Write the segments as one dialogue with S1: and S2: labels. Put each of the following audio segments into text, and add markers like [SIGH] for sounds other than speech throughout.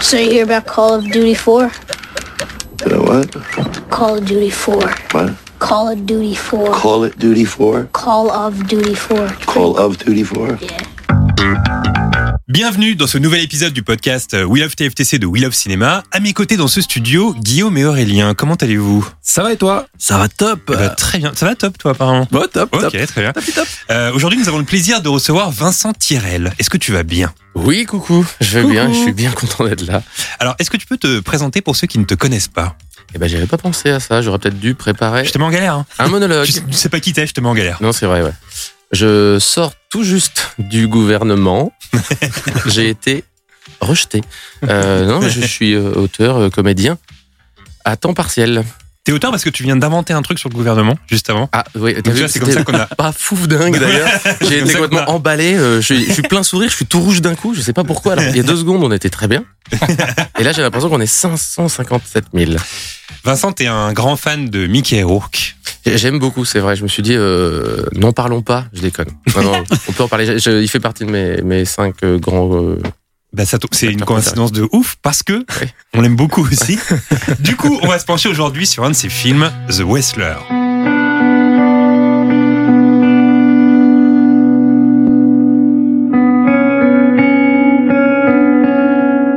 S1: So you hear about Call of Duty 4?
S2: You know what?
S1: Call of Duty 4.
S2: What?
S1: Call of Duty 4.
S2: Call it Duty 4?
S1: Call of Duty 4.
S2: Call of Duty 4?
S1: Yeah.
S3: Bienvenue dans ce nouvel épisode du podcast euh, We Love TFTC de We Love Cinéma. À mes côtés dans ce studio, Guillaume et Aurélien. Comment allez-vous
S4: Ça va et toi Ça va top
S3: Eh ben, Très bien. Ça va top, toi, apparemment
S4: Bon, top,
S3: Ok,
S4: top.
S3: très bien.
S4: Top, top.
S3: Euh, Aujourd'hui, nous avons le plaisir de recevoir Vincent Tirel. Est-ce que tu vas bien
S4: Oui, coucou, je vais
S3: Coucou.
S4: bien, je suis bien content d'être là.
S3: Alors, est-ce que tu peux te présenter pour ceux qui ne te connaissent pas
S4: Eh ben, j'avais pas pensé à ça, j'aurais peut-être dû préparer
S3: Je te mets en galère. Hein.
S4: un monologue.
S3: Tu, tu sais pas qui t'es, je te mets en galère.
S4: Non, c'est vrai, ouais. Je sors tout juste
S3: [LAUGHS]
S4: du gouvernement. J'ai été rejeté. Euh, non, mais je suis euh, auteur, euh, comédien à temps partiel.
S3: T'es auteur parce que tu viens d'inventer un truc sur le gouvernement, juste avant.
S4: Ah oui, t'as
S3: Donc, tu
S4: vu,
S3: vois, c'est comme ça
S4: c'était
S3: qu'on
S4: [LAUGHS]
S3: a.
S4: pas fouf dingue
S3: [LAUGHS]
S4: d'ailleurs. J'ai
S3: comme ça qu'on
S4: été
S3: a-
S4: complètement emballé. euh, je, suis, je suis plein sourire, je suis tout rouge d'un coup. Je sais pas pourquoi. Alors, il y a deux secondes, on était
S3: [LAUGHS]
S4: très bien. Et là, j'ai l'impression qu'on est 557 000.
S3: Vincent, t'es un grand fan de Mickey Rourke.
S4: Et J'aime beaucoup, c'est vrai. Je me suis dit, euh, n'en parlons pas, je déconne.
S3: [LAUGHS]
S4: Non, non, on peut en parler. Je- je- il fait partie de mes, mes cinq euh, grands. euh,
S3: Bah, ça tombe- c'est une
S4: Acteur
S3: coïncidence de ouf parce que
S4: Oui.
S3: on l'aime beaucoup [LAUGHS] aussi. du coup, on va se pencher aujourd'hui sur un de ses films, The Wrestler.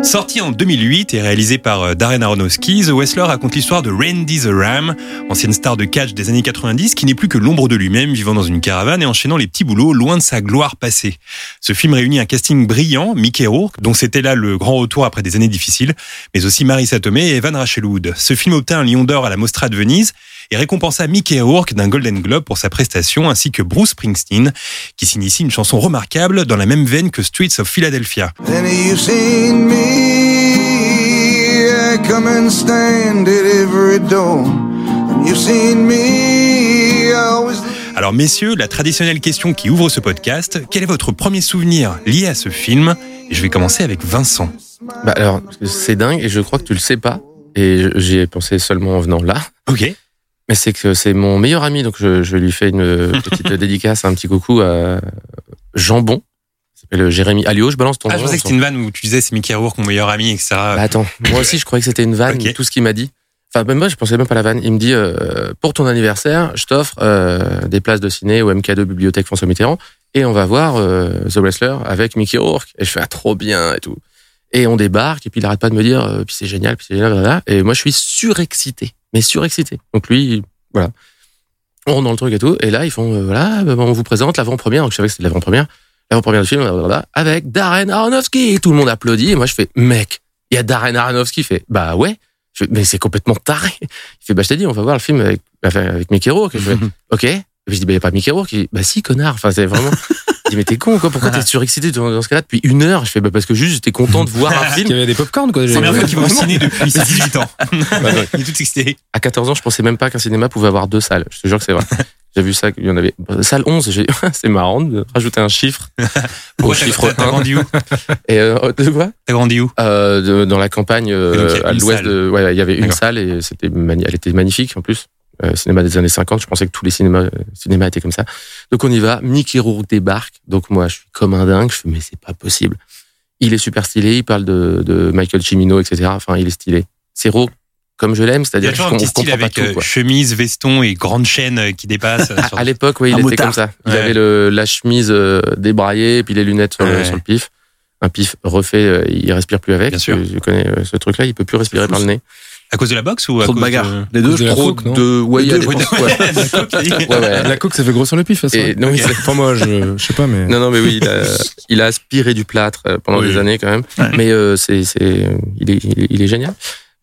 S3: Sorti en 2008 et réalisé par euh, Darren Aronofsky, The Wrestler raconte l'histoire de Randy the Ram, ancienne star de catch des années 90 qui n'est plus que l'ombre de lui-même vivant dans une caravane et enchaînant les petits boulots loin de sa gloire passée. Ce film réunit un casting brillant, Mickey Rourke, dont c'était là le grand retour après des années difficiles, mais aussi Marissa Tomei et Evan Rachel Wood. Ce film obtint un Lion d'Or à la Mostra de Venise et récompensa Mickey Rourke d'un Golden Globe pour sa prestation, ainsi que Bruce Springsteen, qui signe ici une chanson remarquable dans la même veine que Streets of Philadelphia.
S5: Then you've seen me. I come and stand at every door. And you've seen me. I always.
S3: Alors messieurs, la traditionnelle question qui ouvre ce podcast, quel est votre premier souvenir lié à ce film Et je vais commencer avec Vincent.
S4: Bah, alors, c'est dingue et je crois que tu le sais pas. Et je- j'y ai pensé seulement en venant là.
S3: Ok.
S4: Mais c'est que c'est mon meilleur ami, donc je, je lui fais une
S3: [LAUGHS]
S4: petite dédicace, un petit coucou à Jambon. Il s'appelle Jérémy Alliot. Je balance ton
S3: Ah, je
S4: nom,
S3: pensais que
S4: on
S3: c'était une vanne où tu disais c'est Mickey Rourke, mon meilleur ami, etc.
S4: Bah attends, moi aussi je croyais que c'était une vanne,
S3: Ah, Ok.
S4: tout ce qu'il m'a dit. Enfin, même moi je pensais même pas à la vanne. Il me dit euh, pour ton anniversaire, je t'offre euh, des places de ciné au MK2 Bibliothèque François Mitterrand et on va voir euh, The Wrestler avec Mickey Rourke. Et je fais ah, trop bien et tout. Et on débarque et puis il arrête pas de me dire euh, puis c'est génial, puis c'est génial, blablabla. Et moi je suis surexcité, mais surexcité. Donc lui, voilà. On rentre dans le truc et tout. Et là ils font euh, voilà, bah, on vous présente l'avant-première. Donc je savais que c'était l'avant-première. L'avant-première du film, blablabla, avec Darren Aronofsky. Tout le monde applaudit et moi je fais mec. Il y a Darren Aronofsky qui fait Bah ouais. Je fais, mais c'est complètement taré. [LAUGHS] Il fait Bah je t'ai dit, on va voir le film avec, enfin, avec Mickey Rourke. Et
S3: [LAUGHS]
S6: [LAUGHS]
S4: je fais Ok. Et puis je dis Bah il n'y a pas Mickey Rourke. Il dit Bah si, connard. Enfin, c'est vraiment. Je dis Mais t'es con, quoi. Pourquoi
S6: Ah.
S4: t'es surexcité dans, dans ce cas-là depuis une heure Je fais Bah parce que juste j'étais content de
S6: [LAUGHS]
S4: voir un
S6: Il y
S4: film.
S6: avait des popcorn quoi.
S3: C'est la première fois qu'il va au
S4: Vraiment.
S3: ciné depuis
S4: [LAUGHS]
S3: ses 18 ans. [LAUGHS] Il est tout excité.
S4: À 14 ans, je pensais même pas qu'un cinéma pouvait avoir deux salles. Je te jure
S3: [LAUGHS]
S4: que c'est vrai. J'ai vu ça, il y en avait. bah, Salle 11, j'ai [LAUGHS] dit, c'est marrant de rajouter un chiffre au
S3: [LAUGHS] Pourquoi t'as-
S4: chiffre
S3: t'as- T'as
S4: 1.
S3: grandi où
S4: Et euh, de quoi
S3: T'as grandi où
S4: Euh, de- dans la campagne euh,
S3: Et donc, il y a
S4: à
S3: une
S4: l'ouest
S3: salle.
S4: de ouais il y avait une
S3: D'accord.
S4: salle et c'était mani- elle était magnifique en plus Euh, cinéma des années 50 je pensais que tous les cinémas euh, cinémas étaient comme ça donc on y va Mickey Rourke débarque donc moi je suis comme un dingue je fais mais c'est pas possible il est super stylé il parle de, de Michael Cimino etc enfin il est stylé c'est Rourke comme je l'aime
S3: Il y
S4: c'est-à-dire
S3: a toujours
S4: qu'on
S3: un petit
S4: comprend
S3: style
S4: pas
S3: avec
S4: tout
S3: euh,
S4: quoi.
S3: chemise, veston et grande chaîne euh, qui dépasse.
S4: [LAUGHS]
S3: euh,
S4: Ah, À-
S3: sur-
S4: à l'époque oui il
S3: un
S4: était
S3: motard.
S4: comme ça il
S3: Ouais.
S4: avait le, la chemise euh, débraillée et puis les lunettes sur,
S3: Ouais.
S4: le, sur le pif un pif refait euh, il respire plus avec
S3: Bien sûr.
S4: je connais euh, ce truc là il peut plus respirer
S7: fou,
S4: par le nez
S3: à cause de la boxe ou à
S7: Trop de
S3: cause
S7: bagarres.
S3: de-
S7: Les
S6: cause
S7: deux,
S6: de la
S7: trop
S6: coke, non
S7: de
S4: Ouais, il y a
S3: [LAUGHS]
S4: des
S7: wayas.
S3: Ouais,
S4: pensions, ouais.
S3: de la coke, oui. [LAUGHS]
S4: Ouais, ouais.
S6: La coke ça fait grossir le pif. ça,
S4: Et
S6: ouais.
S4: non, oui, c'est-
S6: Enfin moi je, je sais pas mais.
S4: non, non, mais oui, il
S6: [LAUGHS]
S4: a, il a aspiré du plâtre euh, pendant
S3: Oui.
S4: des années quand même. Mais euh, c'est, c'est, euh, il, est, il est- il est génial.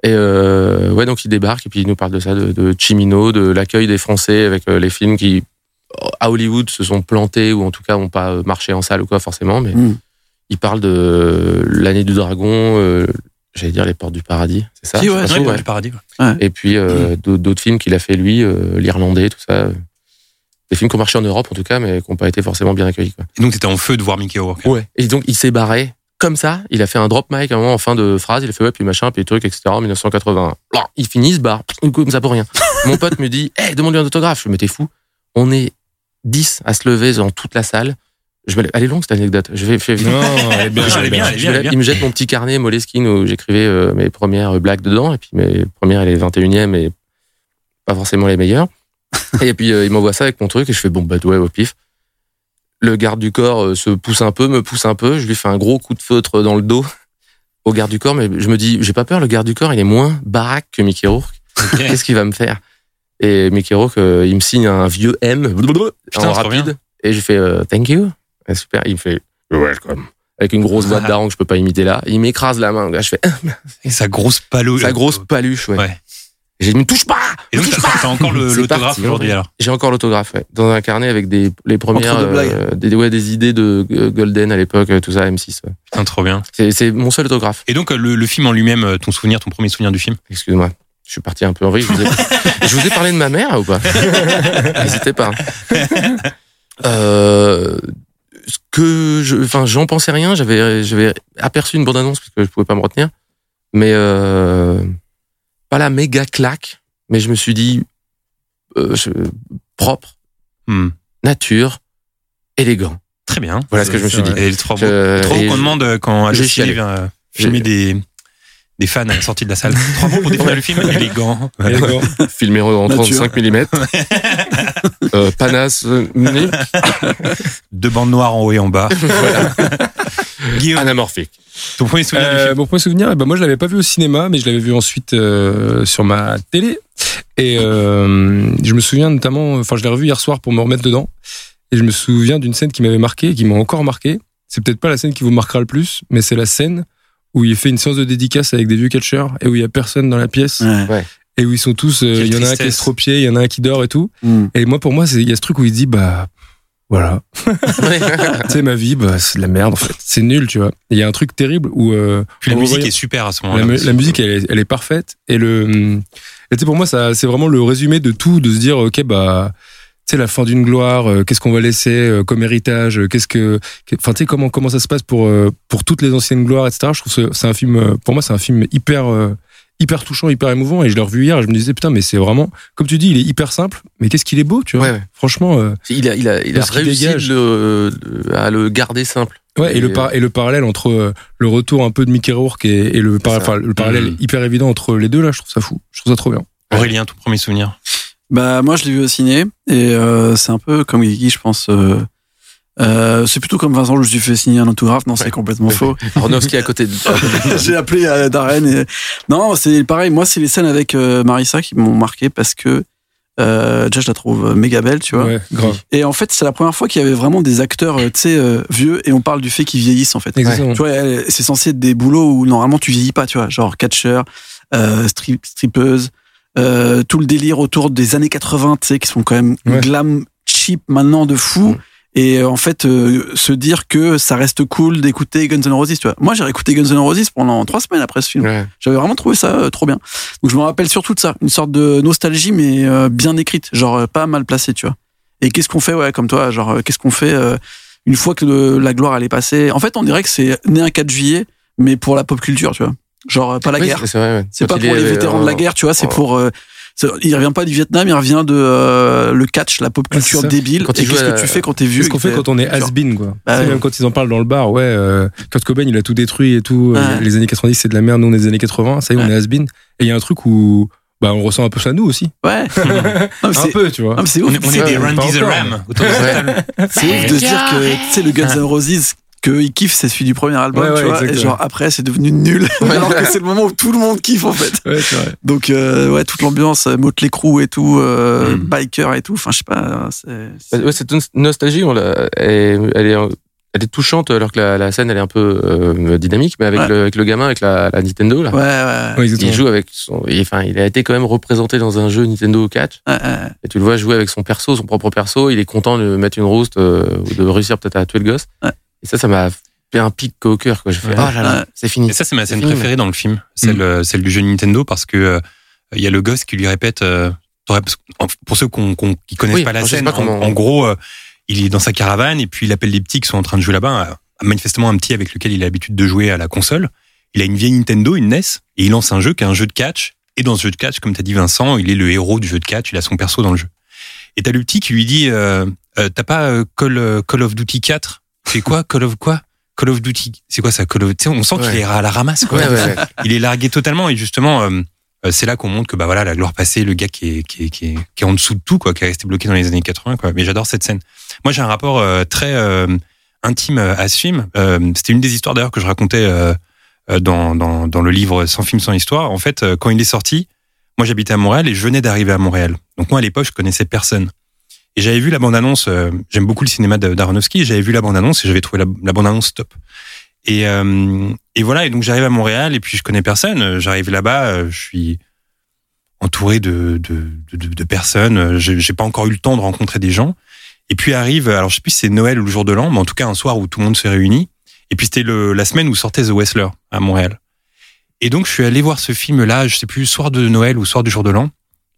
S4: Et euh, ouais, donc il débarque et puis il nous parle de ça, de, de Chimino, de l'accueil des Français avec euh, les films qui à Hollywood se sont plantés ou en tout cas ont pas marché en salle ou quoi forcément. Mais
S7: Mm.
S4: Il parle de euh, l'année du dragon, euh, j'allais dire les portes du paradis, c'est ça
S7: Si,
S4: je
S7: ouais,
S4: pense,
S3: Ouais,
S4: ouais.
S3: du paradis. ouais.
S4: Et puis euh, d'au- d'autres films qu'il a fait lui, euh, l'Irlandais, tout ça. Des films qui ont marché en Europe en tout cas, mais qui n'ont pas été forcément bien accueillis. Quoi.
S3: Et donc, t'étais en feu de voir Mickey O'Rourke.
S4: Ouais. Et donc il s'est barré comme ça. Il a fait un drop mic à un moment en fin de phrase. Il a fait ouais puis machin puis truc etc. En 1981. Alors, il finit il se barre comme ça pour rien. Mon pote me dit hey demande-lui un autographe. Je me t'es fou. On est 10 à se lever dans toute la salle. Je me lève- Elle est longue cette anecdote. Je vais faire vite.
S6: Non,
S3: [LAUGHS]
S6: elle est bien.
S3: Elle est bien, elle est
S4: Je me lève,
S3: bien.
S4: il me jette mon petit carnet Moleskine où j'écrivais euh, mes premières blagues dedans. Et puis mes premières, elle est 21e et pas forcément les meilleures.
S3: [LAUGHS]
S4: et puis euh, il m'envoie ça avec mon truc et je fais bon, bah ouais, au pif. Le garde du corps euh, se pousse un peu, me pousse un peu. Je lui fais un gros coup de feutre dans le dos au garde du corps. Mais je me dis, j'ai pas peur, le garde du corps, il est moins baraque que Mickey Rourke. [LAUGHS] Qu'est-ce qu'il va me faire Et Mickey Rourke, euh, il me signe un vieux M
S3: Putain,
S4: en
S3: c'est trop
S4: rapide. Et je fais euh, thank you. Et super. Il me fait You're welcome. Avec une grosse voix de daron que je peux pas imiter là. Il m'écrase la main. Là, je fais
S3: Et sa grosse palo.
S4: [LAUGHS] sa grosse paluche. Ouais.
S3: Ouais.
S4: J'ai dit, me touche pas
S3: Et donc, t'as t'as encore le-
S4: C'est
S3: l'autographe
S4: parti,
S3: aujourd'hui,
S4: ouais.
S3: alors.
S4: J'ai encore l'autographe ouais, dans un carnet avec des les premières
S7: Entre deux blagues.
S4: euh, des ouais des idées de euh, Golden à l'époque, euh, tout ça M6. ouais.
S3: Putain, trop bien.
S4: C'est c'est mon seul autographe.
S3: Et donc, euh, le, le film en lui-même, euh, ton souvenir, ton premier souvenir du film
S4: Excuse-moi. Je suis parti un peu en vrille. Je vous ai, je vous ai parlé de ma mère ou pas N'hésitez pas. hein. Euh, ce que je, enfin, j'en pensais rien. J'avais, j'avais aperçu une bande-annonce parce que je pouvais pas me retenir, mais euh, pas la méga claque. Mais je me suis dit euh, je- propre,
S3: Hmm.
S4: nature, élégant.
S3: Très bien.
S4: Voilà ce que je me suis dit.
S3: Et le trois mots.
S4: Je-
S3: Trop
S4: et
S3: qu'on
S4: je-
S3: demande euh, quand
S4: j'ai
S3: Alexis
S4: chialé.
S3: vient euh,
S4: J'ai-
S3: filmer des, des fans à la sortie de la
S6: [LAUGHS]
S3: salle. Trois mots pour définir le film élégant.
S6: Élégant.
S4: [LAUGHS] filmé en
S7: Nature.
S4: 35 mm. euh, panasse, euh, unique,
S3: Deux bandes noires en haut et en
S4: [LAUGHS]
S3: bas. [LAUGHS] Guillaume,
S4: anamorphique.
S3: ton premier souvenir du
S6: Euh,
S3: film
S6: mon premier souvenir, eh ben moi je l'avais pas vu au cinéma, mais je l'avais vu ensuite euh, sur ma télé. Et euh, je me souviens notamment, enfin je l'ai revu hier soir pour me remettre dedans. Et je me souviens d'une scène qui m'avait marqué, et qui m'a encore marqué. C'est peut-être pas la scène qui vous marquera le plus, mais c'est la scène où il fait une séance de dédicace avec des vieux catcheurs et où il y a personne dans la pièce
S7: Ouais.
S6: et où ils sont tous, euh,
S3: Quelle
S6: il y en a un qui est
S3: tristesse.
S6: estropié, il y en a un qui dort et tout.
S7: Mm.
S6: Et moi pour moi c'est- il y a ce truc où il dit bah voilà,
S3: [LAUGHS]
S6: tu sais, ma vie, bah, c'est de la merde, en fait. C'est nul, tu vois. Il y a un truc terrible où. euh,
S3: Puis la
S6: on
S3: musique
S6: voit-
S3: est super à ce
S6: la,
S3: moment-là.
S6: mu- la musique, elle est, elle est parfaite. Et le. hum, et tu sais, pour moi, ça, c'est vraiment le résumé de tout, de se dire, OK, bah. Tu sais, la fin d'une gloire, euh, qu'est-ce qu'on va laisser euh, comme héritage, euh, qu'est-ce que. que- Enfin, tu sais, comment, comment ça se passe pour, euh, pour toutes les anciennes gloires, etc. Je trouve que c'est un film. euh, Pour moi, c'est un film hyper. euh, hyper touchant, hyper émouvant et je l'ai revu hier et je me disais putain mais c'est vraiment comme tu dis il est hyper simple mais qu'est-ce qu'il est beau tu vois
S4: Ouais, ouais.
S6: franchement euh,
S4: [LAUGHS] Il a, il a, il a
S6: Parce qu'il
S4: réussi
S6: dégage.
S4: de le- de- à le garder simple.
S6: Ouais, et,
S4: Et,
S6: le par- et le parallèle entre euh, le retour un peu de Mickey Rourke et, et le, par-
S4: C'est ça.
S6: enfin, le parallèle
S4: Mhm.
S6: hyper évident entre les deux là, je trouve ça fou, je trouve ça trop bien.
S3: Aurélien, ton premier souvenir.
S7: Bah moi je l'ai vu au ciné et euh, c'est un peu comme Guigui je pense. euh, euh, c'est plutôt comme Vincent, je me suis fait signer un autographe. Non, c'est complètement faux. [LAUGHS]
S4: Aronofsky à côté de.
S7: J'ai appelé euh, Darren. Et... Non, c'est pareil. Moi, c'est les scènes avec euh, Marissa qui m'ont marqué parce que euh, déjà, je la trouve méga belle, tu vois.
S6: ouais, grave.
S7: Et en fait, c'est la première fois qu'il y avait vraiment des acteurs, euh, tu sais, euh, vieux. Et on parle du fait qu'ils vieillissent, en fait.
S6: Exactement.
S7: Tu vois, elle, c'est censé être des boulots où normalement tu vieillis pas, tu vois, genre catcheur, euh, strip- strippeuse, euh, tout le délire autour des années 80, tu sais, qui sont quand même
S6: Ouais.
S7: glam cheap maintenant de fou. Et euh, en fait, euh, se dire que ça reste cool d'écouter Guns N' Roses, tu vois. Moi, j'ai réécouté Guns N' Roses pendant trois semaines après ce
S4: [LAUGHS]
S7: film.
S4: Ouais.
S7: J'avais vraiment trouvé ça euh, trop bien. Donc je me rappelle surtout de ça, une sorte de nostalgie mais euh, bien écrite, genre euh, pas mal placée, tu vois. Et qu'est-ce qu'on fait, ouais, comme toi, genre euh, qu'est-ce qu'on fait euh, une fois que le- la gloire elle est passée En fait, on dirait que c'est né un 4 juillet, mais pour la pop culture, tu vois. Genre euh, pas la
S4: Oui,
S7: guerre.
S4: c'est vrai, ouais.
S7: C'est
S4: Quand
S7: pas
S4: il
S7: pour
S4: est,
S7: les vétérans
S4: euh,
S7: de la guerre, tu vois. C'est
S4: en-
S7: pour. euh, c'est- il revient pas du Vietnam, il revient de euh, le catch, la pop
S6: Ouais, c'est
S7: culture
S6: ça.
S7: débile.
S4: Quand
S7: et
S4: il joue
S7: qu'est-ce
S4: à
S7: que
S4: la-
S7: tu fais quand t'es vieux
S6: Qu'est-ce qu'on fait quand on est
S7: culture.
S6: has-been quoi
S7: Bah
S6: C'est
S7: ouais.
S6: même quand ils en parlent dans le bar, ouais, euh, Kurt Cobain il a tout détruit et tout, euh,
S7: Ouais.
S6: les années 90 c'est de la merde, nous on est des années 80, ça y est on
S7: Ouais.
S6: est has-been. Et il y a un truc où bah, on ressent un peu ça nous aussi,
S7: Ouais. Non, mais
S6: un
S7: c'est-
S6: peu tu vois.
S7: non, mais c'est
S3: On
S7: ouf.
S3: est, on est
S6: ça,
S3: des
S6: pas
S3: Randy the
S6: encore.
S3: Ram.
S7: [LAUGHS]
S3: autour de cette table.
S7: C'est ouf
S3: Bah,
S7: de dire que tu sais le Guns N' Roses que il kiffe c'est celui du premier album
S6: Ouais,
S7: tu
S6: ouais,
S7: vois et
S6: exactement.
S7: genre après c'est devenu nul alors que c'est le moment où tout le monde kiffe en fait
S6: Ouais, c'est vrai.
S7: donc euh, ouais toute l'ambiance euh, Motley Crue et tout euh,
S3: Mm.
S7: biker et tout enfin je sais pas hein, c'est c'est-
S4: Bah, Ouais, cette nos- nostalgie, on l'a- elle, elle est, elle est touchante alors que la, la scène elle est un peu euh, dynamique, mais avec,
S7: Ouais.
S4: le, avec le gamin, avec la, la Nintendo là.
S7: ouais
S6: Ouais,
S7: ouais,
S4: Il
S6: exactement.
S4: joue avec son, il- enfin, il a été quand même représenté dans un jeu Nintendo 4
S7: ouais, ouais.
S4: et tu le vois jouer avec son perso, son propre perso. Il est content de mettre une rouste euh, ou de réussir peut-être à tuer le gosse.
S7: Ouais.
S4: Et ça, ça m'a fait un pic au cœur. Quoi. Je fais,
S3: Ouais.
S4: oh là là, c'est fini.
S3: Et ça, c'est ma scène
S4: fini, Mm.
S3: préférée dans le film, celle, euh, celle du jeu Nintendo, parce que euh, il y a le gosse qui lui répète. euh, t'aurais- parce que- en- pour ceux qu'on- qu'on- qui connaissent
S4: Oui,
S3: pas la
S4: je sais
S3: scène,
S4: pas comment-
S3: en, en gros, euh, il est dans sa caravane et puis il appelle des petits qui sont en train de jouer là-bas. euh, manifestement, un petit avec lequel il a l'habitude de jouer à la console. Il a une vieille Nintendo, une NES, et il lance un jeu qui est un jeu de catch. Et dans ce jeu de catch, comme t'as dit Vincent, il est le héros du jeu de catch. Il a son perso dans le jeu. Et t'as le petit qui lui dit, euh, euh, t'as pas euh, Call, euh, Call of Duty 4 C'est quoi Call of quoi Call of Duty. C'est quoi ça Call of... tu sais, On sent qu'il
S4: Ouais.
S3: est à la ramasse. Quoi.
S4: Ouais, ouais, ouais.
S3: Il est largué totalement et justement, euh, euh, c'est là qu'on montre que bah voilà la gloire passée, le gars qui est qui est, qui est, qui est en dessous de tout quoi, qui est resté bloqué dans les années 80 quoi. Mais j'adore cette scène. Moi j'ai un rapport euh, très euh, intime euh, à ce film. Euh, C'était une des histoires d'ailleurs que je racontais euh, euh, dans, dans dans le livre Sans film sans histoire. En fait, euh, quand il est sorti, moi j'habitais à Montréal et je venais d'arriver à Montréal. Donc moi à l'époque je connaissais personne. Et j'avais vu la bande-annonce, euh, j'aime beaucoup le cinéma de- d'Aronofsky, et j'avais vu la bande-annonce et j'avais trouvé la, la bande-annonce top. Et, euh, et voilà, et donc j'arrive à Montréal et puis je connais personne. Euh, J'arrive là-bas, euh, je suis entouré de, de, de, de- de personnes. Euh, J'ai j'ai pas encore eu le temps de rencontrer des gens. Et puis arrive, alors je sais plus si c'est Noël ou le jour de l'an, mais en tout cas un soir où tout le monde se réunit. Et puis c'était le- la semaine où sortait The Wrestler à Montréal. Et donc je suis allé voir ce film-là, je sais plus, soir de Noël ou soir du jour de l'an.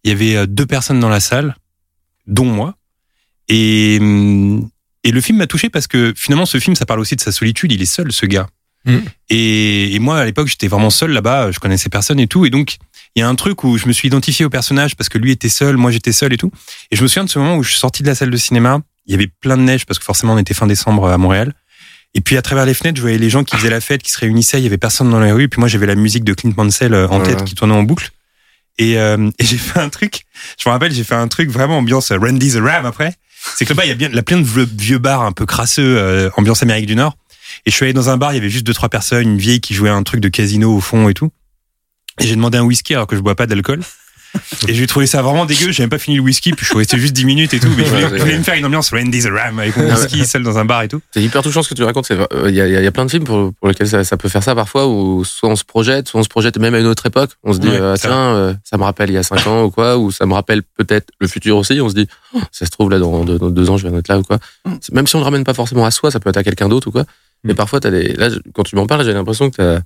S3: Il y avait euh, deux personnes dans la salle, dont moi. Et, hum, et le film m'a touché parce que finalement ce film, ça parle aussi de sa solitude. Il est seul, ce gars. Et, et moi, à l'époque, j'étais vraiment seul là-bas, je connaissais personne et tout. Et donc, il y a un truc où je me suis identifié au personnage parce que lui était seul, moi j'étais seul et tout. Et je me souviens de ce moment où je suis sorti de la salle de cinéma, il y avait plein de neige parce que forcément on était fin décembre à Montréal. Et puis à travers les fenêtres, je voyais les gens qui faisaient la fête, qui se réunissaient, il y avait personne dans les rues. Puis moi, j'avais la musique de Clint Mansell euh, en
S4: Ouais.
S3: tête qui tournait en boucle. Et, euh, [LAUGHS] et j'ai fait un truc, je me rappelle, j'ai fait un truc vraiment ambiance euh, Randy the Ram après. C'est que là-bas, il y a bien la plein de vieux, vieux bars un peu crasseux, euh, ambiance Amérique du Nord. Et je suis allé dans un bar, il y avait juste deux trois personnes, une vieille qui jouait à un truc de casino au fond et tout. Et j'ai demandé un whisky alors que je bois pas
S4: [LAUGHS]
S3: d'alcool. Et j'ai trouvé ça vraiment dégueu, j'avais pas fini le whisky, puis je suis resté juste 10 minutes et tout, mais je voulais, je voulais me faire une ambiance Randy the Ram avec mon whisky seul dans un bar et tout.
S4: C'est hyper touchant ce que tu racontes. c'est vrai. Euh, Il y, a- il y a- il y a plein de films pour, pour lesquels ça, ça peut faire ça parfois, où soit on se projette, soit on se projette même à une autre époque. On se dit,
S3: Ouais,
S4: euh, Ah,
S3: ça.
S4: tiens, euh, ça me rappelle il y a 5 ans ou quoi, ou ça me rappelle peut-être le futur aussi. On se dit, Oh, ça se trouve là, dans 2 ans, je vais en être là ou quoi. C'est- Même si on le ramène pas forcément à soi, ça peut être à quelqu'un d'autre ou quoi. Mais parfois, as des... là, je- quand tu m'en parles, j'ai l'impression que t'as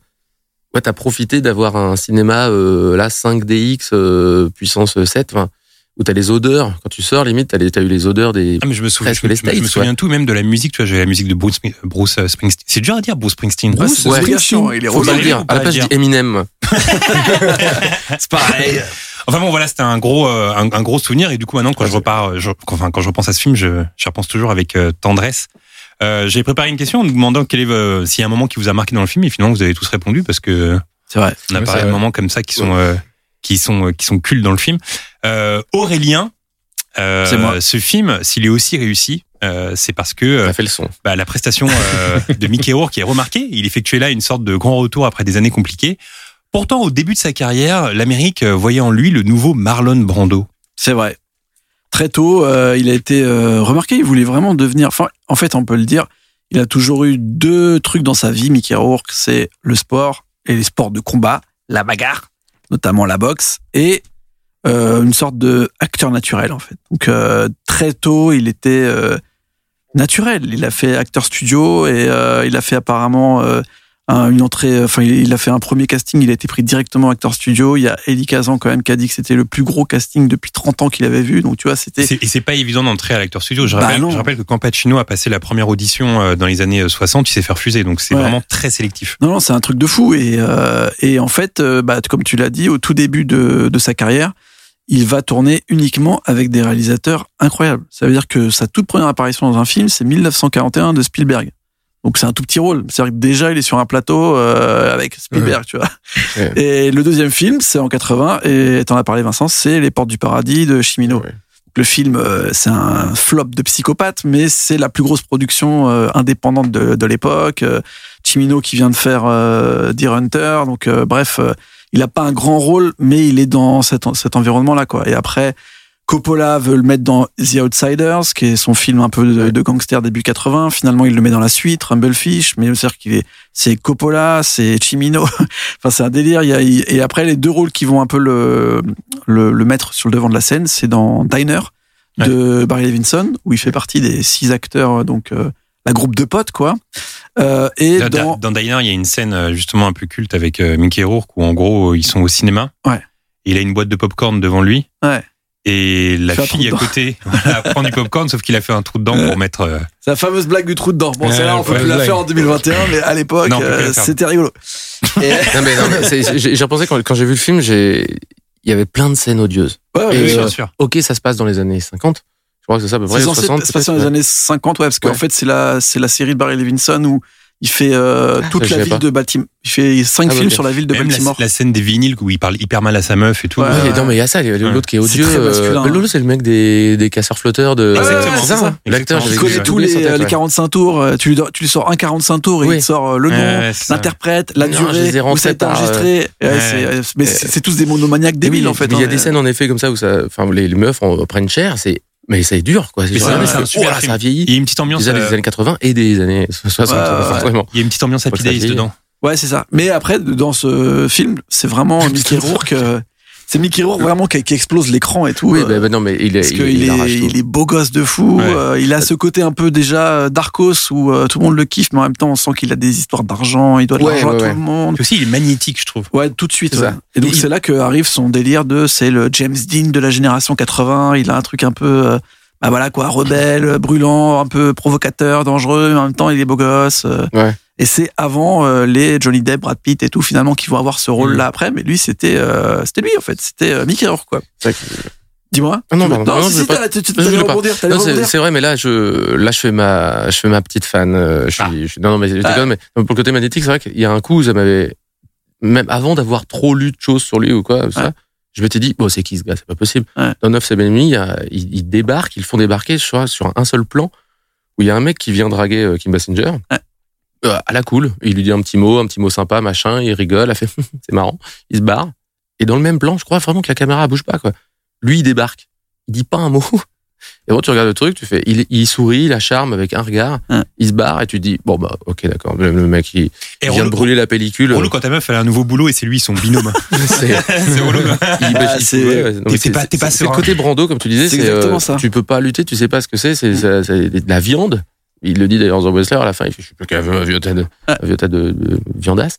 S4: ouais, t'as profité d'avoir un cinéma euh, là 5DX euh, puissance 7, enfin, où t'as les odeurs. Quand tu sors, limite, t'as les- t'as eu les odeurs des.
S3: Ah, mais je me souviens,
S4: Presque
S3: je, me-
S4: les
S3: je me- je me
S4: States,
S3: souviens tout, même de la musique, tu vois, j'avais la musique de Bruce, Smith- Bruce euh, Springsteen. C'est dur à dire, Bruce Springsteen.
S7: Bruce
S4: Ouais.
S7: Springsteen, il est
S4: Faut
S3: Faut y
S4: pas le
S7: revenu.
S3: arriver
S4: dire.
S3: ou pas
S4: À
S3: le
S4: la place, je
S3: dire
S4: dis Eminem.
S3: C'est pareil. Enfin bon, voilà, c'était un gros, euh, un, un gros souvenir. Et du coup, maintenant, quand je repars, euh, je- enfin, quand je repense à ce film, je, je repense toujours avec euh, tendresse. Euh, J'ai préparé une question en vous demandant quel est, euh, s'il y a un moment qui vous a marqué dans le film, et finalement, vous avez tous répondu parce que euh,
S7: C'est vrai.
S3: on a
S6: Ouais,
S3: parlé
S6: c'est
S3: de
S6: vrai.
S3: moments comme ça qui sont, euh, qui sont, euh, qui sont cultes dans le film. Euh, Aurélien, euh,
S7: C'est moi.
S3: ce film, s'il est aussi réussi, euh, c'est parce que euh,
S4: Ça fait le son.
S3: bah, la prestation euh, de Mickey Rourke est remarquée. Il effectuait là une sorte de grand retour après des années compliquées. Pourtant, au début de sa carrière, l'Amérique euh, voyait en lui le nouveau Marlon Brando.
S7: C'est vrai. Très tôt, euh, il a été euh, remarqué. Il voulait vraiment devenir. Enfin, en fait, on peut le dire. Il a toujours eu deux trucs dans sa vie, Mickey Rourke, c'est le sport et les sports de combat, la bagarre, notamment la boxe, et euh, une sorte de acteur naturel en fait. Donc euh, très tôt, il était euh, naturel. Il a fait acteur studio et euh, il a fait apparemment euh, un- une entrée. euh, Enfin, il, il a fait un premier casting. Il a été pris directement acteur studio. Il y a Elie Kazan quand même qui a dit que c'était le plus gros casting depuis 30 ans qu'il avait vu. Donc tu vois,
S3: Et
S7: c'était
S3: c'est et c'est pas évident d'entrer à l'acteur studio. Je
S7: Bah
S3: rappelle,
S7: non.
S3: je rappelle que quand Pacino a passé la première audition euh, dans les années euh, 60, il s'est fait refuser. Donc c'est
S7: Ouais.
S3: vraiment très sélectif.
S7: Non, non, c'est un truc de fou. Et, euh, et en fait, euh, bah, comme tu l'as dit, au tout début de, de sa carrière, il va tourner uniquement avec des réalisateurs incroyables. Ça veut dire que sa toute première apparition dans un film, c'est 1941 de Spielberg. Donc c'est un tout petit rôle. C'est-à-dire que déjà, il est sur un plateau euh, avec Spielberg, tu vois.
S4: Ouais.
S7: Et le deuxième film, c'est en 80, et t'en as parlé Vincent, c'est Les Portes du Paradis de Chimino.
S4: Ouais.
S7: Le film, euh, c'est un flop de psychopathe, mais c'est la plus grosse production euh, indépendante de, de l'époque. Euh, Chimino qui vient de faire euh, Deer Hunter. Donc, euh, bref, euh, il n'a pas un grand rôle, mais il est dans cet, en- cet environnement-là, quoi. Et après, Coppola veut le mettre dans The Outsiders, qui est son film un peu de, de gangster début 80. Finalement, il le met dans la suite, Rumblefish. Mais c'est-à-dire qu'il est, c'est Coppola, c'est Chimino. [LAUGHS] enfin, c'est un délire. Il y a- il- et après, les deux rôles qui vont un peu le, le, le mettre sur le devant de la scène, c'est dans Diner de Barry Levinson, où il fait partie des six acteurs, donc, euh, la groupe de potes, quoi. Euh, et
S3: Là,
S7: dans,
S3: Dans Diner, il y a une scène euh, justement un peu culte avec euh, Mickey Rourke où en gros euh, ils sont au cinéma.
S7: Ouais.
S3: Il a une boîte de popcorn devant lui.
S7: Ouais.
S3: Et la
S7: Fait un
S3: fille à
S7: trou dedans.
S3: côté [LAUGHS] voilà, prend du popcorn, sauf qu'il a fait un trou dedans pour mettre. euh,
S7: C'est la fameuse blague du trou dedans. Bon,
S6: Ouais,
S7: celle-là, on peut
S6: ouais,
S7: plus la
S6: blague.
S7: faire en 2021, mais à l'époque,
S3: Non, on peut plus la
S7: euh,
S3: faire.
S4: [LAUGHS]
S7: c'était rigolo. Et-
S4: Non, mais, non, mais c'est- j'ai j'ai repensé quand, quand j'ai vu le film, j'ai, il y avait plein de scènes odieuses.
S7: ouais, ouais,
S4: Et,
S7: ouais.
S4: euh,
S3: bien sûr.
S4: ok, ça se passe dans les années 50. Je crois que c'est ça, à peu près.
S7: c'est censé
S4: 60,
S7: se passer dans les
S4: peut-être.
S7: années 50, ouais, parce qu'en
S4: Ouais.
S7: fait, c'est la, c'est la série de Barry Levinson où il fait euh, toute
S4: je
S7: la
S4: savais
S7: ville
S4: pas.
S7: de Baltimore. Il fait cinq
S4: Ah,
S7: films
S4: ok.
S7: sur la ville de
S3: Même la,
S7: Baltimore.
S3: la scène des vinyles où il parle hyper mal à sa meuf et tout.
S7: Ouais,
S4: Ouais, non, mais il y a ça, il y a l'autre
S3: Ouais.
S4: qui est
S7: C'est
S4: odieux.
S7: très masculin,
S4: euh,
S7: hein.
S4: L'autre, c'est le mec des, des casseurs flotteurs de.
S3: Exactement.
S4: c'est ça, hein.
S3: Exactement.
S4: L'acteur, j'avais
S7: Il
S3: la-
S7: connaît
S4: j'ai
S7: tous
S4: oublié
S7: les,
S4: sa tête,
S7: euh, les
S4: ouais.
S7: 45 tours. euh, Tu lui, do- tu lui sors un 45 tours et
S4: Oui.
S7: il te sort euh, le nom,
S3: Ouais, c'est ça.
S7: l'interprète, la
S4: Non, je
S7: durée,
S4: les ai
S7: où ça a été
S4: rentrés par,
S7: enregistré. Ouais,
S3: Ouais.
S7: c'est- euh, mais c'est c'est tous des monomaniaques
S4: Mais oui,
S7: débiles, en fait.
S4: mais Il y a
S7: hein.
S4: des scènes, en effet, comme ça, où ça, enfin, les, les meufs en prennent cher, c'est, mais c'est dur, quoi.
S3: Mais c'est
S4: genre,
S3: un-
S4: ah,
S3: c'est un
S4: oh
S3: super
S4: là,
S3: film.
S4: ça a
S3: Il y
S4: vieilli.
S3: a une petite ambiance.
S4: Déjà des
S3: euh,
S4: années 80 et des années 60, [LAUGHS]
S7: Ouais, ouais.
S4: forcément.
S3: il y a une petite ambiance Happy
S4: Faut le
S3: Days
S4: savoir.
S3: dedans.
S7: Ouais, c'est ça. Mais après, dans ce film,
S4: [LAUGHS]
S7: c'est vraiment Mickey Rourke. euh, C'est Mickey Rourke vraiment qui, qui explose l'écran et tout.
S4: Oui,
S7: euh,
S4: bah, bah, non, mais il est,
S7: parce
S4: il,
S7: qu'il
S4: il arrache
S7: est,
S4: tout.
S7: il est beau gosse de fou.
S3: Ouais.
S7: euh, il a ce côté un peu déjà euh, Darkos où euh, tout le monde le kiffe, mais en même temps, on sent qu'il a des histoires d'argent. Il doit de
S4: Ouais,
S7: l'argent
S4: ouais,
S7: à tout
S4: ouais.
S7: le monde.
S3: Puis aussi, il est magnétique, je trouve.
S7: Ouais, tout de suite.
S4: C'est
S7: ouais.
S4: ça.
S7: Et donc,
S3: Et il-
S7: c'est là que arrive son délire de c'est le James Dean de la génération 80. Il a un truc un peu. euh, bah voilà quoi, rebelle, euh, brûlant, un peu provocateur, dangereux, mais en même temps il est beau gosse. euh.
S4: Ouais.
S7: Et c'est avant euh, les Johnny Depp, Brad Pitt et tout finalement qui vont avoir ce
S4: Mm.
S7: rôle-là après, mais lui c'était euh, c'était lui en fait, c'était euh, Mickey Rourke quoi.
S4: C'est vrai que-
S7: Dis-moi.
S4: Ah non,
S7: Tu veux-
S4: pardon, non,
S7: si,
S4: je
S7: si,
S4: veux pas-
S7: t'as- tu- tu-
S4: non, je
S7: t'allais
S4: veux pas.
S7: rebondir, t'allais
S4: Non, c'est
S7: rebondir.
S4: c'est vrai, mais là, je, là, je fais ma, je fais ma petite fan. euh, Je suis,
S3: Ah.
S4: je suis- non, non, mais je
S7: Ah.
S4: déconne, mais pour le côté magnétique, c'est vrai qu'il y a un coup, ça m'avait, même avant d'avoir trop lu de choses sur lui ou quoi, ça,
S7: Ouais.
S4: je m'étais dit, bon, c'est qui ce gars, c'est pas possible.
S7: Ouais.
S4: Dans 9 c'est il y a- ils, ils débarquent, ils le font débarquer, je crois, sur un seul plan où il y a un mec qui vient draguer euh, Kim Basinger.
S7: Ouais.
S4: Euh, à la cool, il lui dit un petit mot, un petit mot sympa, machin, il rigole, a fait [LAUGHS] c'est marrant, il se barre. Et dans le même plan, je crois vraiment que la caméra elle bouge pas quoi. Lui il débarque, il dit pas un mot, et bon, tu regardes le truc, tu fais, il, il sourit, il a charme avec un regard,
S7: Ouais.
S4: il se barre et tu te dis, bon bah, ok, d'accord, le, le mec il,
S3: Et
S4: il vient de
S3: relou,
S4: brûler la pellicule.
S3: relou quand ta meuf, elle a un nouveau boulot et c'est lui, son
S7: [LAUGHS]
S3: binôme.
S4: [LAUGHS] c'est-
S3: c'est relou.
S4: il-
S7: Bah,
S4: il-
S7: c'est-
S4: ouais, ouais, non, mais
S3: t'es
S4: c'est-
S3: pas- t'es
S4: c'est-
S3: pas
S4: c'est
S3: serein.
S4: le côté Brando, comme tu disais,
S7: hein. C'est
S4: c'est euh,
S7: exactement ça. Mm.
S4: Tu peux pas lutter, tu sais pas ce que c'est, c'est ça- c'est de la viande. Il le dit d'ailleurs dans Wessler à la fin, il fait, je suis plus qu'un vieux tas de, un vieux tas de, de viandasse.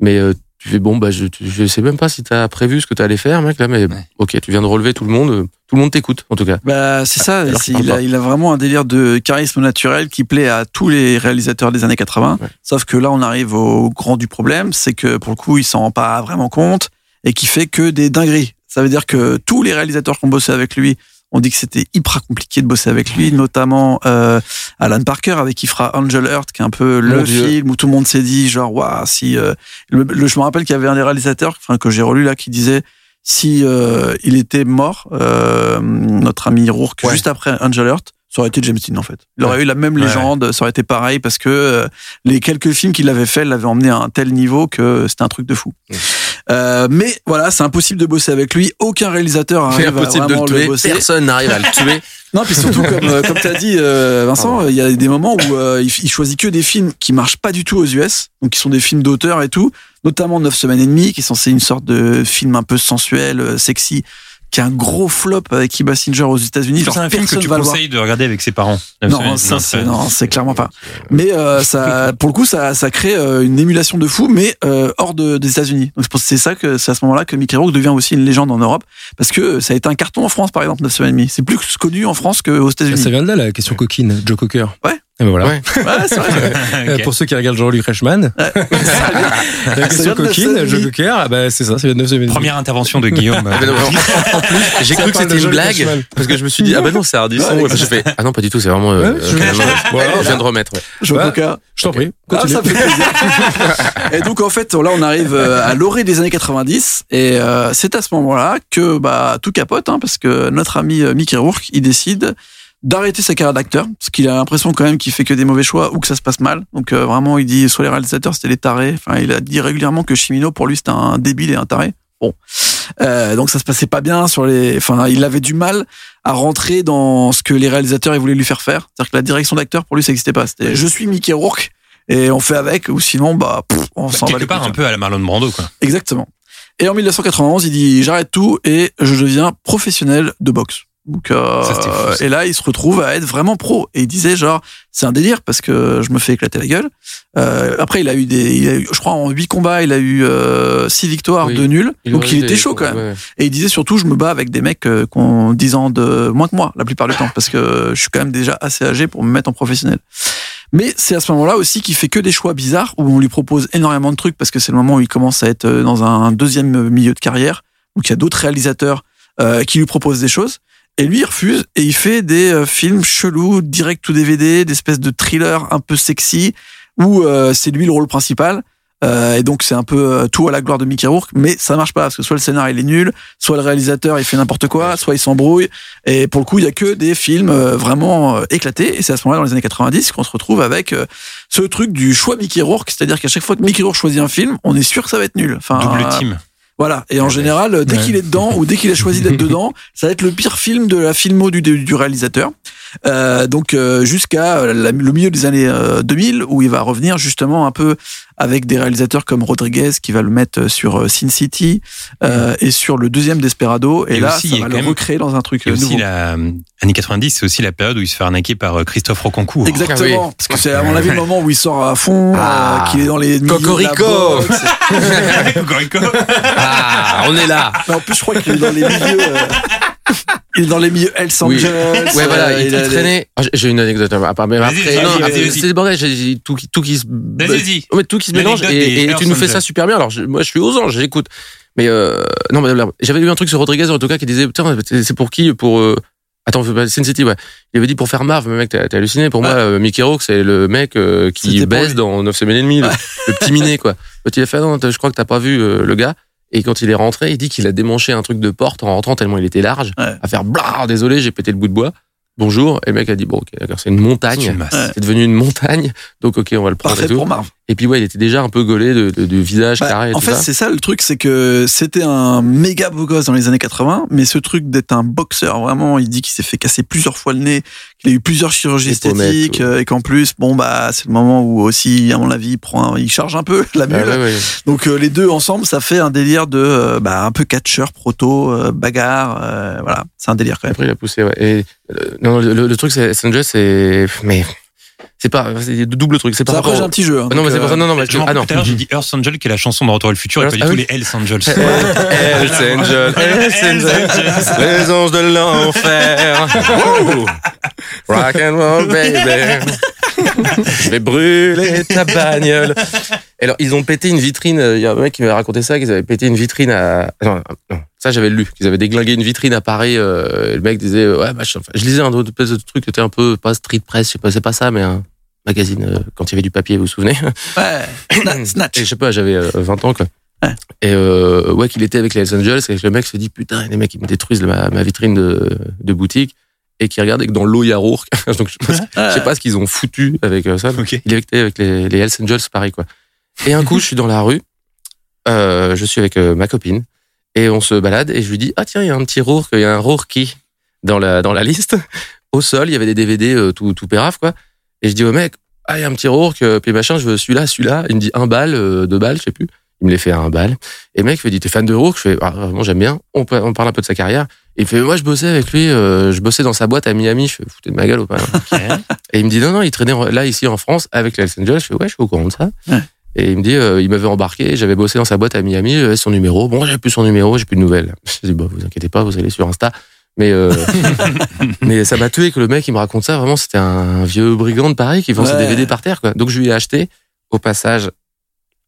S4: Mais euh, tu fais, bon, bah, je, tu- je sais même pas si t'as prévu ce que t'allais faire, mec, là, mais
S3: Ouais.
S4: ok, tu viens de relever tout le monde, euh, tout le monde t'écoute, en tout cas.
S7: Bah, c'est ça,
S4: alors
S7: c'est-
S4: qu'il parle
S7: il a,
S4: pas.
S7: il a vraiment un délire de charisme naturel qui plaît à tous les réalisateurs des années 80.
S4: Ouais.
S7: Sauf que là, on arrive au grand du problème, c'est que pour le coup, il s'en rend pas vraiment compte et qui fait que des dingueries. Ça veut dire que tous les réalisateurs qui ont bossé avec lui ont dit que c'était hyper compliqué de bosser avec lui, notamment euh, Alan Parker avec qui fera Angel Heart, qui est un peu
S4: Mon
S7: le
S4: Dieu.
S7: film où tout le monde s'est dit genre waouh si euh, le, le- je me rappelle qu'il y avait un des réalisateurs, enfin que j'ai relu là, qui disait si euh, il était mort, euh, notre ami Rourke,
S3: Ouais.
S7: juste après Angel Heart, ça aurait été James Dean en fait. Il aurait eu la même
S3: Ouais,
S7: légende, ça aurait été pareil parce que euh, les quelques films qu'il avait fait l'avaient emmené à un tel niveau que c'était un truc de fou. Euh, mais voilà, c'est impossible de bosser avec lui. Aucun réalisateur
S4: C'est
S7: arrive à
S4: impossible de
S7: vraiment
S4: le
S7: le
S4: tuer,
S7: bosser.
S4: personne n'arrive à le tuer.
S7: Non, puis surtout, comme, euh, comme tu as dit, euh, Vincent, il y a des moments où euh, il, il choisit que des films qui marchent pas du tout aux US, donc qui sont des films d'auteur et tout, notamment 9 semaines et demie, qui est censé une sorte de film un peu sensuel, euh, sexy, qui est un gros flop avec Kim Basinger aux États-Unis.
S3: C'est
S7: Genre,
S3: un film que
S7: personne
S3: tu
S7: va le voir.
S3: conseilles de regarder avec ses parents.
S7: Non, ça, c'est- non, c'est clairement pas. Mais euh, ça, pour le coup, ça, ça crée euh, une émulation de fou, mais euh, hors de, des États-Unis. Donc je pense que c'est ça que c'est à ce moment-là que Mickey Rourke devient aussi une légende en Europe, parce que euh, ça a été un carton en France, par exemple, 9 semaines et demie. C'est plus connu en France qu'aux États-Unis.
S6: Ah, Ça vient de là, la question coquine, Joe Cocker.
S7: Ouais.
S6: Et ben voilà.
S4: Ouais.
S7: Ouais, c'est vrai.
S6: Euh, Pour ceux qui regardent Jean-Luc Reichmann, [LAUGHS]
S7: Ça vient-
S6: la
S7: vient
S6: question
S7: de
S6: coquine,
S7: Saint-Denis.
S6: Joe Cocker, ah bah, c'est ça, ça vient de 9 semaines.
S3: Première intervention de Guillaume. euh,
S4: Ah bah non, mais en, en plus, j'ai
S6: Ça
S4: cru que
S6: parle de
S4: c'était une
S6: Jean-Luc
S4: blague
S6: Reichmann.
S4: parce que je me suis dit ah bah non c'est Ardisson.
S7: Ouais,
S4: Et puis je fais ah non pas du tout c'est vraiment euh,
S6: Ouais,
S4: euh,
S6: je-
S4: finalement,
S6: Voilà.
S4: je viens de remettre. ouais.
S7: Jean
S6: Bah,
S7: Coca.
S6: Je t'en prie.
S7: Ah,
S6: continue.
S7: ça fait plaisir. [LAUGHS] et donc en fait là on arrive euh, à l'orée des années 90 et euh, c'est à ce moment-là que bah tout capote hein, parce que notre ami euh, Mickey Rourke il décide d'arrêter sa carrière d'acteur parce qu'il a l'impression quand même qu'il fait que des mauvais choix ou que ça se passe mal donc euh, vraiment il dit soit les réalisateurs c'était les tarés enfin il a dit régulièrement que Chimino pour lui c'était un débile et un taré bon euh, donc ça se passait pas bien sur les enfin il avait du mal à rentrer dans ce que les réalisateurs ils voulaient lui faire faire c'est-à-dire que la direction d'acteur pour lui ça n'existait pas c'était je suis Mickey Rourke et on fait avec ou sinon bah pff, on s'en va
S3: Quelque
S7: les
S3: part,
S7: couilles.
S3: un peu à la Marlon Brando, quoi.
S7: Exactement. Et en 1991, il dit j'arrête tout et je deviens professionnel de boxe. Donc, euh,
S3: Ça, c'était fou, ça.
S7: et là, il se retrouve à être vraiment pro. Et il disait genre, c'est un délire parce que je me fais éclater la gueule. Euh, après, il a eu des, il a eu, je crois, en huit combats, il a eu euh, six victoires,
S4: Oui.
S7: deux nuls. Donc,
S4: aurait
S7: il
S4: été-
S7: était chaud quand même.
S4: ouais, ouais.
S7: Et il disait surtout, je me bats avec des mecs euh, qui ont 10 ans de moins que moi, la plupart du temps, parce que je suis quand même déjà assez âgé pour me mettre en professionnel. Mais c'est à ce moment-là aussi qu'il fait que des choix bizarres où on lui propose énormément de trucs parce que c'est le moment où il commence à être euh, dans un deuxième milieu de carrière. Donc il y a d'autres réalisateurs euh, qui lui proposent des choses. Et lui, il refuse et il fait des euh, films chelous, direct ou DVD, d'espèces de thrillers un peu sexy où euh, c'est lui le rôle principal. Euh, et donc c'est un peu euh, tout à la gloire de Mickey Rourke, mais ça marche pas parce que soit le scénario il est nul, soit le réalisateur il fait n'importe quoi, soit il s'embrouille. Et pour le coup, il y a que des films euh, vraiment euh, éclatés. Et c'est à ce moment-là, dans les années 90, qu'on se retrouve avec euh, ce truc du choix Mickey Rourke, c'est-à-dire qu'à chaque fois que Mickey Rourke choisit un film, on est sûr que ça va être nul. Enfin,
S3: Double
S7: euh,
S3: team.
S7: voilà. Et en général, euh, dès
S6: Ouais.
S7: qu'il est dedans ou dès qu'il a choisi
S3: [LAUGHS]
S7: d'être dedans, ça va être le pire film de la filmo du, du réalisateur. Euh, donc euh, jusqu'à euh, la- le milieu des années euh, 2000 où il va revenir justement un peu avec des réalisateurs comme Rodriguez qui va le mettre sur euh, Sin City euh, et sur le deuxième Desperado. Et,
S3: Et
S7: là,
S3: aussi, il
S7: ça
S3: y a
S7: va
S3: quand
S7: le
S3: même-
S7: recréer dans un truc
S3: Et
S7: euh,
S3: aussi,
S7: nouveau.
S3: la euh, année 90, c'est aussi la période où il se fait arnaquer par euh, Christophe Rocancourt.
S7: Exactement,
S4: Ah oui.
S7: parce que c'est à mon avis le moment où il sort à fond, euh,
S4: Ah.
S7: qu'il est dans les milieux de la
S4: Cocorico.
S7: boxe.
S3: [LAUGHS] Cocorico.
S4: Ah, on est là.
S7: Mais en plus, je crois qu'il est dans les milieux. euh, il est dans les milieux Hells
S4: Oui.
S7: Angels.
S4: Ouais, voilà,
S7: euh,
S4: il,
S7: a
S4: il
S7: des-
S4: traînait. Ah, j'ai- j'ai une anecdote à part, mais
S3: Vas-y,
S4: après,
S3: vas-y,
S4: non,
S3: vas-y,
S4: après,
S3: vas-y.
S4: c'est le bordel, j'ai- j'ai tout qui, tout qui se,
S3: [LAUGHS] Vas-y, vas-y.
S4: Ouais, tout qui se mélange
S3: L'anecdote des
S4: et, et
S3: Hells
S4: tu nous fais
S3: Angels.
S4: ça super bien. Alors, je- moi, je suis aux anges, j'écoute. Mais, euh, non, mais là, j'avais lu un truc sur Rodriguez, en tout cas, qui disait, putain, c'est c'est pour qui? Pour, euh, attends, pas Sin City, ouais. Il avait dit pour faire Marv, mais mec, t'as t'as halluciné. Pour moi, euh, Mickey Rourke, c'est le mec, euh,
S7: C'était
S4: qui
S7: pour
S4: baisse
S7: lui.
S4: dans 9 semaines et demie, le, le petit minet, quoi. Quand il a fait, ah, non, t'as- je crois que t'as pas vu, euh, le gars. Et quand il est rentré, il dit qu'il a démanché un truc de porte en rentrant tellement il était large,
S7: Ouais.
S4: à faire blah, désolé, j'ai pété le bout de bois. Bonjour. Et le mec a dit, bon, ok, d'accord, c'est une
S3: C'est une
S4: montagne.
S3: masse.
S4: C'est devenu une montagne. Donc, ok, on va le prendre
S7: Parfait
S4: et tout.
S7: pour Marv.
S4: Et puis ouais, il était déjà un peu gaulé de, de- du visage
S7: Bah,
S4: carré et
S7: en
S4: tout
S7: fait,
S4: ça.
S7: c'est ça le truc, c'est que c'était un méga beau gosse dans les années 80, mais ce truc d'être un boxeur, vraiment, il dit qu'il s'est fait casser plusieurs fois le nez, qu'il a eu plusieurs chirurgies
S4: Les pommettes,
S7: esthétiques,
S4: ouais.
S7: euh, et qu'en plus, bon, bah, c'est le moment où aussi, à mon avis, il prend, un- il charge un peu la mule.
S4: Ah, ouais, ouais.
S7: Donc euh, les deux ensemble, ça fait un délire de, euh, bah, un peu catcheur, proto, euh, bagarre, euh, voilà, c'est un délire quand même.
S4: Après, il a poussé. Ouais. Et, euh, non, le, le truc, c'est Sanjay, c'est mais c'est pas c'est de double truc. C'est pas.
S7: Ça, Après, j'ai un petit jeu. hein,
S4: non, mais
S7: donc,
S4: c'est pas
S7: euh,
S4: ça. Non, non, mais
S3: Je me
S4: ah
S3: rappelle
S4: non.
S3: tout à l'heure, j'ai dit Earth Angel, qui est la chanson de Retour vers le futur, et
S4: Ah
S3: pas du tout
S4: oui.
S3: les Hells Angels.
S4: Hells Angels, Hells Angels, les anges de l'enfer. Wouh Rock and roll, baby. Je vais brûler ta bagnole. Et Alors, ils ont pété une vitrine. euh, Il y a un mec qui m'avait raconté ça, qu'ils avaient pété une vitrine à. Non, non, ça j'avais lu. Qu'ils avaient déglingué une vitrine à Paris. euh, et le mec disait, ouais, bah, je, enfin, je lisais un autre espèce de truc qui était un peu pas street press, je sais pas, c'est pas ça, mais un magazine euh, quand il y avait du papier, vous vous souvenez
S7: Ouais,
S4: [CLEARS THROAT]
S7: Sna- Snatch.
S4: et Hmm. je sais pas, j'avais euh, 20 ans, quoi.
S7: Ouais.
S4: Et euh, ouais, qu'il était avec les Hells Angels, et que le mec se dit, putain, les mecs, ils me détruisent ma, ma vitrine de, de boutique, et qui regarde et que dans l'eau, il y a Rourke. [LAUGHS] Donc, je, sais pas- je sais pas ce qu'ils ont foutu avec euh, ça.
S3: [LAUGHS] Ok.
S4: Il était avec les, les Hells Angels, pareil, quoi. Et un coup, je suis dans la rue, euh, je suis avec euh, ma copine, et on se balade, et je lui dis, ah tiens, il y a un petit Rourke, il y a un Rourke dans la, dans la liste. [LAUGHS] Au sol, il y avait des DVD euh, tout, tout pérave, quoi. Et je dis au mec, ah, il y a un petit Rourke, euh, puis machin, je veux celui-là, celui-là. Il me dit un balle, euh, deux balles, je sais plus. Il me les fait à un balle. Et le mec me dit, t'es fan de Rourke? Je fais, ah, vraiment, j'aime bien. On, peut- on parle un peu de sa carrière. Et il fait, moi, je bossais avec lui, euh, je bossais dans sa boîte à Miami. Je fais, foutez de ma gueule ou pas? hein. [LAUGHS] Et il me dit, non, non, il traînait en- là, ici, en France, avec les Hells Angels. Je fais, ouais, je suis au courant de ça.
S7: Ouais.
S4: Et il me dit, euh, il m'avait embarqué, j'avais bossé dans sa boîte à Miami, j'avais son numéro. Bon, j'ai plus son numéro, j'ai plus de nouvelles. [LAUGHS] Je dis, bah, vous inquiétez pas, vous allez sur Insta. Mais,
S7: [LAUGHS]
S4: euh, mais ça m'a tué que le mec, il me raconte ça. Vraiment, c'était un vieux brigand de Paris qui vend ses
S7: Ouais.
S4: DVD par terre, quoi. Donc, je lui ai acheté, au passage,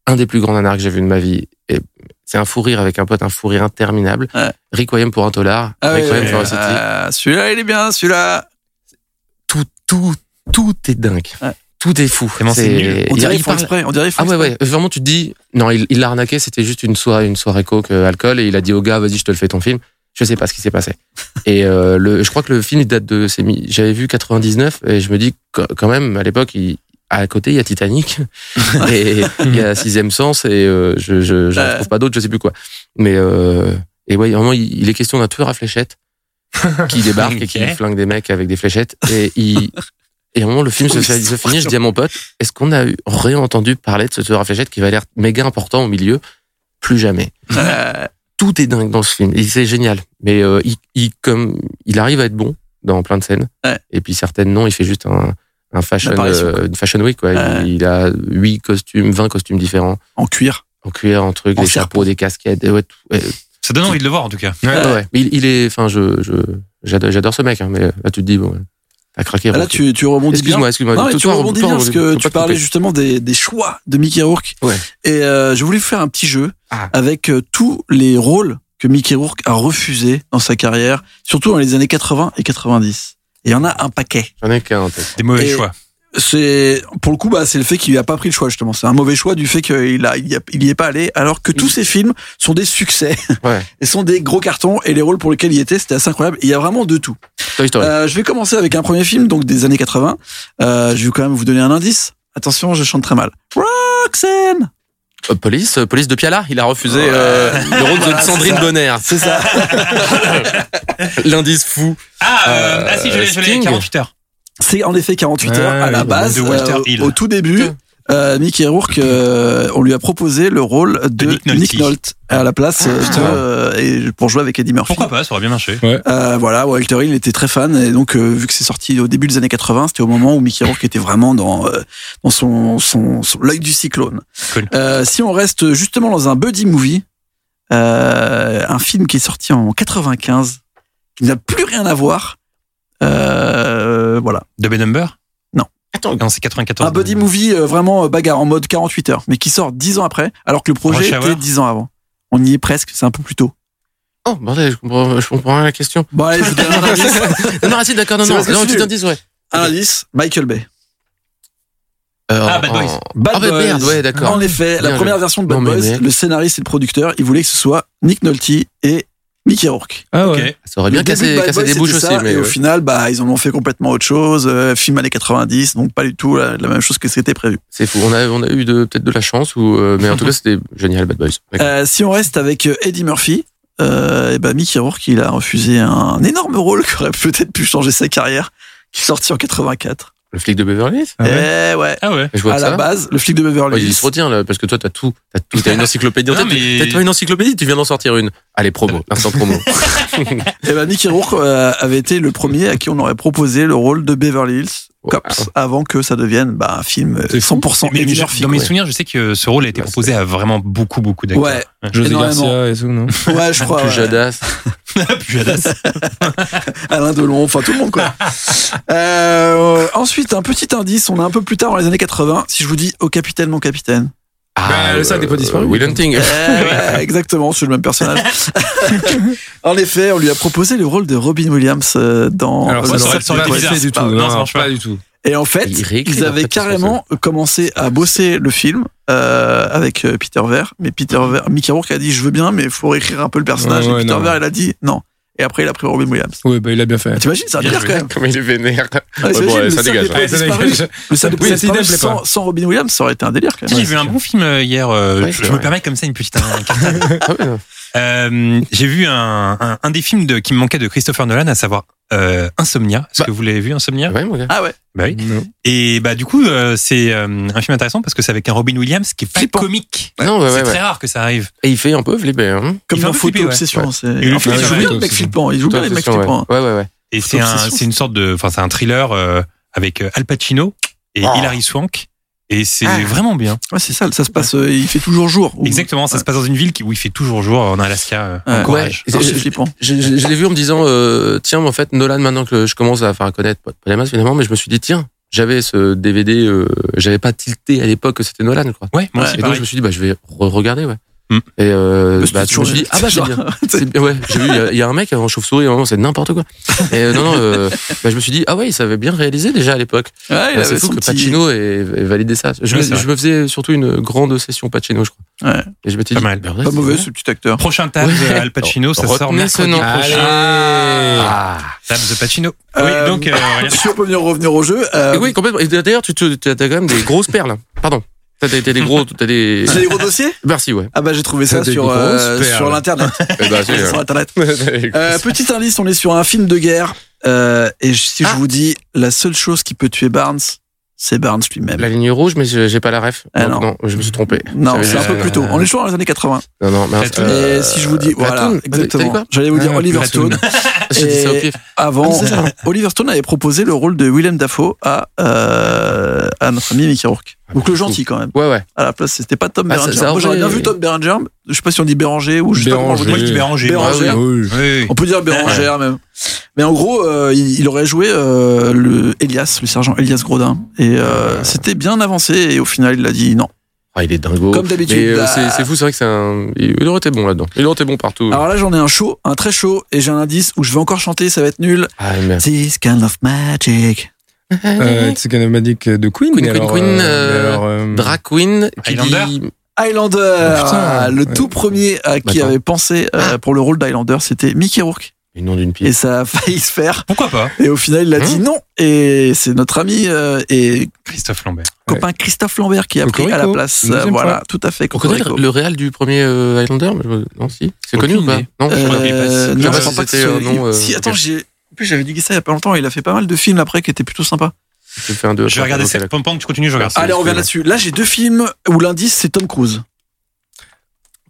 S4: un des plus grands nanars que j'ai vu de ma vie. Et c'est un fou rire avec un pote, un fou rire interminable.
S7: Ouais.
S4: Requiem pour un dollar.
S7: Ah ouais,
S4: Requiem
S7: ouais,
S4: for a
S7: ouais.
S4: City.
S7: Ah, celui-là, il est bien, celui-là.
S4: Tout, tout, tout est dingue.
S7: Ouais.
S4: Tout est fou.
S3: Comment c'est nul.
S7: On dirait
S4: il
S7: qu'ils font
S4: parle-
S7: exprès. On dirait qu'ils font
S4: Ah ouais,
S7: exprès.
S4: ouais. Vraiment, tu te dis, non, il il l'a arnaqué, c'était juste une soirée, une soirée coke, euh, alcool, et il a dit au gars, vas-y, je te le fais ton film. Je sais pas ce qui s'est passé. Et euh, le, je crois que le film il date de, c'est mis- j'avais vu 99, et je me dis, qu- quand même, à l'époque, il- à côté, il y a Titanic, et il y a Sixième Sens, et euh, je, je, j'en
S7: Ouais.
S4: trouve pas d'autres, je sais plus quoi. Mais euh, et ouais, vraiment, il, il est question d'un tueur à fléchettes qui débarque et qui
S3: Ok.
S4: flingue des mecs avec des fléchettes, et il et à un moment, le film se, fait- se finit, je dis à mon pote, est-ce qu'on a eu- réentendu parler de ce tueur à fléchettes qui va l'air méga important au milieu Plus jamais.
S7: Euh,
S4: tout est dingue dans ce film. Et c'est génial. Mais euh, il, il- comme, il arrive à être bon dans plein de scènes.
S7: Ouais.
S4: Et puis certaines, non, il fait juste un, un fashion,
S7: L'apparition,
S4: euh, une fashion week. Quoi.
S7: Ouais.
S4: Il, il a huit costumes, 20 costumes différents.
S7: en cuir.
S4: En cuir, en truc,
S7: En
S4: des
S7: serpent.
S4: chapeaux, des casquettes. et ouais, tout, ouais,
S3: Ça donne envie de le voir en tout cas.
S4: ouais, ouais. Mais Il, il est, enfin, je, je, j'adore, j'adore ce mec. hein, mais là, tu te dis, bon, ouais, t'as craqué.
S7: Ah, Là,
S4: Ah, bon,
S7: tu, tu rebondis bien.
S4: Excuse-moi, excuse-moi.
S7: Non, mais
S4: Tout-
S7: tu
S4: toi,
S7: rebondis
S4: toi,
S7: bien parce
S4: rebondis-
S7: que
S4: faut
S7: tu
S4: pas te
S7: parlais
S4: couper.
S7: justement des, des choix de Mickey Rourke.
S4: Ouais.
S7: Et euh, je voulais vous faire un petit jeu
S4: Ah.
S7: avec euh, tous les rôles que Mickey Rourke a refusé dans sa carrière, surtout dans les années 80 et 90. Et il y en a un paquet.
S4: J'en ai qu'un en tête.
S3: Des mauvais
S7: Et-
S3: choix.
S7: C'est pour le coup, bah, c'est le fait qu'il a pas pris le choix justement. C'est un mauvais choix du fait qu'il a, il y a- il y est pas allé, alors que tous ses films sont des succès, [LAUGHS]
S4: Ouais.
S7: et sont des gros cartons et les rôles pour lesquels il était, c'était assez incroyable. Et Il y a vraiment de tout.
S4: Toy Story.
S7: Euh, je vais commencer avec un premier film donc des années 80. Euh, je vais quand même vous donner un indice. Attention, je chante très mal. Roxanne,
S4: Euh, police, euh, police de Piala. Il a refusé euh, le rôle de Sandrine Bonner.
S7: c'est ça.
S4: [LAUGHS] L'indice fou.
S3: Ah,
S4: euh,
S3: ah si, je l'ai, je l'ai,
S4: Sting.
S3: 48 heures.
S7: C'est en effet 48
S6: Ouais,
S7: heures à la
S6: le
S7: base.
S3: de Walter
S7: euh,
S3: Hill.
S7: au tout début,
S4: Putain.
S7: euh, Mickey Rourke, euh, on lui a proposé le rôle de,
S3: Nick Nolte. Ah,
S7: Nick Nolte à la place euh,
S6: putain.
S7: de, euh, et pour jouer avec Eddie Murphy.
S3: Pourquoi pas, ça aurait bien marché.
S7: Euh, voilà, Walter Hill était très fan et donc euh, vu que c'est sorti au début des années 80, c'était au moment où Mickey Rourke était vraiment dans euh, dans son son, son- l'œil du cyclone.
S3: Cool.
S7: Euh, si on reste justement dans un buddy movie, euh, un film qui est sorti en 95, qui n'a plus rien à voir. Euh, voilà,
S3: De Ben Number
S7: Non.
S3: Attends, non, c'est 94.
S7: un buddy movie euh, vraiment euh, bagarre en mode 48 heures, mais qui sort 10 ans après, alors que le projet
S3: Rush
S7: était
S3: Hour
S7: 10 ans avant. On y est presque, c'est un peu plus tôt.
S4: Oh, bordel, je comprends, je comprends rien à la question.
S7: Bon allez, je vous donne un indice.
S3: [LAUGHS]
S4: non, non, ah, si, d'accord, non,
S7: C'est
S4: non.
S7: parce que
S4: Non,
S7: c'est
S4: tu
S7: nul.
S4: indice, ouais.
S7: Un indice, Michael Bay.
S4: Euh,
S3: Ah, Bad
S4: en-
S3: Boys.
S7: Bad
S4: Ah, bah,
S7: Boys.
S4: merde, ouais, d'accord.
S7: En effet, la
S4: Bien
S7: première
S4: joué.
S7: version de Bad
S4: Non, mais
S7: Boys,
S4: mec.
S7: le scénariste et le producteur, ils voulaient que ce soit Nick Nolte et Mickey Rourke.
S6: Ah ouais.
S3: Ok.
S4: Ça aurait bien
S7: Le début de
S4: cassé,
S7: Bad
S4: cassé
S7: Boys,
S4: des bouches
S7: c'était
S4: aussi,
S7: ça,
S4: mais euh,
S7: et au
S4: ouais.
S7: final, bah, ils en ont fait complètement autre chose. euh, film années 90, donc pas du tout la, la même chose que c'était prévu.
S4: c'est fou. On a, on a eu de- peut-être de la chance, ou, euh, mais en tout cas, c'était génial, Bad Boys. D'accord.
S7: Euh, si on reste avec euh, Eddie Murphy, euh, et bah, Mickey Rourke, il a refusé un énorme rôle qui aurait peut-être pu changer sa carrière, qui est sorti en 84.
S4: le flic de Beverly Hills
S6: Ah ouais.
S7: Eh ouais.
S3: Ah ouais.
S4: Je vois
S7: à
S4: que ça.
S7: la base, le flic de Beverly
S4: Ouais, il
S7: Hills.
S4: se retient, là, parce que toi, t'as tout. T'as tout. T'as une encyclopédie. en
S3: Non,
S4: tête.
S3: mais-
S4: T'as pas une encyclopédie, tu viens d'en sortir une. Allez, promo, l'instant promo.
S7: Eh ben, Mickey Rourke euh, avait été le premier à qui on aurait proposé le rôle de Beverly Hills Cops avant que ça devienne bah, un film euh,
S6: C'est fou.
S7: 100%
S3: Mais- mais
S7: Eddie
S3: je-
S7: Murphy.
S3: dans mes
S7: quoi.
S3: souvenirs, je sais que ce rôle a été
S4: Ouais,
S3: proposé à vraiment beaucoup, beaucoup d'acteurs.
S7: Ouais,
S6: José
S7: Énormément.
S6: Garcia et tout, non Ah,
S7: ouais, je crois.
S4: Plus
S7: ouais.
S4: Jadas.
S3: [LAUGHS] Puis euh, Hadas.
S7: Alain Delon, enfin tout le monde quoi. Euh, ensuite, un petit indice, on est un peu plus tard dans les années 80. Si je vous dis Au capitaine, mon capitaine.
S6: Bah, le sac n'est pas disparu.
S4: Ah, euh, Will Hunting.
S7: Eh, ouais, exactement, c'est le même personnage. en effet, on lui a proposé le rôle de Robin Williams euh, dans
S6: Alors,
S7: le
S6: ça,
S3: aurait- ça aurait
S6: pas
S3: été
S6: fait
S3: bizarre.
S6: du tout.
S3: Ah, non,
S6: Non,
S3: ça marche
S6: pas
S3: pas.
S6: du tout.
S7: Et en fait,
S4: Ils réécrivent,
S7: ils
S4: en
S7: avaient
S4: fait,
S7: carrément commencé à bosser le film euh, avec euh, Peter Ver, mais Peter Ver, Mickey Rourke a dit je veux bien, mais il faut réécrire un peu le personnage.
S6: Ouais, ouais,
S7: et Peter
S6: non.
S7: Ver, il a dit non. Et après, il a pris Robin Williams.
S6: Ouais, bah, il a bien fait.
S7: T'imagines, c'est un
S3: Bien
S7: délire
S3: joué.
S7: quand même.
S4: [LAUGHS] Comme il est vénère.
S7: Ah,
S4: Ouais,
S7: t'imagines,
S4: bon, allez,
S7: le
S4: ça
S7: sac
S4: dégage.
S7: des poids
S6: Ouais, ça
S7: disparu.
S6: dégage.
S7: Le sac des
S6: [LAUGHS]
S7: poids
S6: Oui, cette idée me
S7: disparu
S6: plaît
S7: sans,
S6: pas.
S7: sans Robin Williams, ça aurait été un délire quand
S3: Si,
S7: même.
S3: J'ai vu un bon film euh, hier. euh,
S4: Ouais,
S3: je
S4: c'est
S3: je me
S4: vrai.
S3: permets comme ça une petite. un-
S4: [LAUGHS]
S3: Euh, J'ai vu un, un, un des films de, qui me manquait de Christopher Nolan, à savoir euh, Insomnia. Est-ce
S4: Bah.
S3: que vous l'avez vu, Insomnia
S4: Ouais, mon gars.
S7: Ah ouais.
S3: Bah oui.
S6: Non.
S3: Et bah du coup, euh, c'est euh, un film intéressant parce que c'est avec un Robin Williams qui est pas
S7: Flippant.
S3: comique.
S4: Non, ouais,
S3: c'est
S4: ouais,
S3: très
S4: ouais.
S3: rare que ça arrive.
S4: Et il fait un peu flipper, hein.
S7: Comme
S3: fait un
S7: dans
S3: peu
S7: Photo
S3: flipper, ouais.
S7: Obsession. c'est-
S3: Et le
S7: Enfin,
S3: film,
S7: Il joue
S3: ouais.
S7: bien le mec
S6: Obsession.
S7: flippant. Il joue bien les mecs
S4: Attention, ouais.
S7: flippants.
S4: Ouais, ouais, ouais.
S3: Et c'est un,
S7: Obsession.
S3: c'est une sorte de, enfin c'est un thriller euh, avec euh, Al Pacino et
S4: Ah.
S3: Hilary Swank. Et c'est
S4: Ah.
S3: vraiment bien.
S7: Ouais, c'est ça, ça se passe. euh, Il fait toujours jour. Ou-
S3: Exactement, ça se passe dans une ville qui- où il fait toujours jour en Alaska. euh,
S7: Ouais.
S3: en Courage.
S7: Ouais, c'est flippant.
S4: Je, je- je l'ai vu en me disant, euh, tiens, mais en fait, Nolan, maintenant que je commence à faire connaître Paul Thomas, finalement, mais je me suis dit, tiens, j'avais ce DVD, euh, j'avais pas tilté à l'époque que c'était Nolan, quoi.
S3: Ouais, moi
S7: Ouais,
S3: aussi,
S4: Et donc,
S3: pareil.
S4: je me suis dit, bah, je vais regarder, ouais.
S3: Hmm.
S4: Et euh,
S7: Parce que
S4: bah,
S7: tu
S4: je me suis dit, ah bah, c'est
S7: genre- [LAUGHS]
S4: bien. C'est bien, ouais, j'ai vu, il y a- il y, a un mec en chauve-souris, à un moment, c'est n'importe quoi. Et euh, non, non, euh, bah, je me suis dit, ah ouais, il savait bien réaliser déjà à l'époque.
S7: Ouais, il
S4: Bah,
S7: avait
S4: c'est fou
S7: son
S4: que
S7: petit-
S4: Pacino ait, ait validé ça. Je,
S3: Ouais,
S4: me,
S3: c'est vrai.
S4: je me faisais surtout une grande session Pacino, je crois.
S7: Ouais.
S4: Et je m'étais
S3: Pas
S4: dit,
S3: mal.
S4: bah, ouais,
S7: Pas
S4: c'est
S7: mauvais
S4: bon.
S7: ce petit acteur.
S3: Prochain tab
S4: Ouais.
S3: Al Pacino, ça sort
S4: Retenez ce
S3: mercredi
S4: nom
S8: 아,
S3: prochain.
S4: prochain.
S3: Ah. Tab de Pacino.
S7: Euh,
S3: Oui, donc
S4: [LAUGHS]
S3: euh, Aurélien.
S7: Si on peut venir revenir au jeu,
S4: Et
S7: euh,
S4: oui, complètement. Et D'ailleurs, tu tu- t'as t'as quand même des grosses perles. hein. Pardon. T'as des, t'as des gros, t'as [LAUGHS] des.
S7: j'ai les gros dossiers
S4: Merci, ouais.
S7: Ah bah j'ai trouvé ça
S6: T'as des
S7: sur,
S6: grosses
S7: euh,
S6: perles.
S7: sur l'internet.
S4: Eh ben, [LAUGHS] c'est- [LAUGHS]
S7: Sur Internet. Euh, petit indice, on est sur un film de guerre. Euh, et je- si je vous dis la seule chose qui peut tuer Barnes, c'est Burns lui-même.
S4: La ligne rouge, mais je- j'ai pas la ref.
S7: Ah,
S4: Donc, Eh ben. non. je me suis trompé.
S7: Non,
S4: J'avais
S7: c'est un
S4: la-
S7: peu plus tôt. On est toujours dans les années 80.
S4: Non, non, mince.
S3: Platoon.
S4: Euh,
S7: Et si je vous dis, voilà,
S4: Platoon, t'as dit
S7: exactement.
S4: quoi
S7: J'allais vous dire
S6: Ah,
S7: Oliver
S6: Platoon.
S7: Stone.
S4: [LAUGHS] J'ai dit ça au pif.
S7: Avant,
S4: Ah, c'est ça.
S7: Oliver Stone avait proposé le rôle de Willem Dafoe à, euh, à notre ami Mickey Rourke.
S4: Ah,
S7: Donc le gentil quand même.
S4: Ouais, ouais.
S7: À la place, c'était pas Tom
S4: Ah, ça-
S7: Berenger.
S4: ça
S7: Moi j'aurais bien
S4: aurait-
S7: vu Tom Berenger. Je sais pas si on dit Berenger ou je sais pas comment on
S6: Berenger.
S7: dit.
S3: Moi, je dis Béranger. moi.
S4: Ah.
S7: Béranger.
S6: Oui, oui.
S3: Oui, Oh, oui.
S7: On peut dire Béranger même. Mais en gros, euh, il, il aurait joué euh, le Elias, le sergent Elias Grodin. Et euh, c'était bien avancé. Et au final, il a dit non.
S4: Ah, il est dingo.
S7: Comme d'habitude.
S4: Mais, euh,
S7: Ah.
S4: c'est- C'est fou, c'est vrai que c'est un. Il aurait été bon là-dedans. Il aurait été bon partout.
S7: Alors là, j'en ai un chaud, un très chaud, et j'ai un indice où je vais encore chanter. Ça va être nul.
S4: Ah, merde.
S7: This kind of magic.
S6: Euh, It's kind of Magic de Queen.
S4: Queen,
S6: mais
S4: Queen,
S6: alors,
S4: Queen,
S6: euh,
S4: euh,
S6: mais alors, euh,
S4: Drag Queen. qui
S3: Highlander
S4: dit-
S7: Highlander,
S6: Oh, putain.
S7: le
S6: Ouais.
S7: tout premier à qui
S4: D'accord.
S7: avait pensé euh, pour le rôle d'Highlander, c'était Mickey Rourke.
S4: Le nom d'une
S7: Et
S4: pièce.
S7: ça a [LAUGHS] failli se faire.
S3: Pourquoi pas
S7: Et au final,
S4: Hein
S7: il a dit non. Et c'est notre ami euh, et
S3: Christophe Lambert.
S7: copain Christophe Lambert qui a pris à la
S6: Cocorico,
S7: place.
S6: deuxième
S7: Euh, voilà,
S6: fois.
S7: tout à fait.
S4: On connaît
S7: Cocorico.
S4: le réal du premier euh, Highlander mais je- Non, si. C'est connu ou
S3: Aucune
S4: pas
S3: idée.
S4: Non, je sais
S3: Euh,
S4: pas.
S3: je
S7: non,
S3: sais pas
S7: je
S3: si
S7: pense pas que
S4: c'était
S7: ce-
S4: un nom, euh,
S7: si, attends,
S4: ok.
S7: j'ai. En plus, j'avais dit ça il y a pas longtemps. Il a fait pas mal de films après qui étaient plutôt sympas.
S4: Ah, Je fais un deux.
S3: Je vais regarder
S4: Ok,
S3: ça.
S4: d'accord.
S3: Pendant que tu continues, je regarde ça.
S7: Allez, on revient là-dessus. Là, j'ai deux films où l'indice c'est Tom Cruise.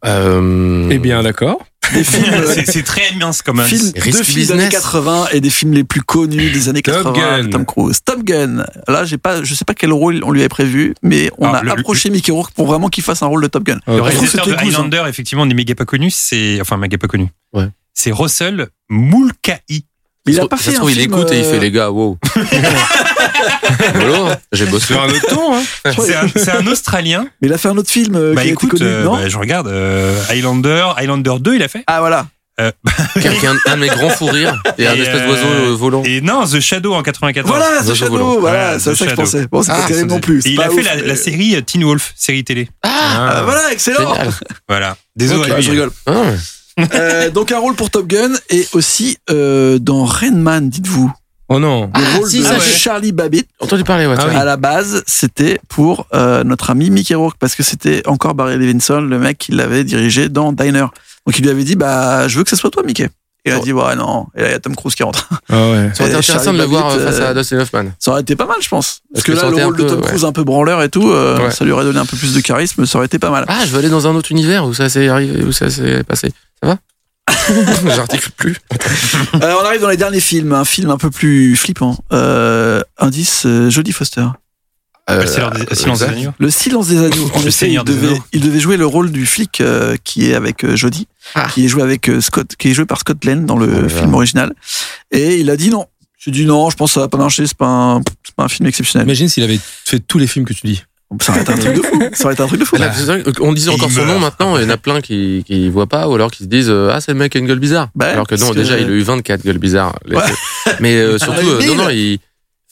S4: Euh,
S6: Eh bien, d'accord.
S4: [LAUGHS]
S7: Des films, euh,
S3: [LAUGHS] C'est- C'est très mince comme euh, un.
S7: films
S4: Risky
S7: deux films des années
S4: Business.
S7: 80 et des films les plus connus des années
S6: Top
S7: 80.
S6: Gun.
S7: Tom Cruise, Top Gun. Là, j'ai pas, je sais pas quel rôle on lui avait prévu, mais on
S3: Ah,
S7: a
S3: le-
S7: approché Mickey Rourke pour vraiment qu'il fasse un rôle de Top Gun.
S3: Le
S4: Euh,
S7: trouve que
S3: réalisateur de
S7: c'était douze, hein.
S3: Highlander, effectivement, n'est méga pas connu. C'est enfin méga pas connu.
S4: Ouais.
S3: C'est Russell Mulcahy.
S7: Mais il
S4: ça
S7: a
S4: se-
S7: pas
S4: ça
S7: fait
S4: se
S7: un
S4: trouve, il
S7: film,
S4: écoute et il
S7: euh,
S4: fait les gars, [LAUGHS] wow. Rigolo, hein. J'ai bossé.
S6: Sur un autre ton, hein.
S7: je
S3: [LAUGHS]
S7: crois-
S3: C'est un, c'est un Australien.
S7: Mais il a fait un autre film [LAUGHS] euh,
S3: bah
S7: qui a été
S3: écoute,
S7: connu,
S3: euh,
S7: non
S3: bah, je regarde euh, Highlander, Highlander 2, il a fait.
S7: Ah voilà.
S4: Quelqu'un, un de mes grands fous rires et un
S3: Et,
S4: espèce
S3: euh,
S4: d'oiseau euh, volant.
S3: Et non, The Shadow en 94.
S7: Voilà,
S4: The
S7: The Shadow,
S4: Shadow.
S3: Ouais,
S7: voilà, c'est à
S3: The
S7: ça que
S3: Shadow.
S7: je pensais. Bon, c'est
S4: Ah,
S7: pas terrible
S4: ça,
S7: non plus.
S3: Et
S7: c'est
S3: il a
S7: pas
S3: fait
S7: ouf,
S3: la,
S7: mais-
S3: la série euh, Teen Wolf, série télé.
S7: Ah, voilà, excellent.
S4: Génial.
S3: Voilà. Désolé.
S7: Ah, je rigole.
S4: Ah, ouais.
S7: Euh, donc un rôle pour Top Gun et aussi euh, dans Rain Man, dites-vous.
S6: Oh non.
S3: Ah,
S7: Le rôle
S4: si,
S7: de
S4: ça,
S3: j'ai-
S7: Charlie Babbitt.
S4: Entendu parler, ouais.
S6: Ah
S4: tiens.
S6: oui.
S7: À la base, c'était pour euh, notre ami Mickey Rourke parce que c'était encore Barry Levinson, le mec qui l'avait dirigé dans Diner. Donc il lui avait dit bah je veux que ce soit toi Mickey. Et il a
S4: Oh.
S7: dit ouais non. Et là il y a Tom Cruise qui rentre.
S6: Ah
S4: Ça
S6: ouais.
S4: aurait été
S7: Et
S4: intéressant
S7: Charlie
S4: de le voir
S7: Babbitt,
S4: euh, face
S7: euh,
S4: à Dustin Hoffman.
S7: Ça aurait été pas mal je pense. Parce
S4: Parce
S7: que
S4: que ça
S7: là le
S4: aurait été
S7: rôle
S4: un
S7: de
S4: peu,
S7: Tom
S4: ouais.
S7: Cruise un peu branleur et tout, euh,
S4: Ouais.
S7: ça lui aurait donné un peu plus de charisme, ça aurait été
S4: [LAUGHS]
S7: pas mal.
S4: Ah, je veux aller dans un autre univers où ça s'est arrivé, où ça s'est passé. Ça va J'articule plus.
S7: Euh, on arrive dans les derniers films, un film un peu plus flippant. Euh, indice euh, Jodie Foster.
S4: Euh,
S3: Le silence des- le silence des
S4: exact.
S3: agneaux.
S7: Le silence des agneaux.
S3: Le
S7: En effet, il
S3: Seigneur des
S7: devait,
S3: Anneaux.
S7: il devait jouer le rôle du flic euh, qui est avec euh, Jodie,
S4: Ah.
S7: qui est joué avec euh, Scott, qui est joué par Scott Glenn dans
S4: Oh
S7: le
S4: là
S7: film
S4: là.
S7: original. Et il a dit non. J'ai dit non, je pense que ça va pas marcher. C'est pas un, c'est pas un film exceptionnel.
S6: Imagine s'il avait fait tous les films que tu dis.
S7: Ça aurait été un truc de fou. Ça aurait été un truc
S4: [LAUGHS]
S7: de fou.
S4: Là, c'est vrai qu'on disait
S3: Et
S4: encore
S3: il
S4: son nom
S3: meurt.
S4: maintenant, et il y en a plein qui qui voient pas, ou alors qui se disent euh, Ah, c'est le mec qui a une gueule bizarre.
S7: Bah,
S4: alors que non,
S7: parce
S4: déjà,
S7: que-
S4: il a eu 24 gueules bizarres. Les-
S7: Ouais.
S4: Mais euh, surtout, euh, non,
S7: Mille.
S4: non, il.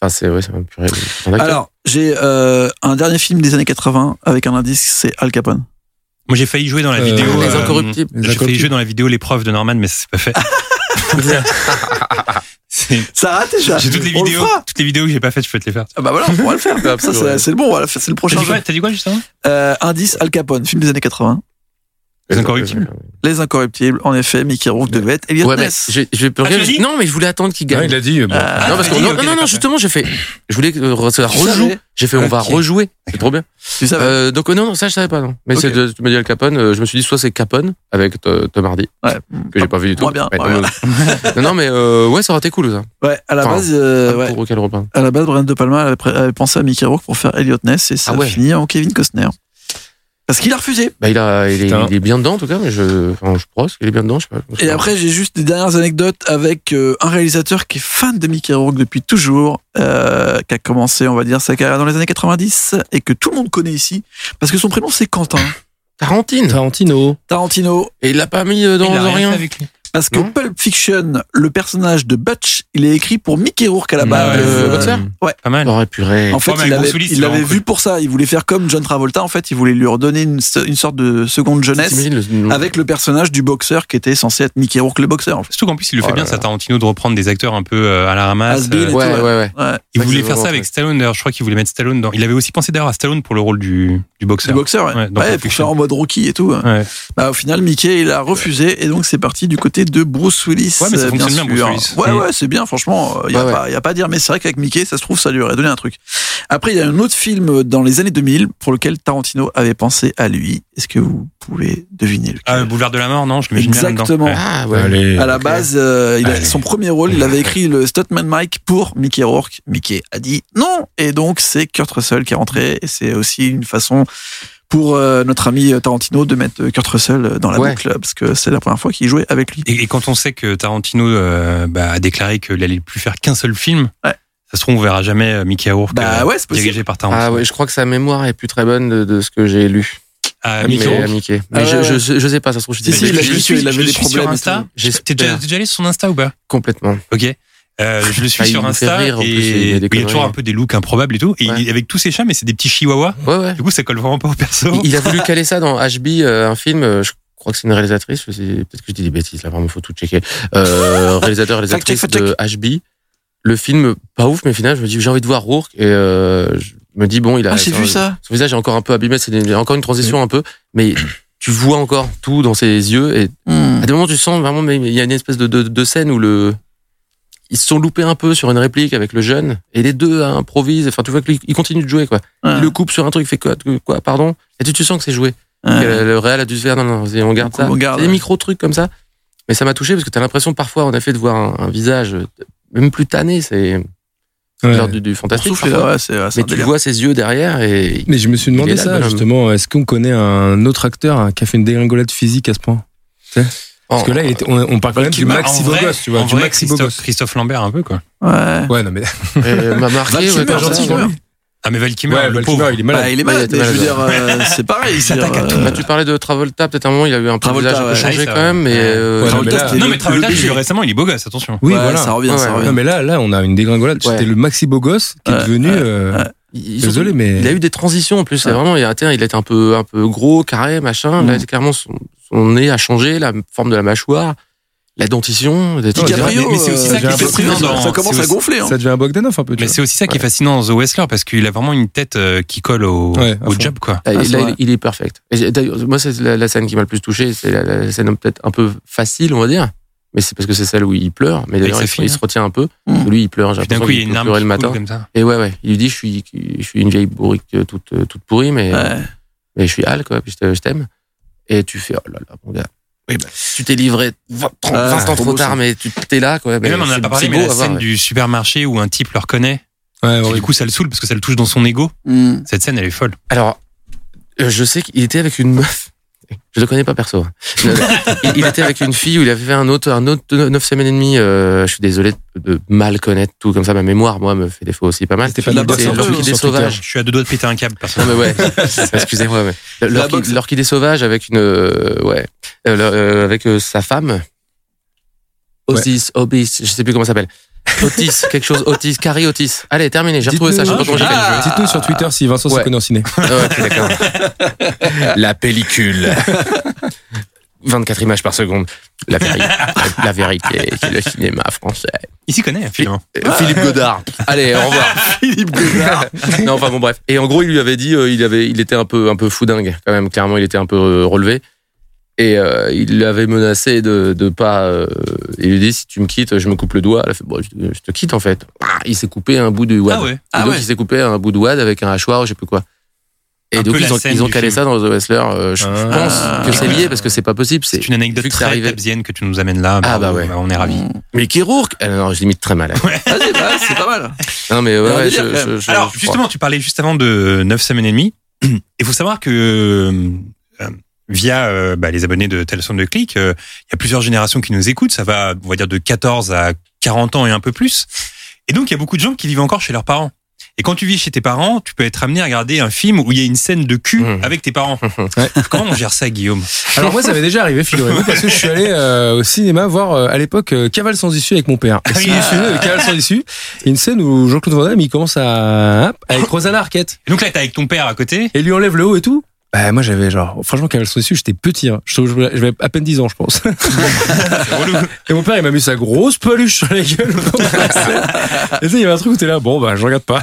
S4: Enfin, c'est ouais, c'est un purée. putain
S3: Ah,
S4: d'acteur.
S7: Alors, j'ai euh, un dernier film des années 80 avec un indice, c'est Al Capone.
S3: Moi, j'ai failli jouer dans la
S6: Euh,
S3: vidéo.
S4: Les
S3: euh,
S6: [LAUGHS]
S4: Incorruptibles.
S6: Les
S3: J'ai failli
S6: Incorruptibles.
S3: jouer dans la vidéo l'épreuve de Norman, mais c'est pas
S7: [LAUGHS]
S3: fait. [LAUGHS] C'est-
S7: Ça a raté déjà.
S3: J'ai toutes les
S7: On le
S3: vidéos,
S7: fera.
S3: toutes les vidéos que j'ai pas faites, je peux te les faire.
S7: Ah bah voilà, on va le faire. Ça, c'est c'est le bon, on va le faire, c'est le
S3: T'as
S7: prochain
S3: dit
S7: jeu.
S3: quoi, t'as dit quoi justement
S7: Euh, indice Al Capone, film des années 80.
S3: Les Incorruptibles.
S7: Les Incorruptibles, en effet, Mickey Rourke devait être Elliot
S4: Ouais, mais
S7: Ness.
S4: j'ai- j'ai peur-
S3: Ah, tu l'as dit
S4: Non, mais je voulais attendre qu'il
S6: Ouais,
S4: gagne.
S6: il a dit. euh, bon.
S7: Euh,
S4: non, parce
S3: tu l'as dit,
S4: que, non,
S3: ok,
S4: non, non,
S3: d'accord.
S4: justement, j'ai fait. Je voulais que euh, ça
S7: Tu
S4: rejoue.
S7: savais
S4: J'ai fait, on va
S3: Ok.
S4: rejouer. C'est trop bien.
S7: Tu savais.
S4: Euh, donc, euh, non, non, ça, je savais pas, non. Mais
S7: Ok.
S4: c'est de, tu m'as dit Al Capone, euh, je me suis dit, soit c'est Capone avec euh, Tom Hardy,
S7: Ouais.
S4: que j'ai pas vu du tout.
S7: Moins bien,
S4: Mais
S7: moins
S4: non, non, non, mais euh, ouais, ça aurait été cool, ça.
S7: Ouais, à la
S4: Enfin,
S7: base, euh, ouais.
S4: Pour Rocal Robin.
S7: à la base, Brian De Palma avait, pré- avait pensé à Mickey Rourke pour faire Elliot Ness et ça
S4: Ah
S7: a
S4: ouais.
S7: fini en Kevin Costner. Parce qu'il a refusé.
S4: Bah, il, a, il, est,
S6: Putain.
S4: il est bien dedans, en tout cas, mais je, enfin, je pense qu'il est bien dedans, je sais pas.
S7: Et après, j'ai juste des dernières anecdotes avec euh, un réalisateur qui est fan de Mickey Rourke depuis toujours, euh, qui a commencé, on va dire, sa carrière dans les années 90 et que tout le monde connaît ici parce que son prénom
S3: [LAUGHS]
S7: c'est Quentin
S4: Tarantine.
S6: Tarantino.
S7: Tarantino.
S4: Et il l'a pas mis euh, dans
S3: Il a
S4: dans rien.
S3: fait avec lui.
S7: Parce que
S4: Non.
S7: Pulp Fiction, le personnage de Butch, il est écrit pour Mickey Rourke à la
S3: Ah
S7: base.
S3: ouais,
S7: Euh,
S4: le boxeur
S3: Pas mal.
S4: Aurait purée.
S7: En fait,
S3: Ouais, mais
S7: il
S3: avec
S7: l'avait
S3: Bruce Willis,
S7: il
S3: il
S7: l'avait
S3: l'a
S7: vu pour ça. Il voulait faire comme John Travolta. En fait, il voulait lui redonner une, so- une sorte de seconde jeunesse
S4: T'imagines le-
S7: avec le personnage du boxeur qui était censé être Mickey Rourke, le boxeur. En fait.
S3: Surtout qu'en plus, il le fait
S4: Oh
S3: bien,
S4: là
S3: ça Tarantino, de reprendre des acteurs un peu euh, à la ramasse.
S7: Has-been.
S3: Euh,
S4: Ouais, ouais,
S7: tout,
S4: ouais.
S7: Ouais,
S3: Il
S4: Ouais,
S3: voulait
S4: c'est
S3: faire ça
S4: vraiment
S3: avec
S4: vrai.
S3: Stallone, d'ailleurs, je crois qu'il voulait mettre Stallone dans. Il avait aussi pensé d'ailleurs à Stallone pour le rôle du, du
S7: du
S3: boxeur.
S7: boxeur. Ouais.
S3: Ouais, dans
S7: Ouais,
S3: Pulp
S7: pour
S3: Fiction.
S7: faire en mode Rocky et tout. hein.
S3: Ouais.
S7: Bah, au final, Mickey il a refusé et donc c'est parti du côté adapté de Bruce Willis.
S3: Ouais, mais ça
S7: euh, bien
S3: fonctionne bien,
S7: sûr.
S3: Bruce Willis.
S7: Ouais,
S3: Mm.
S7: ouais, c'est bien, franchement, il n'y
S4: Ouais,
S7: a,
S4: ouais.
S7: pas- y a pas à dire. Mais c'est vrai qu'avec Mickey, ça se trouve, ça lui aurait donné un truc. Après, il y a un autre film dans les années 2000 pour lequel Tarantino avait pensé à lui. Est-ce que vous pouvez deviner lequel
S3: Ah, le boulevard de la mort, non Je l'imagine bien là-dedans.
S7: Exactement.
S3: Ouais.
S4: Ah ouais.
S6: Allez.
S7: À la base, euh, il a-
S3: Allez.
S7: son premier rôle, il avait écrit le Stuntman Mike pour Mickey Rourke. Mickey a dit non, et donc c'est Kurt Russell qui est rentré. Et c'est aussi une façon pour euh, notre ami Tarantino de mettre euh, Kurt Russell dans la
S4: Ouais.
S7: boucle parce que c'est la première fois qu'il jouait avec lui.
S3: Et, et quand on sait que Tarantino euh, bah, a déclaré qu'il allait plus faire qu'un seul film,
S7: Ouais.
S3: ça se trouve on verra jamais euh, Mickey Rourke
S7: Bah
S3: euh,
S7: ouais, c'est possible.
S3: dirigé par Tarantino.
S4: Ah ouais, je crois que sa mémoire est plus très bonne de, de ce que j'ai lu.
S3: Ah,
S4: Mais-
S3: Mickey
S4: à
S3: Rourke.
S4: Mickey. Mais
S7: Ah ouais,
S4: je, je, je sais pas, ça se trouve, je dis
S7: Si,
S3: Mais
S7: si,
S4: pas.
S7: il a
S3: je
S7: juste-
S3: suis-
S7: il avait
S3: je
S7: des
S3: le suis
S7: problèmes
S3: sur
S7: et
S3: Insta.
S7: tout.
S3: T'es déjà,
S4: J'espère.
S3: t'es déjà allé sur son Insta ou pas
S4: Complètement.
S3: Ok. Euh, je le suis
S4: Ah, il
S3: sur
S4: nous
S3: Insta
S4: fait rire, en
S3: et
S4: plus, il y a des
S3: oui, il y a
S4: conneries.
S3: toujours un peu des looks improbables et tout. Et
S4: Ouais.
S3: il- avec tous ses chats, mais c'est des petits chihuahuas.
S4: Ouais, ouais.
S3: Du coup, ça colle vraiment pas au perso.
S4: Il- Il a voulu caler ça dans HB, euh, un film. euh, Je crois que c'est une réalisatrice. je sais- Peut-être que je dis des bêtises. Là, vraiment, faut tout checker. Euh, réalisateur, réalisatrice
S7: Fact check,
S4: de HB. Le film, pas ouf, mais au final, je me dis, j'ai envie de voir Rourke. Et euh, je me dis, bon, il a.
S7: Ah, j'ai
S4: son-
S7: vu ça.
S4: Son visage est encore un peu abîmé. c'est- Il y a encore une transition un peu, mais. Tu vois encore tout dans ses yeux et
S7: Hmm.
S4: à des moments tu sens vraiment mais il y a une espèce de, de, de scène où le ils se sont loupés un peu sur une réplique avec le jeune et les deux hein, improvisent enfin tu vois qu'ils continuent de jouer quoi
S7: Ouais.
S4: il le coupe sur un truc, il fait quoi, quoi pardon Et tu, tu sens que c'est joué.
S7: Ah Ouais.
S4: Que le, le réel a dû se faire, non, non, vas-y, on garde
S7: On coupe,
S4: ça.
S7: on garde.
S4: C'est des micro-trucs comme ça. Mais ça m'a touché parce que t'as l'impression parfois, en effet, de voir un, un visage euh, même plus tanné, c'est
S6: Ouais.
S4: l'heure du, du
S7: Pour
S4: fantastique.
S7: souffler,
S4: parfois.
S7: ouais, c'est ouais, c'est
S4: Mais
S7: un
S4: tu
S7: délire.
S4: vois ses yeux derrière et
S6: Mais je me suis
S4: Il
S6: demandé
S4: est là, le
S6: ça,
S4: bonhomme.
S6: justement. Est-ce qu'on connaît un autre acteur hein, qui a fait une dégringolade physique à ce point
S4: oh,
S6: Parce que là, il était- on, on parle quand même du
S3: Bah,
S6: Maxi
S3: en vrai-
S6: Bogos, tu vois.
S3: en
S6: Du
S3: vrai,
S6: Maxi
S3: Christophe,
S6: Bogos.
S3: Christophe Lambert un peu quoi.
S7: Ouais.
S6: Ouais, non, mais.
S4: euh,
S7: [LAUGHS]
S4: m'a marqué.
S7: Valkyrie,
S4: ouais, comme
S7: gentil,
S4: ça.
S7: ouais.
S3: Ah mais Valkyrie,
S6: Ouais,
S3: le
S6: Val
S3: pauvre.
S6: Kilmer, il est
S7: Bah,
S6: malade.
S7: il est malade,
S4: Ouais,
S7: mais je
S4: il
S7: veux
S4: était
S7: dire, euh, c'est pareil.
S3: Il
S7: je veux
S3: s'attaque
S7: dire,
S3: à tout.
S7: euh,
S4: Bah, tu parlais de Travolta, peut-être un moment, il a eu un peu le
S7: Travolta,
S4: visage un peu
S7: ouais.
S4: changé
S3: Ouais, Ah ça,
S4: quand même, mais
S3: ouais.
S4: euh,
S6: Ouais, non, mais
S7: Travolta,
S6: là-
S7: c'était
S3: Non
S7: le-
S3: mais Travolta,
S7: le
S3: j'ai vu
S7: BG.
S3: récemment, il est beau gosse, attention.
S6: Oui,
S7: Ouais,
S6: voilà.
S7: Ça revient, ça
S4: Ouais,
S7: revient.
S6: Non, mais là, là, on a une dégringolade.
S4: Ouais.
S6: C'était le Maxi Bogos qui
S7: Ouais,
S6: est devenu.
S7: ouais,
S6: euh,
S7: ouais.
S4: ils- ils ont-
S6: Désolé, mais.
S4: Il a eu des transitions en plus. C'est
S7: Ouais.
S4: vraiment, il a, tiens, il était un peu, un peu gros, carré, machin. Là,
S7: Mm.
S4: clairement, son, son nez a changé, la forme de la mâchoire, la dentition. Des trucs.
S7: DiCaprio,
S3: mais- mais c'est aussi
S7: euh,
S6: ça qui est
S7: j'ai un peu
S6: fascinant
S7: pris, ça-
S3: dans-
S7: Ça commence
S3: c'est
S7: à
S3: aussi-
S7: gonfler. hein.
S6: Ça devient un Bogdanov un peu, tu
S3: Mais
S6: vois.
S3: c'est aussi ça qui est fascinant dans The Wessler parce qu'il a vraiment une tête euh, qui colle au,
S6: Ouais, à
S3: au
S6: fond.
S3: job quoi.
S4: Ah,
S7: Ah, c'est
S4: là,
S7: vrai.
S4: il, il est parfait. Et d'ailleurs, moi, c'est la, la scène qui m'a le plus touché. C'est la, la scène peut-être un peu facile, on va dire. Mais c'est parce que c'est celle où il pleure. Mais d'ailleurs,
S3: sa
S4: il,
S3: fille, hein.
S4: il se retient un peu.
S7: Mm.
S4: Parce que Lui, il pleure. J'ai
S3: Puis D'un
S4: l'impression
S3: coup, il y a
S4: qu'il
S3: une
S4: peut
S3: arme
S4: pleurer
S3: qui
S4: le
S3: coule
S4: matin.
S3: comme ça.
S4: Et ouais, ouais. Il lui dit, je suis, je suis une vieille bourrique euh, toute, euh, toute pourrie, mais,
S7: Ouais.
S4: mais je suis Al, quoi. Puis je te- je t'aime. Et tu fais, oh là là, mon gars. tu t'es livré 20, 30,
S7: Ah,
S4: 20 ans
S7: trop
S4: trop
S7: beau, ça.
S4: tard, mais tu t'es là, quoi.
S3: Mais même on en a pas
S4: c'est- c'est
S3: parlé,
S4: beau
S3: mais la
S4: à voir,
S3: scène
S4: ouais.
S3: du supermarché où un type le reconnaît,
S6: Ouais,
S3: du
S6: horrible.
S3: coup ça le saoule parce que ça le touche dans son ego.
S7: Hmm.
S3: Cette scène elle est folle.
S4: Alors, euh, je sais qu'il était avec une meuf. Je le connais pas perso. hein. Non, [LAUGHS] non. il, il était avec une fille où il avait fait un autre, un autre 9 semaines et demie. euh, je suis désolé de, de mal connaître tout comme ça. Ma mémoire, moi, me fait défaut aussi pas mal.
S6: C'était pas
S7: la
S6: mal
S7: boxe
S4: C'est
S7: un peu,
S4: l'orchidée
S7: hein,
S6: sur Twitter.
S4: sauvage.
S3: Ah, Je suis à deux doigts de péter un câble
S4: Non mais
S3: personnellement.
S4: ouais, excusez-moi. Mais...
S7: La
S4: L'orchid-
S7: boxe.
S4: L'orchidée sauvage avec une euh, ouais euh, le- euh, avec euh, sa femme. Otis, Obis, je sais plus comment ça s'appelle. Otis, quelque chose, Otis, Carrie Otis. Allez, terminé, j'ai retrouvé ça, je sais pas comment j'ai fait.
S7: Ah.
S6: Dites-nous sur Twitter si Vincent se
S4: Ouais.
S6: connaît en ciné.
S4: Ah, ok, d'accord. [LAUGHS] La pellicule. 24 images par seconde. La vérité, la vérité c'est le cinéma français.
S3: Il s'y connaît finalement.
S4: Euh, Philippe Godard. Allez, au revoir.
S3: [LAUGHS]
S4: Philippe Godard. [LAUGHS] non, enfin bon, bref. Et en gros, il lui avait dit, euh, il avait, il était un peu, un peu foudingue quand même. Clairement, il était un peu euh, relevé. Et euh, il l'avait menacé de, de pas. euh, il lui dit si tu me quittes, je me coupe le doigt. Elle a fait bon, je, te- je te quitte en fait. Ah, Il s'est coupé un bout de wad.
S3: Ah ouais.
S4: Et
S7: Ah
S4: donc,
S7: ouais.
S4: il s'est coupé un bout de wad avec un hachoir, je sais plus quoi. Et
S3: Un
S4: donc,
S3: peu
S4: ils
S3: la
S4: ont,
S3: scène
S4: ils ont
S3: du
S4: calé
S3: film.
S4: ça dans The Wrestler. euh, je
S6: Ah.
S4: pense que c'est lié
S3: Écoute,
S4: parce que c'est pas possible.
S3: C'est une anecdote
S4: vu que c'est
S3: très
S4: arrivé.
S3: tabzienne que tu nous amènes là.
S4: Ah, bah ouais.
S3: On est ravis.
S4: Mais qui Rourke Ah Non, je l'imite très mal.
S7: Vas-y, bah, c'est pas mal.
S4: Non, mais ouais,
S7: Alors,
S4: ouais,
S7: déjà,
S4: je-
S7: quand même.
S4: je- je-
S3: Alors,
S4: je crois. Mm.
S3: justement, tu parlais juste avant de 9 semaines et demie. Il faut savoir que euh, via euh, bah, les abonnés de Tel Son de Click, euh, il y a plusieurs générations qui nous écoutent. Ça va, on va dire, de 14 à 40 ans et un peu plus. Et donc, il y a beaucoup de gens qui vivent encore chez leurs parents. Et quand tu vis chez tes parents, tu peux être amené à regarder un film où il y a une scène de cul
S4: Mmh.
S3: avec tes
S4: [LAUGHS]
S3: parents.
S6: Ouais.
S3: Comment on gère ça, Guillaume
S6: Alors moi ça m'est déjà arrivé figurez-vous parce que je suis allé euh, au cinéma voir euh, à l'époque euh, Cavale sans issue avec mon père.
S4: Ah
S6: Et si vous vous souvenez de Cavale sans issue, il y a une scène où Jean-Claude Van Damme il commence à avec Rosanna Arquette
S3: Et Donc là, t'es avec ton père à côté.
S6: et lui enlève le haut et tout. Bah moi j'avais genre franchement Cavale sans issue j'étais petit, hein. je j'avais à peine 10 ans
S4: [LAUGHS]
S6: je pense.
S3: C'est relou.
S6: Et mon père il m'a mis sa grosse peluche sur la gueule. et tu sais il y avait un truc où t'es là bon bah je
S4: [LAUGHS]
S6: regarde pas.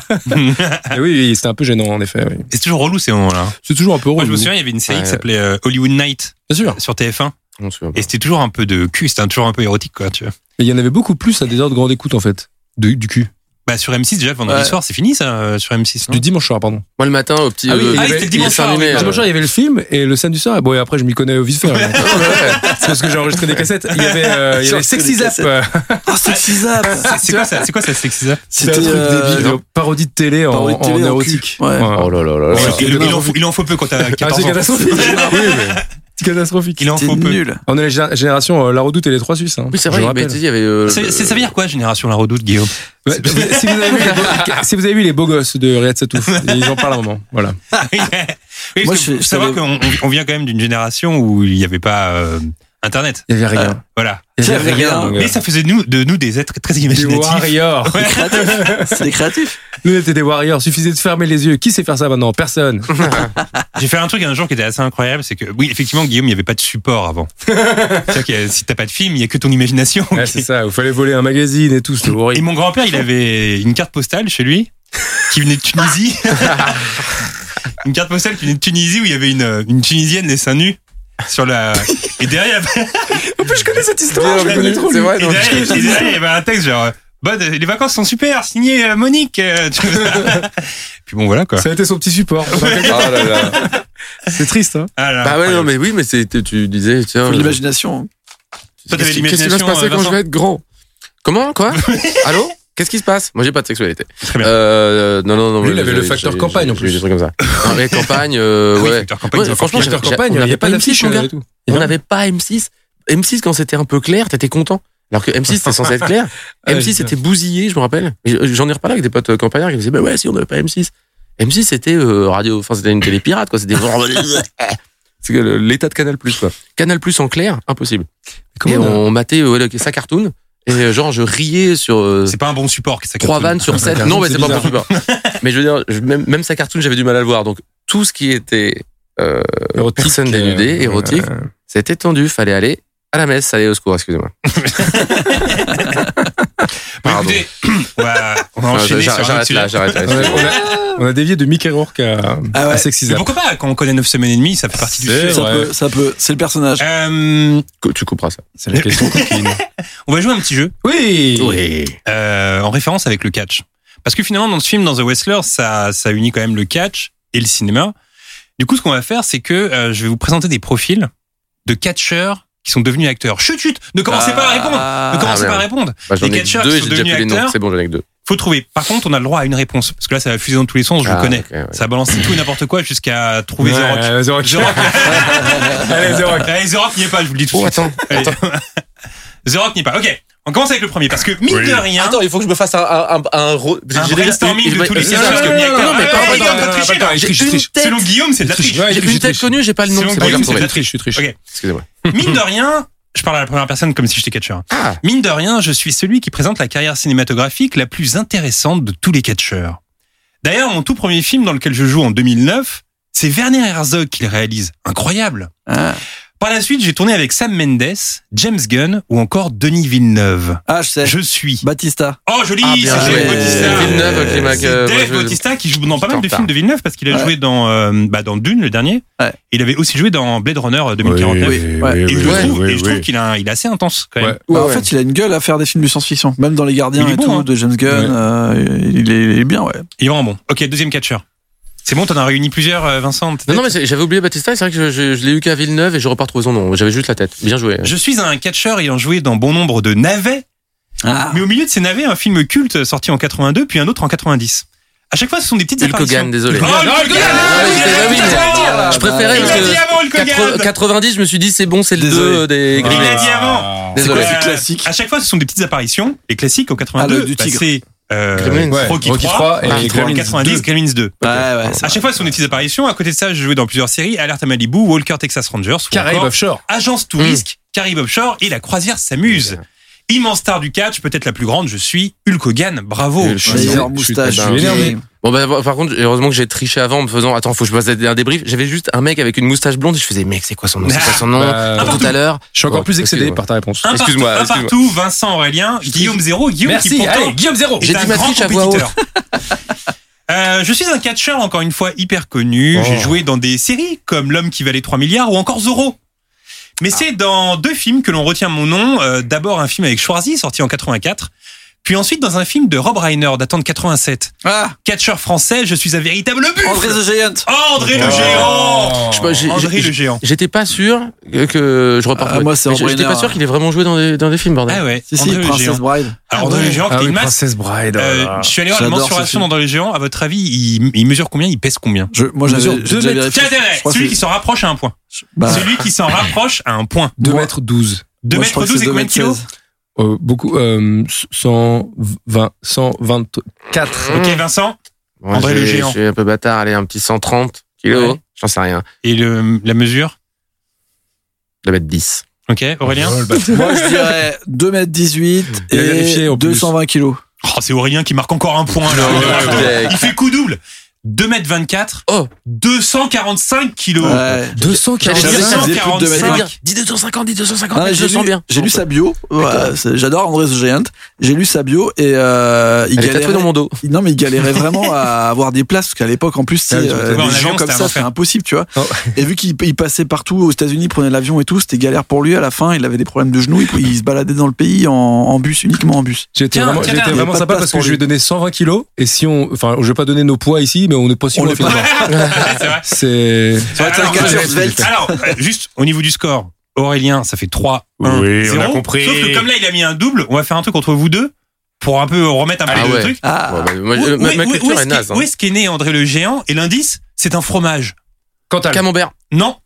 S6: et oui, oui, c'était un peu gênant en effet. oui.
S3: C'est toujours relou ces moments-là.
S6: C'est toujours un peu
S3: Moi,
S6: relou.
S3: je me souviens, il y avait une série
S4: Ouais.
S3: qui s'appelait euh, Hollywood Night
S6: Bien sûr.
S3: sur TF1.
S4: On se souvient pas.
S3: Et c'était toujours un peu de cul, c'était un- toujours un peu érotique, quoi, tu vois.
S6: Mais il y en avait beaucoup plus à des heures de grande écoute, en fait. De- du cul.
S3: Bah, sur M6, déjà, le vendredi
S7: Ouais.
S3: soir, c'est fini, ça, euh, sur M6. non
S6: Du dimanche soir, pardon.
S4: Moi, le matin, au petit.
S6: Ah oui,
S4: euh,
S6: ah oui,
S3: c'était
S4: il est
S3: dimanche soir,
S4: fermé,
S3: oui,
S4: euh,
S6: Le dimanche soir, il y avait le film et le samedi soir. Bon, et après, je m'y connais au vif
S4: [LAUGHS]
S6: faire. hein. C'est parce que j'ai enregistré des cassettes. Il y avait, euh, il y avait
S7: J'ai enregistré
S6: Sexy
S7: des
S6: Zap.
S7: cassettes. Ah, sexy zap
S3: C'est- C'est quoi ça [LAUGHS] C'est quoi ça, sexy ça
S6: C'était un truc
S7: euh,
S6: débile.
S7: non.
S6: Parodie de télé en,
S7: Parodie de télé
S6: en
S7: en
S6: érotique.
S7: cul. Ouais.
S4: Oh là là là là.
S6: Ouais.
S3: il,
S6: c'est-
S3: il en faut, il en faut peu quand t'as
S6: Ah,
S3: 14
S6: c'est
S3: ans.
S6: catastrophique. Oui, mais C'est catastrophique.
S3: Il en
S7: C'était
S3: faut peu.
S7: nul.
S6: On est la gé- génération euh, La Redoute et les Trois Suisses. hein.
S4: Oui, c'est
S6: Je
S4: vrai,
S6: le
S4: mais
S6: rappelle.
S4: t'as dit, il y avait. euh,
S3: C'est- c'est- Ça veut dire quoi, Génération La Redoute, Guillaume
S6: Ouais, si, vous si vous avez vu les beaux- [LAUGHS] si vous avez vu les beaux gosses de Riyad
S4: [LAUGHS]
S6: Satouf, ils en parlent un moment. Voilà.
S3: Oui,
S7: Moi,
S3: parce que faut
S7: je- je
S3: savoir
S7: savais-
S3: qu'on on- on vient quand même d'une génération où il n'y avait pas euh, Internet.
S6: Il y avait rien.
S3: Voilà.
S6: Il y
S7: c'est
S6: avait
S7: rien.
S6: rien. donc,
S3: Mais ça faisait de nous, de nous des êtres très
S6: euh, Des
S3: imaginatifs.
S6: warriors.
S7: C'est créatif. C'était créatif.
S6: Nous, on était des warriors. Suffisait de fermer les yeux. Qui sait faire ça maintenant
S4: [LAUGHS]
S6: Personne.
S3: J'ai fait un truc un jour qui était assez incroyable, c'est que oui, effectivement, Guillaume, il n'y avait pas de support
S4: [LAUGHS]
S3: avant. C'est-à-dire que euh, si t'as pas de film, il n'y a que ton imagination.
S6: Ouais, c'est ça. Il fallait voler un magazine et tout. C'était
S3: Et
S6: horrible.
S3: mon grand-père, il avait une carte postale chez lui, qui venait de
S4: [LAUGHS]
S3: Tunisie. une carte postale qui venait de Tunisie où il y avait une, euh, une Tunisienne les seins nus. Sur la. Et derrière, il y avait,
S6: je connais cette
S4: Guillaume,
S3: je connais
S4: C'est vrai,
S3: et
S4: non,
S3: derrière-
S4: je-
S3: et derrière, il y avait un texte genre. euh, Bon, les vacances sont super, signé euh, Monique. euh, tu
S4: [LAUGHS]
S3: vois. Puis bon, voilà quoi.
S6: Ça a été son petit support.
S4: Ah là là.
S6: [LAUGHS] C'est triste. Hein
S3: Ah là,
S4: Bah ouais,
S3: incroyable.
S4: non, mais oui, mais c'était- tu disais, tiens.
S3: Ah
S7: Faut
S4: euh,
S7: l'imagination.
S3: Toi, t'avais
S4: Qu'est-ce qui qu'est-ce qui va se
S3: l'imagination,
S4: passer
S3: euh,
S4: quand je
S3: Vincent
S4: vais être grand Comment Quoi Allô Qu'est-ce qui se passe Moi, j'ai pas de sexualité.
S3: Très bien.
S4: Euh, non, non, non.
S6: Lui, il
S4: mais
S6: avait le
S4: j'ai-
S6: facteur
S4: j'ai-
S6: campagne, en
S4: j'ai
S6: plus.
S4: eu Des trucs comme ça. Non, mais campagne, euh,
S3: Ah Oui,
S4: ouais.
S3: Facteur Campagne,
S4: Ouais,
S3: c'est
S4: franchement,
S3: fort.
S4: j'ai-
S6: Facteur
S4: j'ai-
S6: campagne,
S4: on
S6: il n'y
S4: avait
S6: a pas
S4: pas M6,
S6: d'affiche
S4: mon gars.
S6: et tout.
S4: On n'avait pas M6. M6, quand c'était un peu clair, t'étais content. Alors que M6, c'était censé être clair.
S6: [LAUGHS] Ouais,
S4: M6,
S6: c'est
S4: c'était bousillé, je me rappelle. Et je- J'en ai reparlé avec des potes euh, campagnards qui me disaient, bah ouais, si on n'avait pas M6. M6, c'était euh, radio, enfin, c'était une télé pirate, quoi. C'était
S6: [LAUGHS]
S4: genre- C'est que le- l'état de Canal Plus, quoi. Canal Plus en clair, impossible. et
S6: Comment on a-
S4: on matait euh, ouais, le- sa cartoon. Et euh, genre, je riais sur euh,
S3: C'est pas un bon support qui
S4: trois vannes sur sept.
S6: cartoon,
S4: Non, mais
S6: c'est
S4: c'est pas
S6: bizarre.
S4: possible.
S6: [LAUGHS]
S4: mais je veux dire, je- même, même sa cartoon, j'avais du mal à le voir. Donc, tout ce qui était euh,
S6: Érotique,
S4: personne dénudée,
S6: euh,
S4: érotique,
S6: euh,
S4: c'était tendu. Fallait aller à la messe, aller au secours, excusez-moi. Pardon.
S3: écoutez, on va, on va
S4: Enfin,
S3: enchaîner
S4: j'a-
S3: sur un autre
S4: J'arrête
S3: sujet.
S4: là, j'arrête là.
S6: on, a, on a- on a dévié de Mickey Rourke à,
S7: Ah ouais.
S6: à Sexy
S3: Mais
S6: Zap.
S3: pourquoi pas Quand on connaît 9 semaines et demie, ça fait partie du
S6: C'est
S3: sujet.
S7: Ça
S6: Ouais.
S7: peut, ça peut. C'est le personnage.
S3: Euh,
S4: Cou- Tu couperas ça.
S6: C'est la
S4: [LAUGHS]
S6: question coquine.
S3: on va jouer un petit jeu
S8: 예.
S6: Oui.
S3: euh, en référence avec le catch. Parce que finalement, dans ce film, dans The Wrestler, ça, ça unit quand même le catch et le cinéma. Du coup, ce qu'on va faire, c'est que euh, je vais vous présenter des profils de catcheurs qui sont devenus acteurs. Chut, chut Ne commencez pas à répondre Ne
S7: répondre.
S3: commencez
S4: merde.
S3: pas à répondre
S4: Bah, J'en
S3: Les
S4: ai
S3: catcheurs
S4: deux
S3: qui
S4: et
S3: sont
S4: j'ai déjà
S3: devenus
S4: plus les noms.
S3: acteurs.
S4: C'est bon, j'en ai que deux.
S3: Faut trouver. Par contre, on a le droit à une réponse. Parce que là, ça va fuser dans tous les sens, je le
S4: Ah,
S3: connais.
S4: ok, ouais.
S3: Ça va balancer tout et n'importe quoi jusqu'à trouver The Rock.
S6: Ouais, The Rock.
S3: The Rock.
S6: [LAUGHS] Allez, The Rock.
S3: Allez, The Rock n'y est pas, je vous le dis tout de
S4: Oh,
S3: suite.
S4: attends.
S3: Allez. The Rock n'y est pas. Ok, on commence avec le premier parce que mine de rien.
S4: Attends, il faut que je me fasse un, un, un, un, re- j'ai-
S3: Un
S4: j'ai
S3: brainstorming
S4: déjà-
S3: de tous les
S6: Euh,
S4: Non,
S3: catcheurs,
S4: non,
S3: parce que-
S4: non, non, non,
S3: Ah,
S4: non, mais
S3: ouais,
S4: pas-
S3: ouais,
S4: pas-
S3: ouais,
S4: pas-
S3: tricher,
S6: attends,
S3: là.
S6: euh, il
S4: J'ai
S6: triche, il
S4: une
S6: triche.
S4: tête.
S3: Selon Guillaume, c'est de la
S6: Il triche.
S3: triche.
S6: Ouais,
S4: J'ai
S6: il triche,
S4: une
S6: il
S4: tête
S6: triche.
S4: connue, j'ai pas le nom.
S3: Selon
S4: C'est pas
S3: Guillaume,
S4: grave,
S3: c'est de la
S4: attendez.
S3: triche.
S6: triche.
S3: Ok.
S4: Excusez-moi.
S3: Mine de rien, je parle à la première personne comme si j'étais catcheur. hein.
S4: Ah.
S3: Mine de rien, je suis celui qui présente la carrière cinématographique la plus intéressante de tous les catcheurs. D'ailleurs, mon tout premier film dans lequel je joue en 2009, c'est Werner Herzog qui le réalise. Incroyable.
S7: Ah,
S3: Par la suite, j'ai tourné avec Sam Mendes, James Gunn ou encore Denis Villeneuve.
S7: Ah, je sais.
S3: Je suis.
S7: Batista.
S3: Oh, joli,
S4: Ah,
S3: c'est
S4: bien
S7: joué.
S3: Dave Bautista.
S4: Villeneuve,
S3: Euh,
S4: qui m'a-
S3: c'est
S4: euh, moi,
S3: Dave
S4: je-
S3: Bautista qui joue dans pas mal de
S4: Putain,
S3: films de Villeneuve parce qu'il a
S7: Ouais.
S3: joué dans, euh, bah, dans Dune, le dernier.
S7: Ouais.
S3: Il avait aussi joué dans Blade Runner 2049.
S7: Ouais.
S3: Et je
S4: oui,
S3: trouve, et je trouve qu'il a un- il est assez intense quand même.
S6: Ouais.
S7: Bah,
S4: Ouais,
S7: en
S4: ouais.
S7: fait, il a une gueule à faire des films de science-fiction. Même dans Les Gardiens
S3: Ah Il est
S7: et
S3: bon,
S7: tout,
S3: hein.
S7: de James Gunn,
S6: Ouais.
S7: euh, il, est, il est bien, ouais.
S3: Il est vraiment bon. Ok, deuxième catcheur. C'est bon, t'en as réuni plusieurs, euh, Vincent.
S4: Non, non, mais c'est- j'avais oublié Batista, et c'est vrai que je, je- je l'ai eu qu'à Villeneuve et je repars trouver son nom. J'avais juste la tête. Bien joué.
S3: Je suis un catcheur ayant joué dans bon nombre de navets,
S7: Ah.
S3: mais au milieu de ces navets, un film culte sorti en 82, puis un autre en 90. À chaque fois, ce sont des petites
S4: Hulk
S3: apparitions.
S4: Hogan, désolé.
S3: Oh, Hulk Hogan
S4: Ah, oui, c'est- bah oui, mais-
S7: Ah,
S4: je préférais
S3: Il
S4: parce
S3: a dit
S4: que
S3: avant Hulk Hogan
S4: 80 90, je me suis dit c'est bon, c'est le
S7: Désolé.
S4: 2 des
S3: Il l'a
S4: Grimmets.
S3: dit avant.
S4: Désolé.
S7: C'est
S3: Euh,
S7: quoi ce classique
S3: À chaque fois, ce sont des petites apparitions. Les classiques en
S7: Ah,
S3: 82,
S7: le du
S3: bah,
S7: tigre.
S3: c'est euh,
S4: Gremlins.
S6: Ouais,
S3: Rocky,
S6: Rocky
S3: 3,
S6: III et
S3: Rocky 3 en
S6: Gremlins
S3: 90,
S6: 2.
S3: Gremlins 2.
S7: Ouais, ouais.
S3: À chaque fois, ce sont des petites apparitions. À côté de ça, j'ai joué dans plusieurs séries Alerte à Malibu, Walker Texas Rangers, ou
S6: Caraïbes
S3: encore
S6: offshore.
S3: Agence Tout
S4: Mm.
S3: Risque, Caribe Offshore et La Croisière s'amuse. Immense star du catch, peut-être la plus grande, je suis Hulk Hogan, bravo.
S4: Je suis-
S6: Ouais,
S7: Meilleur
S6: je suis-
S7: moustache.
S4: je suis
S7: ok.
S6: énervé.
S4: Bon bah par contre, heureusement que j'ai triché avant en me faisant attends, faut que je fasse un débrief. J'avais juste un mec avec une moustache blonde et je faisais mec, c'est quoi son nom C'est quoi son nom
S6: Bah,
S4: Euh, Tout à l'heure.
S6: Je suis encore
S4: Bon,
S6: plus excédé
S4: excusez-moi.
S6: par ta réponse.
S3: Un partout,
S4: Excuse-moi,
S3: un
S4: excuse-moi.
S3: partout, Vincent Aurélien, Guillaume Zéro, Guillaume qui pourtant
S6: Guillaume Zéro.
S4: J'ai
S3: est Oh, un
S4: dit ma
S3: grand
S4: triche à voix
S3: compétiteur. Euh, je suis un catcheur encore une fois hyper connu. J'ai
S6: Oh.
S3: joué dans des séries comme L'homme qui valait 3 milliards ou encore Zorro. Mais c'est dans deux films que l'on retient mon nom. Euh, D'abord un film avec Schwarzy sorti en 84, puis ensuite dans un film de Rob Reiner datant de 87.
S7: Ah,
S3: Catcheur français, je suis un véritable buffle.
S7: André the Giant.
S3: Oh, André le géant.
S4: Je sais pas, j'ai-
S3: André le
S4: j'ai-
S3: géant.
S4: J'étais pas sûr que- que je repars.
S7: Ah, moi, c'est
S4: Mais J'étais
S7: Embraer,
S4: pas sûr
S7: hein.
S4: qu'il ait vraiment joué dans des, dans des films, bordel.
S3: Ah ouais.
S7: Si, si,
S3: André le géant.
S7: Princess Bride.
S3: Alors, André le géant, qui
S6: Ah
S3: est
S6: oui,
S3: une masse.
S6: Princess Bride. oh là
S3: Euh,
S6: là.
S3: je suis allé voir la
S7: J'adore ce
S3: mensuration
S7: film.
S3: d'André le géant. À votre avis, il, il mesure combien Il pèse combien
S7: Je, moi,
S6: Mesure
S7: Oh, j'avais
S6: deux
S7: j'ai déjà
S6: mètres.
S7: vérifié.
S3: Tiens, tiens, tiens,
S7: Je crois que
S3: celui
S7: c'est-
S3: qui s'en rapproche à un point.
S7: bah,
S3: Celui qui s'en rapproche à un point.
S6: 2
S7: moi-
S6: mètres 12.
S3: Deux
S7: moi, je
S3: mètres
S7: crois que
S3: 12
S7: c'est
S3: et
S7: deux
S3: combien de
S7: mètres
S3: kilos
S7: 16.
S6: Euh, beaucoup, euh, 120, 124.
S3: Ok,
S9: Mmh.
S3: Vincent.
S4: Mmh. Moi,
S3: André le
S4: j'ai-
S3: géant.
S4: Je suis un peu bâtard. Allez, un petit 130 kilos.
S3: Ouais.
S4: J'en sais rien.
S3: Et le, la mesure
S4: De mettre 10.
S3: Ok, Aurélien
S6: Oh, le bâtard.
S7: Moi, je dirais 2 mètres 18
S6: Il a vérifié,
S7: et
S6: en plus.
S7: 220 kilos.
S3: Oh, c'est Aurélien qui marque encore un point. là.
S4: Ouais, ouais.
S3: Il fait coup double. 2m24,
S4: Oh.
S3: 245 kilos.
S7: Ouais.
S6: 245.
S7: J'avais- faisait plus de 2 mètres.
S4: C'est bien. Dis 250, dis 250.
S7: Ah,
S4: mais je
S7: j'ai
S4: le sens
S7: lu,
S4: bien. bah.
S7: j'ai lu sa bio. Ouais, euh, c'est- J'adore André the Giant. J'ai lu sa bio et euh, il
S4: Elle est tatouée dans mon dos.
S7: Non mais il galérait vraiment à avoir des places parce qu'à l'époque en plus c'est
S6: Ah oui, tu
S7: euh,
S6: m'étonnes.
S7: des
S3: En avion,
S7: gens comme
S3: c'était un
S7: ça
S3: enfer.
S7: c'est impossible tu vois.
S6: Oh.
S7: Et vu qu'il il passait partout aux États-Unis, prenait l'avion et tout, c'était galère pour lui à la fin, il avait des problèmes de genoux, il, il se baladait dans le pays en, en bus uniquement en bus.
S6: J'étais
S3: Tiens,
S6: vraiment,
S3: tiens,
S6: j'étais
S3: tiens,
S6: vraiment
S7: il y a pas de
S6: sympa
S7: place
S6: parce que
S7: pour
S6: je lui ai
S7: lui.
S6: donné 120 kilos et si on, enfin, je vais pas donner nos poids ici, mais on est pas si
S7: On
S6: loin
S7: est pas-
S6: finalement.
S3: [LAUGHS] c'est vrai.
S6: C'est,
S7: va être
S3: Alors,
S7: un gars
S3: je-
S7: sur Svelte.
S3: alors, euh, juste au niveau du score, Aurélien, ça fait 3 1,
S9: Oui, on
S3: 0.
S9: a compris.
S3: Sauf que comme là, il a mis un double, on va faire un truc entre vous deux pour un peu remettre un peu
S4: Ah
S3: le
S4: ouais.
S3: truc.
S7: Ah,
S4: Bon, bah, moi,
S3: Où-
S4: je-
S3: où
S4: ma,
S3: est-
S4: ma
S3: où- où
S4: culture
S3: est-ce
S4: est
S3: qu'est-
S4: naze.
S3: Où
S4: hein.
S3: est-ce qu'est né André le Géant Et l'indice, c'est un fromage.
S6: Cantal.
S4: Camembert,
S3: Non,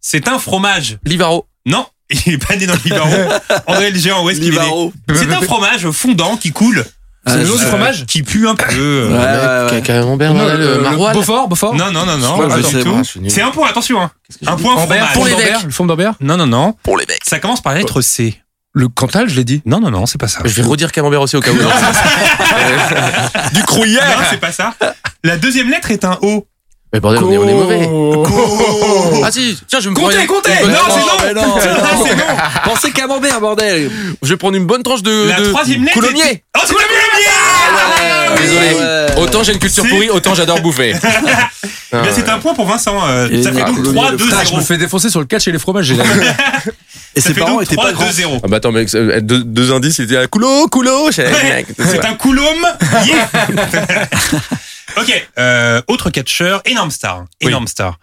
S3: c'est un fromage.
S4: Livaro.
S3: Non, [LAUGHS] il est pas né dans le Libaro.
S7: [LAUGHS]
S3: André le Géant, où est-ce qu'il est né
S7: Livaro.
S3: C'est un fromage fondant qui coule.
S7: Ah,
S6: le nom
S7: je-
S6: du fromage
S3: Qui pue un peu. euh,
S7: Ouais, ouais, ouais.
S4: Ca- Camembert,
S6: Non,
S4: bordel,
S6: euh, le- le
S4: Maroilles.
S6: Beaufort, Beaufort.
S3: Non, non, non, non.
S7: Ouais,
S3: pas
S7: je
S3: du
S7: sais,
S3: tout.
S4: Ah, je suis nul.
S3: C'est un point, attention. hein. Un point
S6: Ambert,
S3: fromage.
S4: Pour les
S6: Ambert,
S4: becs.
S6: le fond d'Ambert.
S3: Non, non, non.
S7: Pour les mecs.
S3: Ça commence par la lettre C.
S6: Le Cantal, je l'ai dit.
S3: Non, non, non, c'est pas ça.
S4: Je vais redire Camembert aussi au cas où.
S3: Du crouillère Non, c'est pas ça. La deuxième lettre est un O. Oh,
S4: Mais bordel, on est, on est mauvais.
S3: Co-
S4: Ah si, tiens, je vais me prendre
S3: Comptez,
S4: une-
S3: comptez
S4: une bonne
S3: Non,
S4: tranche.
S3: c'est
S7: mais
S3: non
S7: non, mais
S3: Putain,
S7: non.
S3: c'est non
S7: Pensez Camembert bordel.
S4: Je vais prendre une bonne tranche de.
S3: La
S4: de-
S3: troisième lettre
S4: Coulommiers.
S3: est... Oh, c'est le Coulommier
S4: Désolé.
S7: Ouais.
S4: Autant j'ai une culture
S3: Si.
S4: pourrie, autant j'adore
S3: [LAUGHS]
S4: bouffer.
S3: Eh bien, C'est un point pour Vincent. euh,
S7: Et
S3: Ça fait
S7: ah,
S3: donc
S7: Coulommier, le
S6: Putain, je me
S3: 3-2-0.
S6: fais défoncer sur le catch et les fromages. [LAUGHS] j'ai la-
S7: Et
S3: Ça
S7: ses
S3: fait
S7: parents
S3: donc
S7: étaient pas grands. [LAUGHS]
S3: 3-2-0.
S4: Ah bah attends, mec, euh, deux, deux indices, il était là, coulo, coulo, j'avais- mec, c'est
S3: C'est
S4: pas-
S3: un
S7: [LAUGHS]
S3: coulomb. Yeah. ok, euh, autre catcheur, énorme star, énorme star.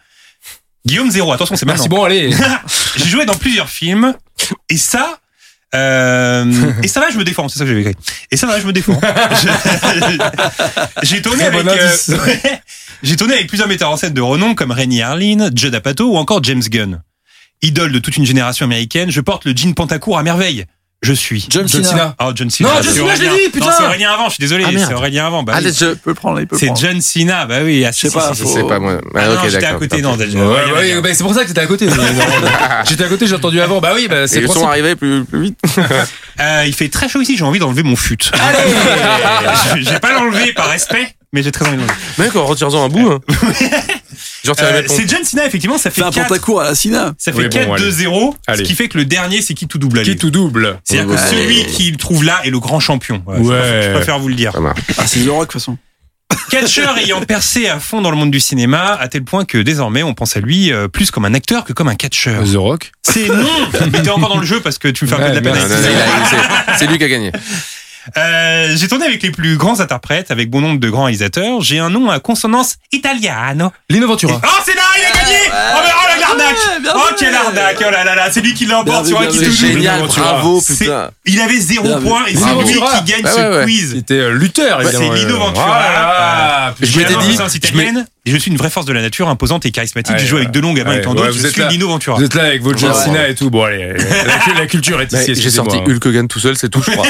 S3: Guillaume Zéro, attention, c'est maintenant.
S6: Merci, bon, allez.
S3: J'ai joué dans plusieurs films et ça.
S6: [LAUGHS]
S3: euh, et ça va, je me défends, c'est ça que j'avais écrit. Et ça va, je me défends. Je- [LAUGHS] J'ai tourné
S6: Très
S3: avec,
S6: bon
S3: euh, [LAUGHS]
S6: indice.
S3: ouais, j'ai tourné avec plusieurs metteurs en scène de renom comme Rainy Harlin, Judd Apatow ou encore James Gunn. Idole de toute une génération américaine, je porte le jean pantacourt à merveille. Je suis.
S7: John
S6: John
S7: Cena.
S6: Cena.
S3: Oh, John Cena.
S4: Non,
S3: c'est
S4: John Cena,
S3: Aurélien.
S4: je l'ai dit,
S3: Non,
S4: putain.
S3: c'est Aurélien avant, je suis désolé,
S4: Ah, merde.
S3: c'est Aurélien avant. Bah,
S4: Ah,
S3: oui.
S4: let's go.
S7: Il peut prendre, il peut
S3: C'est
S7: prendre.
S3: John Cena, bah oui. ah, si,
S7: sais pas,
S3: si, si,
S4: Je
S3: si.
S4: sais pas moi.
S3: Ah
S4: Ah,
S3: non,
S4: ok,
S3: j'étais à
S4: d'accord.
S3: côté, non, déjà.
S6: Ouais,
S3: Aurélien,
S6: bah oui,
S3: regarde.
S6: bah, c'est pour ça que t'étais à côté. [LAUGHS] mais- J'étais à côté, j'ai entendu avant. Bah oui, bah,
S4: Et
S6: c'est
S4: ils
S6: le
S4: sont
S6: principe.
S4: arrivés plus, plus vite.
S3: Euh, il fait très chaud ici, j'ai envie d'enlever mon fut. Allez J'ai pas l'enlever par respect, mais j'ai très envie de l'enlever.
S4: [LAUGHS] Mec, on retire-en
S3: [LAUGHS]
S4: un bout. Hein. Genre, c'est la
S3: Euh,
S4: même
S3: c'est John Cena, effectivement, ça fait
S7: Fais un
S3: 4,
S7: pantacourt à la Sina.
S3: ça fait
S9: Oui, bon,
S3: 4
S9: allez.
S3: 2 0 ce
S9: Allez.
S3: qui fait que le dernier, c'est qui tout double
S6: Qui est
S3: allez.
S6: tout double.
S3: C'est-à-dire que
S4: Ouais.
S3: celui qui le trouve là est le grand champion. Voilà, je
S6: Ouais.
S3: préfère- Je préfère vous le dire.
S7: Ah, c'est The Rock de toute façon.
S3: Catcheur ayant percé à fond dans le monde du cinéma, à tel point que désormais on pense à lui euh, plus comme un acteur que comme un catcheur.
S6: Euh, The Rock.
S3: C'est non Mais t'es encore dans le jeu parce que tu me fais un peu de la
S6: Ouais,
S3: peine.
S6: merde.
S3: avec
S4: Ah, Non, non,
S3: ce
S4: non,
S3: zéro.
S4: il a- c'est- C'est lui qui a
S3: Oh,
S4: gagné.
S3: Euh, j'ai tourné avec les plus grands interprètes, avec bon nombre de grands réalisateurs. J'ai un nom à consonance italiano.
S6: Lino
S3: Et-
S6: Ventura.
S3: Oh, c'est là, il a gagné Oh, mais
S4: Ah,
S3: oh, la l'arnaque Oh, quel arnaque Oh là là là, c'est lui qui l'emporte
S7: Bien
S3: sur un
S7: vu,
S3: qui
S7: bien
S4: C'est
S7: vu.
S3: tout double.
S4: génial,
S3: Ventura.
S4: bravo,
S3: C'est-
S4: putain.
S3: Il avait zéro
S7: Bien vu.
S3: point et
S6: Lino
S3: c'est lui
S6: Ventura.
S3: qui gagne
S4: Ouais, ouais,
S3: ce
S4: ouais.
S3: quiz.
S6: C'était euh, lutteur,
S3: Bah, c'est
S6: évidemment.
S3: Lino
S6: euh,
S3: Ventura.
S6: voilà. Ah,
S4: Je
S3: J'ai
S4: m'étais
S3: la
S4: dit-
S3: puissance italienne, et je suis une vraie force de la nature, imposante et charismatique.
S6: Ouais,
S3: je joue avec
S6: ouais.
S3: de longs gamins
S6: Ouais,
S3: et tant
S6: ouais,
S3: d'autres.
S6: vous
S3: Je
S6: êtes
S3: suis
S6: là.
S3: Lino Ventura.
S6: Vous êtes là avec votre John
S4: Ouais.
S6: Cena et tout. Bon, [LAUGHS] allez, la, cu- la culture est
S4: Mais
S6: ici.
S4: Ben, J'ai sorti Hulk Hogan tout seul, c'est tout, je crois.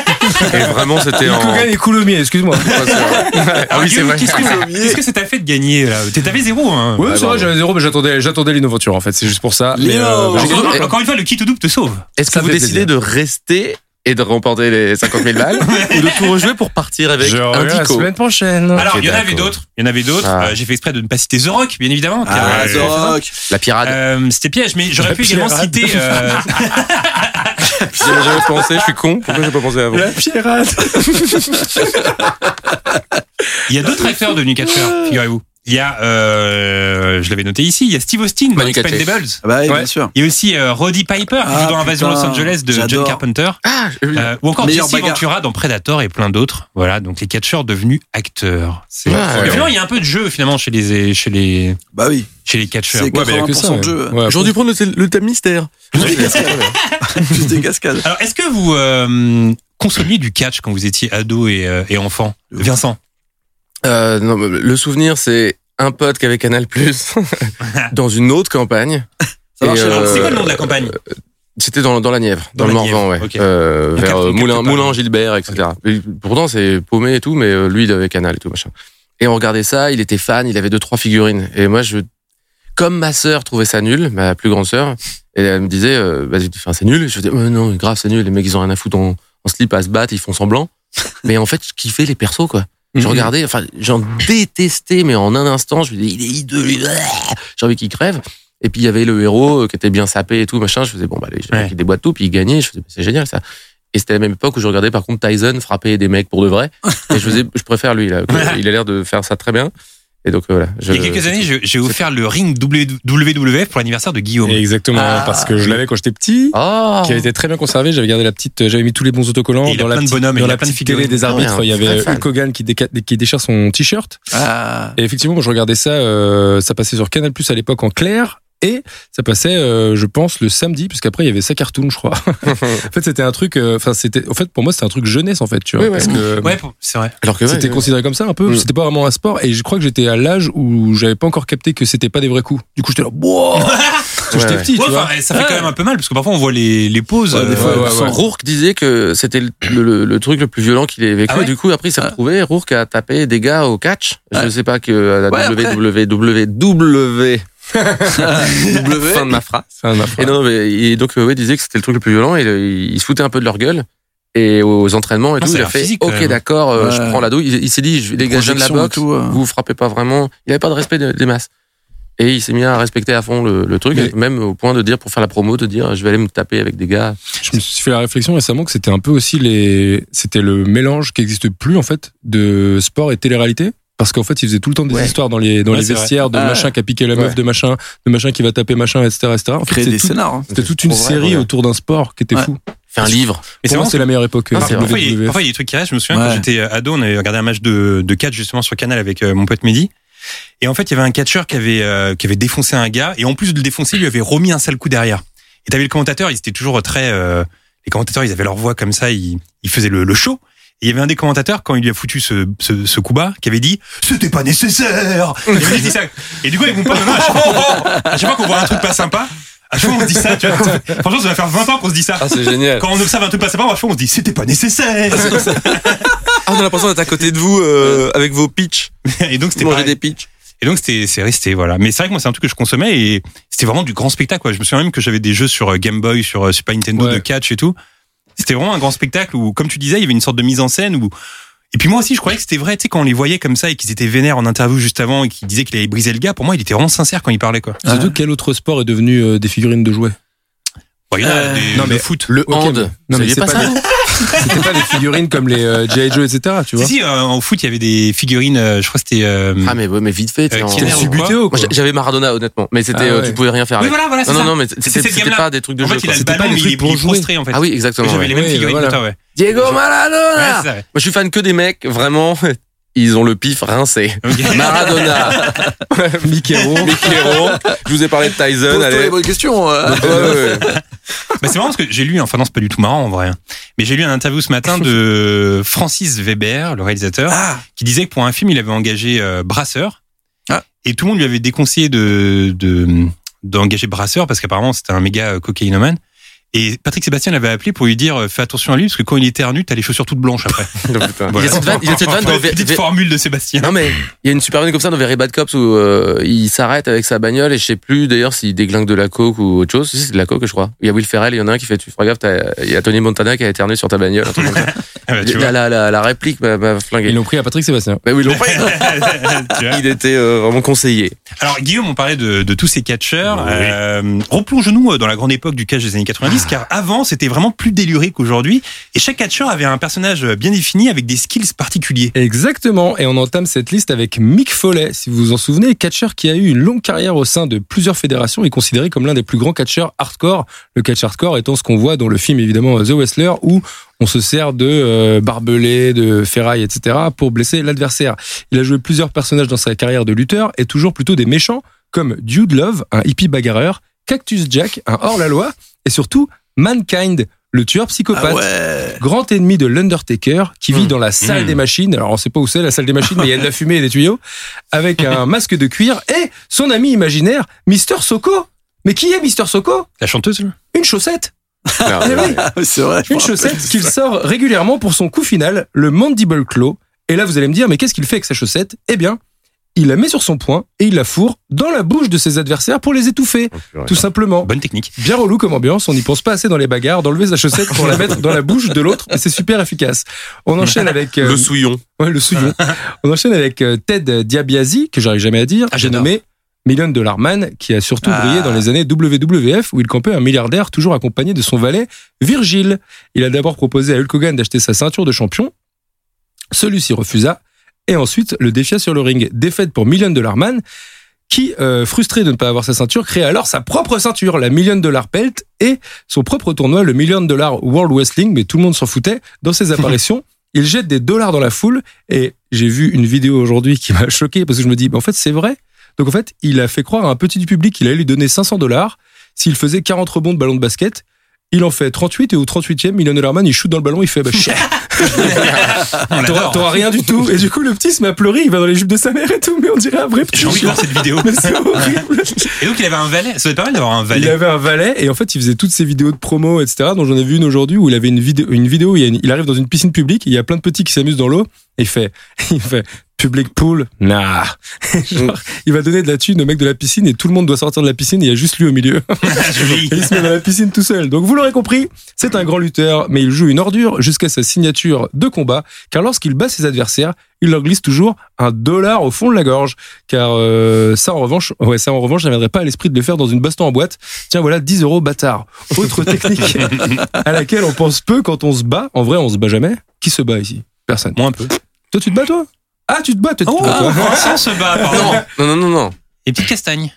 S4: Et vraiment, c'était en.
S6: Hogan et Coulommiers, excuse-moi.
S4: Ah oui, c'est
S3: Guillaume,
S4: vrai.
S3: Qu'est-ce que ça- qu'est-ce que ça t'a fait de gagner là T'es- T'avais zéro. Hein.
S6: Oui,
S4: Ouais,
S6: c'est vrai,
S4: bravo.
S6: j'avais zéro, mais j'attendais, j'attendais Lino Ventura, en fait. C'est juste pour ça. Mais,
S7: Lino.
S6: bah, j'ai-
S4: J'ai-
S3: Encore- Encore une fois, le kit ou double te sauve.
S4: [LAUGHS] Est-ce que
S6: Ça
S4: vous
S6: fait
S4: décidez de rester et de remporter les 50 000 balles ou de tout rejouer pour partir avec
S6: je reviens la
S4: Indico
S6: semaine prochaine.
S3: Alors, il y en avait
S4: d'accord.
S3: d'autres. Il y en avait d'autres.
S4: Ah.
S3: Euh, J'ai fait exprès de ne pas citer The Rock, bien évidemment. car,
S7: Ah,
S3: euh,
S7: The Rock.
S4: La pirate.
S3: Euh, c'était piège, mais j'aurais pu également
S6: Pierre
S3: citer. euh,
S4: J'y avais jamais pensé, je suis con. Pourquoi j'ai pas pensé avant
S6: pirate.
S3: Il y a d'autres acteurs devenus catcheurs, figurez-vous. Il y a, euh, je l'avais noté ici, il y a Steve Austin dans
S4: Manu Katché.
S3: Expendables.
S7: Ah bah oui,
S3: Ouais.
S7: bien sûr.
S3: Il y a aussi euh, Roddy Piper qui
S7: Ah,
S3: joue dans Invasion
S7: putain,
S3: Los Angeles de John
S7: j'adore.
S3: Carpenter.
S4: Ah, j'ai vu.
S3: Euh, ou encore
S7: Meilleur
S3: Jesse
S7: bagarre.
S3: Ventura dans Predator et plein d'autres. Voilà, donc les catcheurs devenus acteurs. C'est
S4: Ouais.
S3: Et finalement, il y a un peu de jeu finalement chez les chez les
S7: Bah oui.
S3: chez les catcheurs.
S7: C'est
S6: Ouais, mais il y a que
S7: 80%
S6: ça.
S7: de jeu. [LAUGHS]
S6: ouais. Ouais, après,
S4: J'aurais dû prendre le, thé- le thème mystère.
S7: Juste
S3: [LAUGHS]
S7: des cascades.
S3: Alors, est-ce que vous euh, consommiez du catch quand vous étiez ado et, euh, et enfant, Vincent
S4: Euh, non, mais le souvenir, c'est un pote qui avait Canal Plus dans une autre campagne. Et,
S7: Ça marche,
S4: euh,
S3: C'est quoi le nom de la campagne
S4: C'était dans, dans la Nièvre, dans,
S3: Dans
S4: le
S3: la Nièvre,
S4: Morvan, ouais.
S3: ok.
S4: Euh,
S3: On capte-
S4: vers
S3: on
S4: euh,
S3: capte
S4: Moulin,
S3: pas,
S4: Moulin, Gilbert, etc. Et pourtant, c'est paumé et tout, mais euh, lui, il avait Canal et tout, machin. Et on regardait ça, il était fan, il avait deux, trois figurines. Et moi, je, comme ma sœur trouvait ça nul, ma plus grande sœur, et elle me disait, euh, vas-y, enfin, c'est nul. Je disais, mais non, grave, c'est nul, les mecs, ils ont rien à foutre en, en slip à se battre, ils
S3: [LAUGHS]
S4: font semblant. mais en fait, je kiffais les persos, quoi. Je
S6: Mhm.
S4: regardais, enfin, j'en détestais, mais en un instant, je me disais, il est hideux, lui, ah j'ai envie qu'il crève. Et puis, il y avait le héros euh, qui était bien sapé et tout, machin. Je faisais, bon, bah, allez, j'ai
S3: Ouais.
S4: envie qu'il déboîte tout, puis il gagnait. Je faisais, c'est génial, ça. Et c'était à la même époque où je regardais, par contre, Tyson frapper des mecs pour de vrai. Et je faisais, je préfère lui, là. Il a l'air de faire ça très bien. Et donc, euh, voilà. je-
S3: Il y a quelques années, je- j'ai offert le ring WWF pour l'anniversaire de Guillaume.
S6: Et Exactement,
S7: Ah.
S6: parce que je l'avais quand j'étais petit.
S4: Oh!
S6: qui avait été très bien conservé. J'avais gardé la petite, j'avais mis tous les bons autocollants
S3: Et il a
S6: dans la
S3: plein de
S6: petite,
S3: bonhommes,
S6: dans
S3: il a
S6: la
S3: plein de
S6: petite télé
S3: figurines. Ah,
S6: des arbitres.
S4: Ouais,
S6: il y
S4: un
S6: avait
S4: vrai fan.
S6: Hulk Hogan qui, déca- qui déchire son t-shirt.
S7: Ah.
S6: Et effectivement, moi, je regardais ça, euh, ça passait sur Canal Plus à l'époque en clair. Et ça passait, euh, je pense, le samedi, puisqu'après il y avait ça cartoon, je crois. en fait, c'était un truc. euh, Enfin, c'était. En fait, pour moi, c'était un truc jeunesse, en fait, tu vois,
S4: Oui, ouais.
S6: parce que euh,
S3: Ouais, pour- c'est vrai.
S4: Alors que ouais,
S6: c'était
S4: ouais.
S6: considéré comme ça un peu.
S4: Mm.
S6: C'était pas vraiment un sport. Et je crois que j'étais à l'âge où j'avais pas encore capté que c'était pas des vrais coups. Du coup, j'étais là, Wouah Parce que
S4: Ouais,
S6: j'étais
S4: ouais.
S6: petit, tu
S3: Ouais,
S6: vois.
S3: enfin, eh, ça fait quand même un peu mal parce que parfois on voit les, les pauses. euh,
S7: Ouais, des fois,
S6: ouais, ouais.
S4: Rourke disait que c'était le, le- le truc le plus violent qu'il ait vécu.
S3: Ah ouais
S4: Et du coup, après, il s'est
S7: Ah.
S4: retrouvé. Rourke a tapé des gars au catch. Je
S7: Ouais.
S4: sais pas que à la
S7: Ouais, après.
S4: WWW.
S7: [LAUGHS] W.
S4: Fin de ma phrase.
S6: Enfin, ma-
S4: Et non, mais il- donc, euh, ouais, il disait que c'était le truc le plus violent et le- il se foutait un peu de leur gueule. Et aux entraînements et
S3: Ah,
S4: tout,
S3: ça a
S4: il a
S3: l'air
S4: fait,
S3: physique, quand
S4: ok,
S3: même.
S4: d'accord, euh, je
S7: Ouais.
S4: prends la douille. Il, il s'est dit, je- les gars, je viens de la
S7: Projection et
S4: boxe,
S7: tout, euh.
S4: vous frappez pas vraiment. Il avait pas de respect de- des masses. Et il s'est mis à respecter à fond le, le truc,
S6: Mais-
S4: même au point de dire, pour faire la promo, de dire, je vais aller me taper avec des gars.
S6: Je me suis fait la réflexion récemment que c'était un peu aussi les, c'était le mélange qui existe plus en fait de sport et télé-réalité. Parce qu'en fait, ils faisaient tout le temps des
S4: Ouais.
S6: histoires dans les dans
S3: Ouais,
S6: les
S3: c'est vrai.
S6: vestiaires de
S7: Ah.
S6: machin qui a piqué la meuf,
S4: Ouais.
S6: de machin, de machin qui va taper machin, etc., etc. En fait,
S7: Créer
S6: c'est
S7: des
S6: tout-
S7: scénars. hein.
S6: c'était toute une
S4: Pour vrai,
S6: série
S4: ouais.
S6: autour d'un sport qui était
S7: Ouais.
S6: fais
S4: Fait un livre.
S3: Mais c'est
S6: Pour moi,
S3: vraiment
S6: c'est la meilleure époque. euh,
S4: Ah, c'est
S6: WWF.
S3: Parfois il, y a, parfois, il y a des trucs qui restent. Je me souviens
S7: Ouais.
S3: quand j'étais ado, on avait regardé un match de, de catch justement sur Canal avec euh, mon pote Mehdi. Et en fait, il y avait un catcheur qui avait, euh, qui avait défoncé un gars. Et en plus de le défoncer, il lui avait remis un sale coup derrière. Et t'avais le commentateur, ils étaient toujours très. euh, les commentateurs, ils avaient leur voix comme ça, ils, ils faisaient le, le show. Et il y avait un des commentateurs, quand il lui a foutu ce, ce, ce coup bas, qui avait dit C'était pas nécessaire Il avait dit ça. Et du coup, avec mon pote, maintenant, à chaque fois qu'on- à chaque fois qu'on voit un truc pas sympa, à chaque fois on se dit ça. Tu vois, franchement, ça va faire 20 ans qu'on se dit ça.
S4: Ah, c'est génial.
S3: Quand on observe un truc pas sympa, à chaque fois on se dit C'était pas nécessaire
S4: [LAUGHS] Ah, on a l'impression d'être à côté de vous euh, avec vos pitchs.
S3: Et donc c'était pareil.
S4: pitchs.
S3: Et donc c'était c'est resté voilà. Mais c'est vrai que moi c'est un truc que je consommais et c'était vraiment du grand spectacle quoi. Je me souviens même que j'avais des jeux sur euh, Game Boy, sur euh, Super Nintendo
S6: Ouais.
S3: de catch et tout. C'était vraiment un grand spectacle où comme tu disais, il y avait une sorte de mise en scène où et puis moi aussi je croyais que c'était vrai, tu sais quand on les voyait comme ça et qu'ils étaient vénères en interview juste avant et qu'ils disaient qu'il allait briser le gars, pour moi il était vraiment sincère quand il parlait quoi.
S6: Surtout quel autre sport est devenu euh, des figurines de jouets
S3: Bon, il y en a
S7: Euh,
S3: des-
S6: non,
S3: le
S6: mais-
S3: foot.
S4: Le
S6: Ok,
S4: hand.
S6: mais- non,
S4: Vous
S6: mais
S4: saviez
S6: c'est
S4: pas
S6: pas
S4: ça
S6: des- [LAUGHS] C'était pas des figurines comme les euh, G.I. Joe, etc. Tu
S3: Si
S6: vois.
S3: si euh, en foot il y avait des figurines euh, je crois que c'était euh,
S4: Ah, mais, ouais, mais vite fait.
S3: Euh,
S4: tiens,
S3: Kenner ou
S4: on-
S3: quoi
S6: Subuteo,
S4: Moi,
S6: quoi.
S4: j'a- J'avais Maradona, honnêtement. Mais c'était,
S6: Ah
S4: euh,
S6: ouais.
S4: tu pouvais rien faire
S3: Oui
S4: avec.
S3: voilà voilà Ah, c'est
S4: non,
S3: ça.
S4: non, non, mais
S3: C'est
S4: c'était
S3: cette
S4: c'était
S3: gamme-là.
S4: pas des trucs de
S3: en
S4: jeu.
S3: fait, il
S4: quoi.
S3: a le
S6: C'était pas
S3: ballon,
S6: des
S3: mais il
S6: trucs
S3: est,
S6: pour
S3: il est
S6: jouer.
S3: prostré en fait.
S4: Ah oui, bah, exactement.
S3: J'avais les mêmes
S6: Ouais,
S3: figurines
S6: voilà.
S3: que toi, ouais.
S4: Diego Maradona
S3: Ouais, c'est vrai.
S4: Moi, je suis fan que des mecs, vraiment. [LAUGHS] Ils ont le pif rincé.
S3: Ok. [LAUGHS]
S4: Maradona,
S6: Mikero.
S4: Miquero, je vous ai parlé de Tyson,
S7: Pose-toi
S4: allez.
S7: les bonnes questions. euh.
S4: Ouais, ouais, ouais.
S3: Bah, c'est marrant parce que j'ai lu, enfin non, c'est pas du tout marrant en vrai, hein. mais j'ai lu un interview ce matin
S4: [LAUGHS]
S3: de Francis Weber, le réalisateur,
S7: Ah.
S3: qui disait que pour un film, il avait engagé euh, Brasseur.
S7: Ah.
S3: Et tout le monde lui avait déconseillé de, de, d'engager Brasseur parce qu'apparemment, c'était un méga euh, cocaïnomane. Et Patrick Sébastien l'avait appelé pour lui dire euh, fais attention à lui parce que quand il éternue, t'as les chaussures toutes blanches après.
S4: Non, putain. Il y
S3: Voilà.
S4: a cette vanne- il y a cette vanne dans Vé-
S3: petite
S4: Vé-
S3: formule de
S4: [LAUGHS]
S3: Sébastien.
S4: Non mais il y a une super vanne comme ça dans Very Bad Cops où euh, il s'arrête avec sa bagnole et je sais plus d'ailleurs s'il déglingue de la coke ou autre
S3: [LAUGHS]
S4: chose. Si, c'est de la coke je crois. Il y a Will Ferrell, il y en a un qui fait tu feras gaffe, t'as- il y a Tony Montana qui a éternué sur ta bagnole. un truc comme ça.
S3: Ah bah, tu vois.
S4: la, la, la, la réplique m'a- m'a flingué.
S6: Ils l'ont pris à Patrick Sébastien.
S4: Bah oui, ils l'ont
S3: [LAUGHS]
S4: pris.
S3: [LAUGHS] Tu vois.
S4: il était euh, vraiment conseillé.
S3: Alors Guillaume, on parlait de, de tous ces catcheurs. Euh, Replongeons-nous euh, dans la grande époque du catch des années 90, car avant c'était vraiment plus déluré qu'aujourd'hui, et chaque catcheur avait un personnage euh, bien défini avec des skills particuliers.
S6: Exactement, et on entame cette liste avec Mick Foley, si vous vous en souvenez, catcheur qui a eu une longue carrière au sein de plusieurs fédérations et considéré comme l'un des plus grands catcheurs hardcore, le catch hardcore étant ce qu'on voit dans le film évidemment The Wrestler, où on se sert de euh, barbelés, de ferrailles, etc. pour blesser l'adversaire. Il a joué plusieurs personnages dans sa carrière de lutteur et toujours plutôt des méchants, comme Dude Love, un hippie bagarreur, Cactus Jack, un hors-la-loi, et surtout Mankind, le tueur psychopathe [LAUGHS]
S7: Ah ouais.
S6: grand ennemi de l'Undertaker qui vit
S4: Mm.
S6: dans la salle
S3: Mm.
S6: des machines. Alors on sait pas où c'est la salle des machines, mais il y a de la fumée et des tuyaux, avec un [LAUGHS] masque de cuir et son ami imaginaire, Mister Soko. Mais qui est Mister Soko
S3: La chanteuse là
S6: Une chaussette.
S8: 아,
S4: Non,
S6: Eh
S4: non,
S6: oui,
S7: Ah, C'est vrai. je
S6: une
S7: me rappelle.
S6: chaussette qu'il sort régulièrement pour son coup final, le Mandible Claw. Et là vous allez me dire, mais qu'est-ce qu'il fait avec sa chaussette Eh bien, il la met sur son poing et il la fourre dans la bouche de ses adversaires pour les étouffer,
S4: purée.
S6: tout simplement.
S3: Bonne technique.
S6: Bien relou comme ambiance, on n'y pense pas assez dans les bagarres, d'enlever sa chaussette pour la mettre dans la bouche de l'autre, et c'est super efficace. On enchaîne avec euh,
S4: Le souillon.
S6: ouais, le souillon. [LAUGHS] On enchaîne avec euh, Ted Diabiasi, que j'arrive jamais à dire,
S3: Ah,
S6: j'ai
S3: j'adore.
S6: nommé Million Dollar Man, qui a surtout
S7: Ah.
S6: brillé dans les années WWF, où il campait un milliardaire toujours accompagné de son valet, Virgil. Il a d'abord proposé à Hulk Hogan d'acheter sa ceinture de champion. Celui-ci refusa, et ensuite le défia sur le ring. Défaite pour Million Dollar Man, qui, euh, frustré de ne pas avoir sa ceinture, crée alors sa propre ceinture, la Million Dollar Pelt, et son propre tournoi, le Million Dollar World Wrestling, mais tout le monde s'en foutait. Dans ses apparitions, il jette des dollars dans la foule, et j'ai vu une vidéo aujourd'hui qui m'a [LAUGHS] choqué, parce que je me dis, bah, en fait, c'est vrai. Donc en fait, il a fait croire à un petit du public qu'il allait lui donner 500 dollars s'il faisait 40 rebonds de ballon de basket. Il en fait 38 et au 38e, Million Dollar Man, il shoot dans le ballon,
S3: [LAUGHS]
S6: il fait bah, shit,
S3: On
S6: t'auras
S3: l'adore.
S6: t'auras rien du tout. Et du coup, le petit se met à pleurer, il va dans les jupes de sa mère et tout, mais on dirait un vrai petit.
S3: J'ai envie de voir cette vidéo.
S6: Mais
S3: [LAUGHS]
S6: c'est horrible.
S3: Et donc il avait un valet. Ça doit être pas mal d'avoir un
S6: Il
S3: valet.
S6: avait un valet et en fait il faisait toutes ses vidéos de promo, etc. dont j'en ai vu une aujourd'hui où il avait une vidéo, une vidéo où il, y a une- il arrive dans une piscine publique, il y a plein de petits qui s'amusent dans l'eau et il fait, [LAUGHS] il fait public pool, nah. [LAUGHS] Genre, il va donner de la thune au mec de la piscine et tout le monde doit sortir de la piscine et il y a juste lui au milieu.
S3: [LAUGHS] Joli.
S6: Et il se met dans la piscine tout seul. Donc vous l'aurez compris, c'est un grand lutteur, mais il joue une ordure jusqu'à sa signature de combat, car lorsqu'il bat ses adversaires, il leur glisse toujours un dollar au fond de la gorge. Car euh, ça en revanche, ouais, ça en revanche, ça ne viendrait pas à l'esprit de le faire dans une baston en boîte. Tiens, voilà 10 euros bâtard. Autre technique à laquelle on pense peu quand on se bat. En vrai, on se bat jamais. Qui se bat ici Personne.
S3: Moi un peu.
S6: Toi, tu te bats toi Ah, tu te bats, toi, tu te
S3: Oh,
S6: bats, toi.
S3: Vincent se bat, pardon.
S4: Non, non, non, non.
S3: Et petite castagne.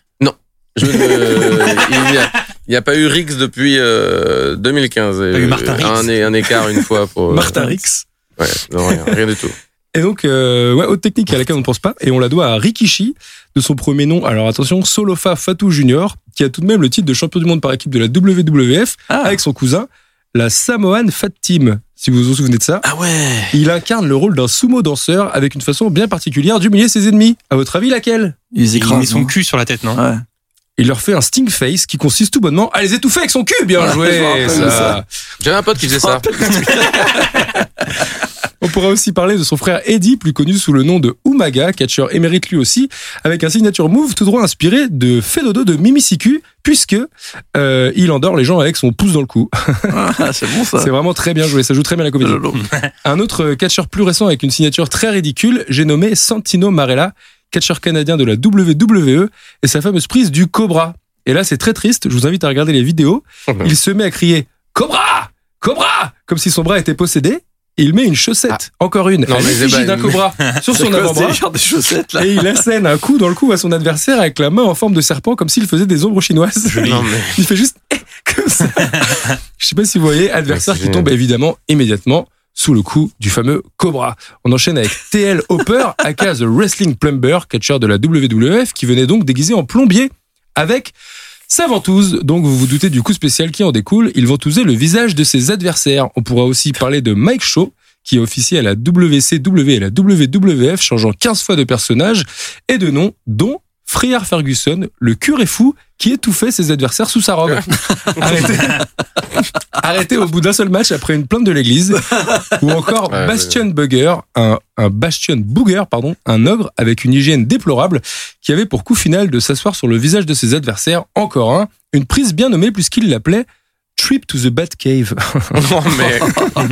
S4: Je ne- il n'y a, il y a pas eu Rix depuis euh, 2015.
S3: Pas eu Martin Rix.
S4: Un, é- un écart une fois pour. euh,
S7: Martin Rix.
S4: Ouais, non, rien, rien du tout.
S6: Et donc, euh, ouais, haute technique à laquelle on ne pense pas, et on la doit à Rikishi, de son premier nom, alors attention, Solofa Fatou Junior, qui a tout de même le titre de champion du monde par équipe de la WWF,
S7: Ah,
S6: avec son cousin, la Samoan Fat Team, si vous vous souvenez de ça.
S7: Ah ouais.
S6: Il incarne le rôle d'un sumo danseur avec une façon bien particulière d'humilier ses ennemis. À votre avis, laquelle
S7: Ils
S3: Il met
S7: écrasent.
S3: son
S7: non
S3: cul sur la tête, non
S7: Ouais.
S6: Il leur fait un sting face qui consiste tout bonnement à les étouffer avec son cul. Bien
S7: Ah, je me
S6: joué,
S7: rappelle
S6: ça.
S7: de ça.
S4: J'avais un pote qui faisait
S7: Je me
S4: ça.
S7: rappelle.
S6: On pourra aussi parler de son frère Eddie, plus connu sous le nom de Umaga, catcheur émérite lui aussi, avec un signature move tout droit inspiré de Fedodo de Mimisiku, puisque euh, il endort les gens avec son pouce dans le cou.
S7: Ah, C'est bon ça.
S6: C'est vraiment très bien joué, ça joue très bien la comédie.
S7: Lolo.
S6: Un autre catcheur plus récent avec une signature très ridicule, j'ai nommé Santino Marella, catcheur canadien de la WWE, et sa fameuse prise du Cobra. Et là, c'est très triste, je vous invite à regarder les vidéos.
S4: Mhm.
S6: Il se met à crier Cobra Cobra Comme si son bras était possédé. Et il met une chaussette, encore une,
S4: Ah. Non,
S6: à
S4: mais c'est
S6: l'effigie
S4: pas- [LAUGHS]
S6: d'un cobra sur
S7: C'est
S6: son
S7: quoi ce
S6: avant-bras.
S7: délire de chaussettes là
S6: Et il assène un coup dans le cou à son adversaire avec la main en forme de serpent comme s'il faisait des ombres chinoises. [LAUGHS]
S4: Non, mais
S6: Il fait juste comme ça. Je sais pas si vous voyez, adversaire
S4: Ouais, c'est
S6: qui tombe évidemment immédiatement sous le coup du fameux Cobra. On
S4: [LAUGHS]
S6: enchaîne avec TL Hopper, aka The Wrestling Plumber, catcheur de la WWF, qui venait donc déguisé en plombier avec sa ventouse. Donc vous vous doutez du coup spécial qui en découle. Il ventousait le visage de ses adversaires. On pourra aussi parler de Mike Shaw, qui a officié à la WCW et la WWF, changeant 15 fois de personnage et de nom, dont Friar Ferguson, le curé fou qui étouffait ses adversaires sous sa [LAUGHS] robe. Arrêté, Arrêté au bout d'un seul match après une plainte de l'église. Ou encore
S4: Ouais,
S6: Bastion Bugger, un, un Bastion Booger, pardon, un ogre avec une hygiène déplorable qui avait pour coup final de s'asseoir sur le visage de ses adversaires, encore un, une prise bien nommée puisqu'il l'appelait Trip to the Batcave.
S4: [LAUGHS] Non, mais.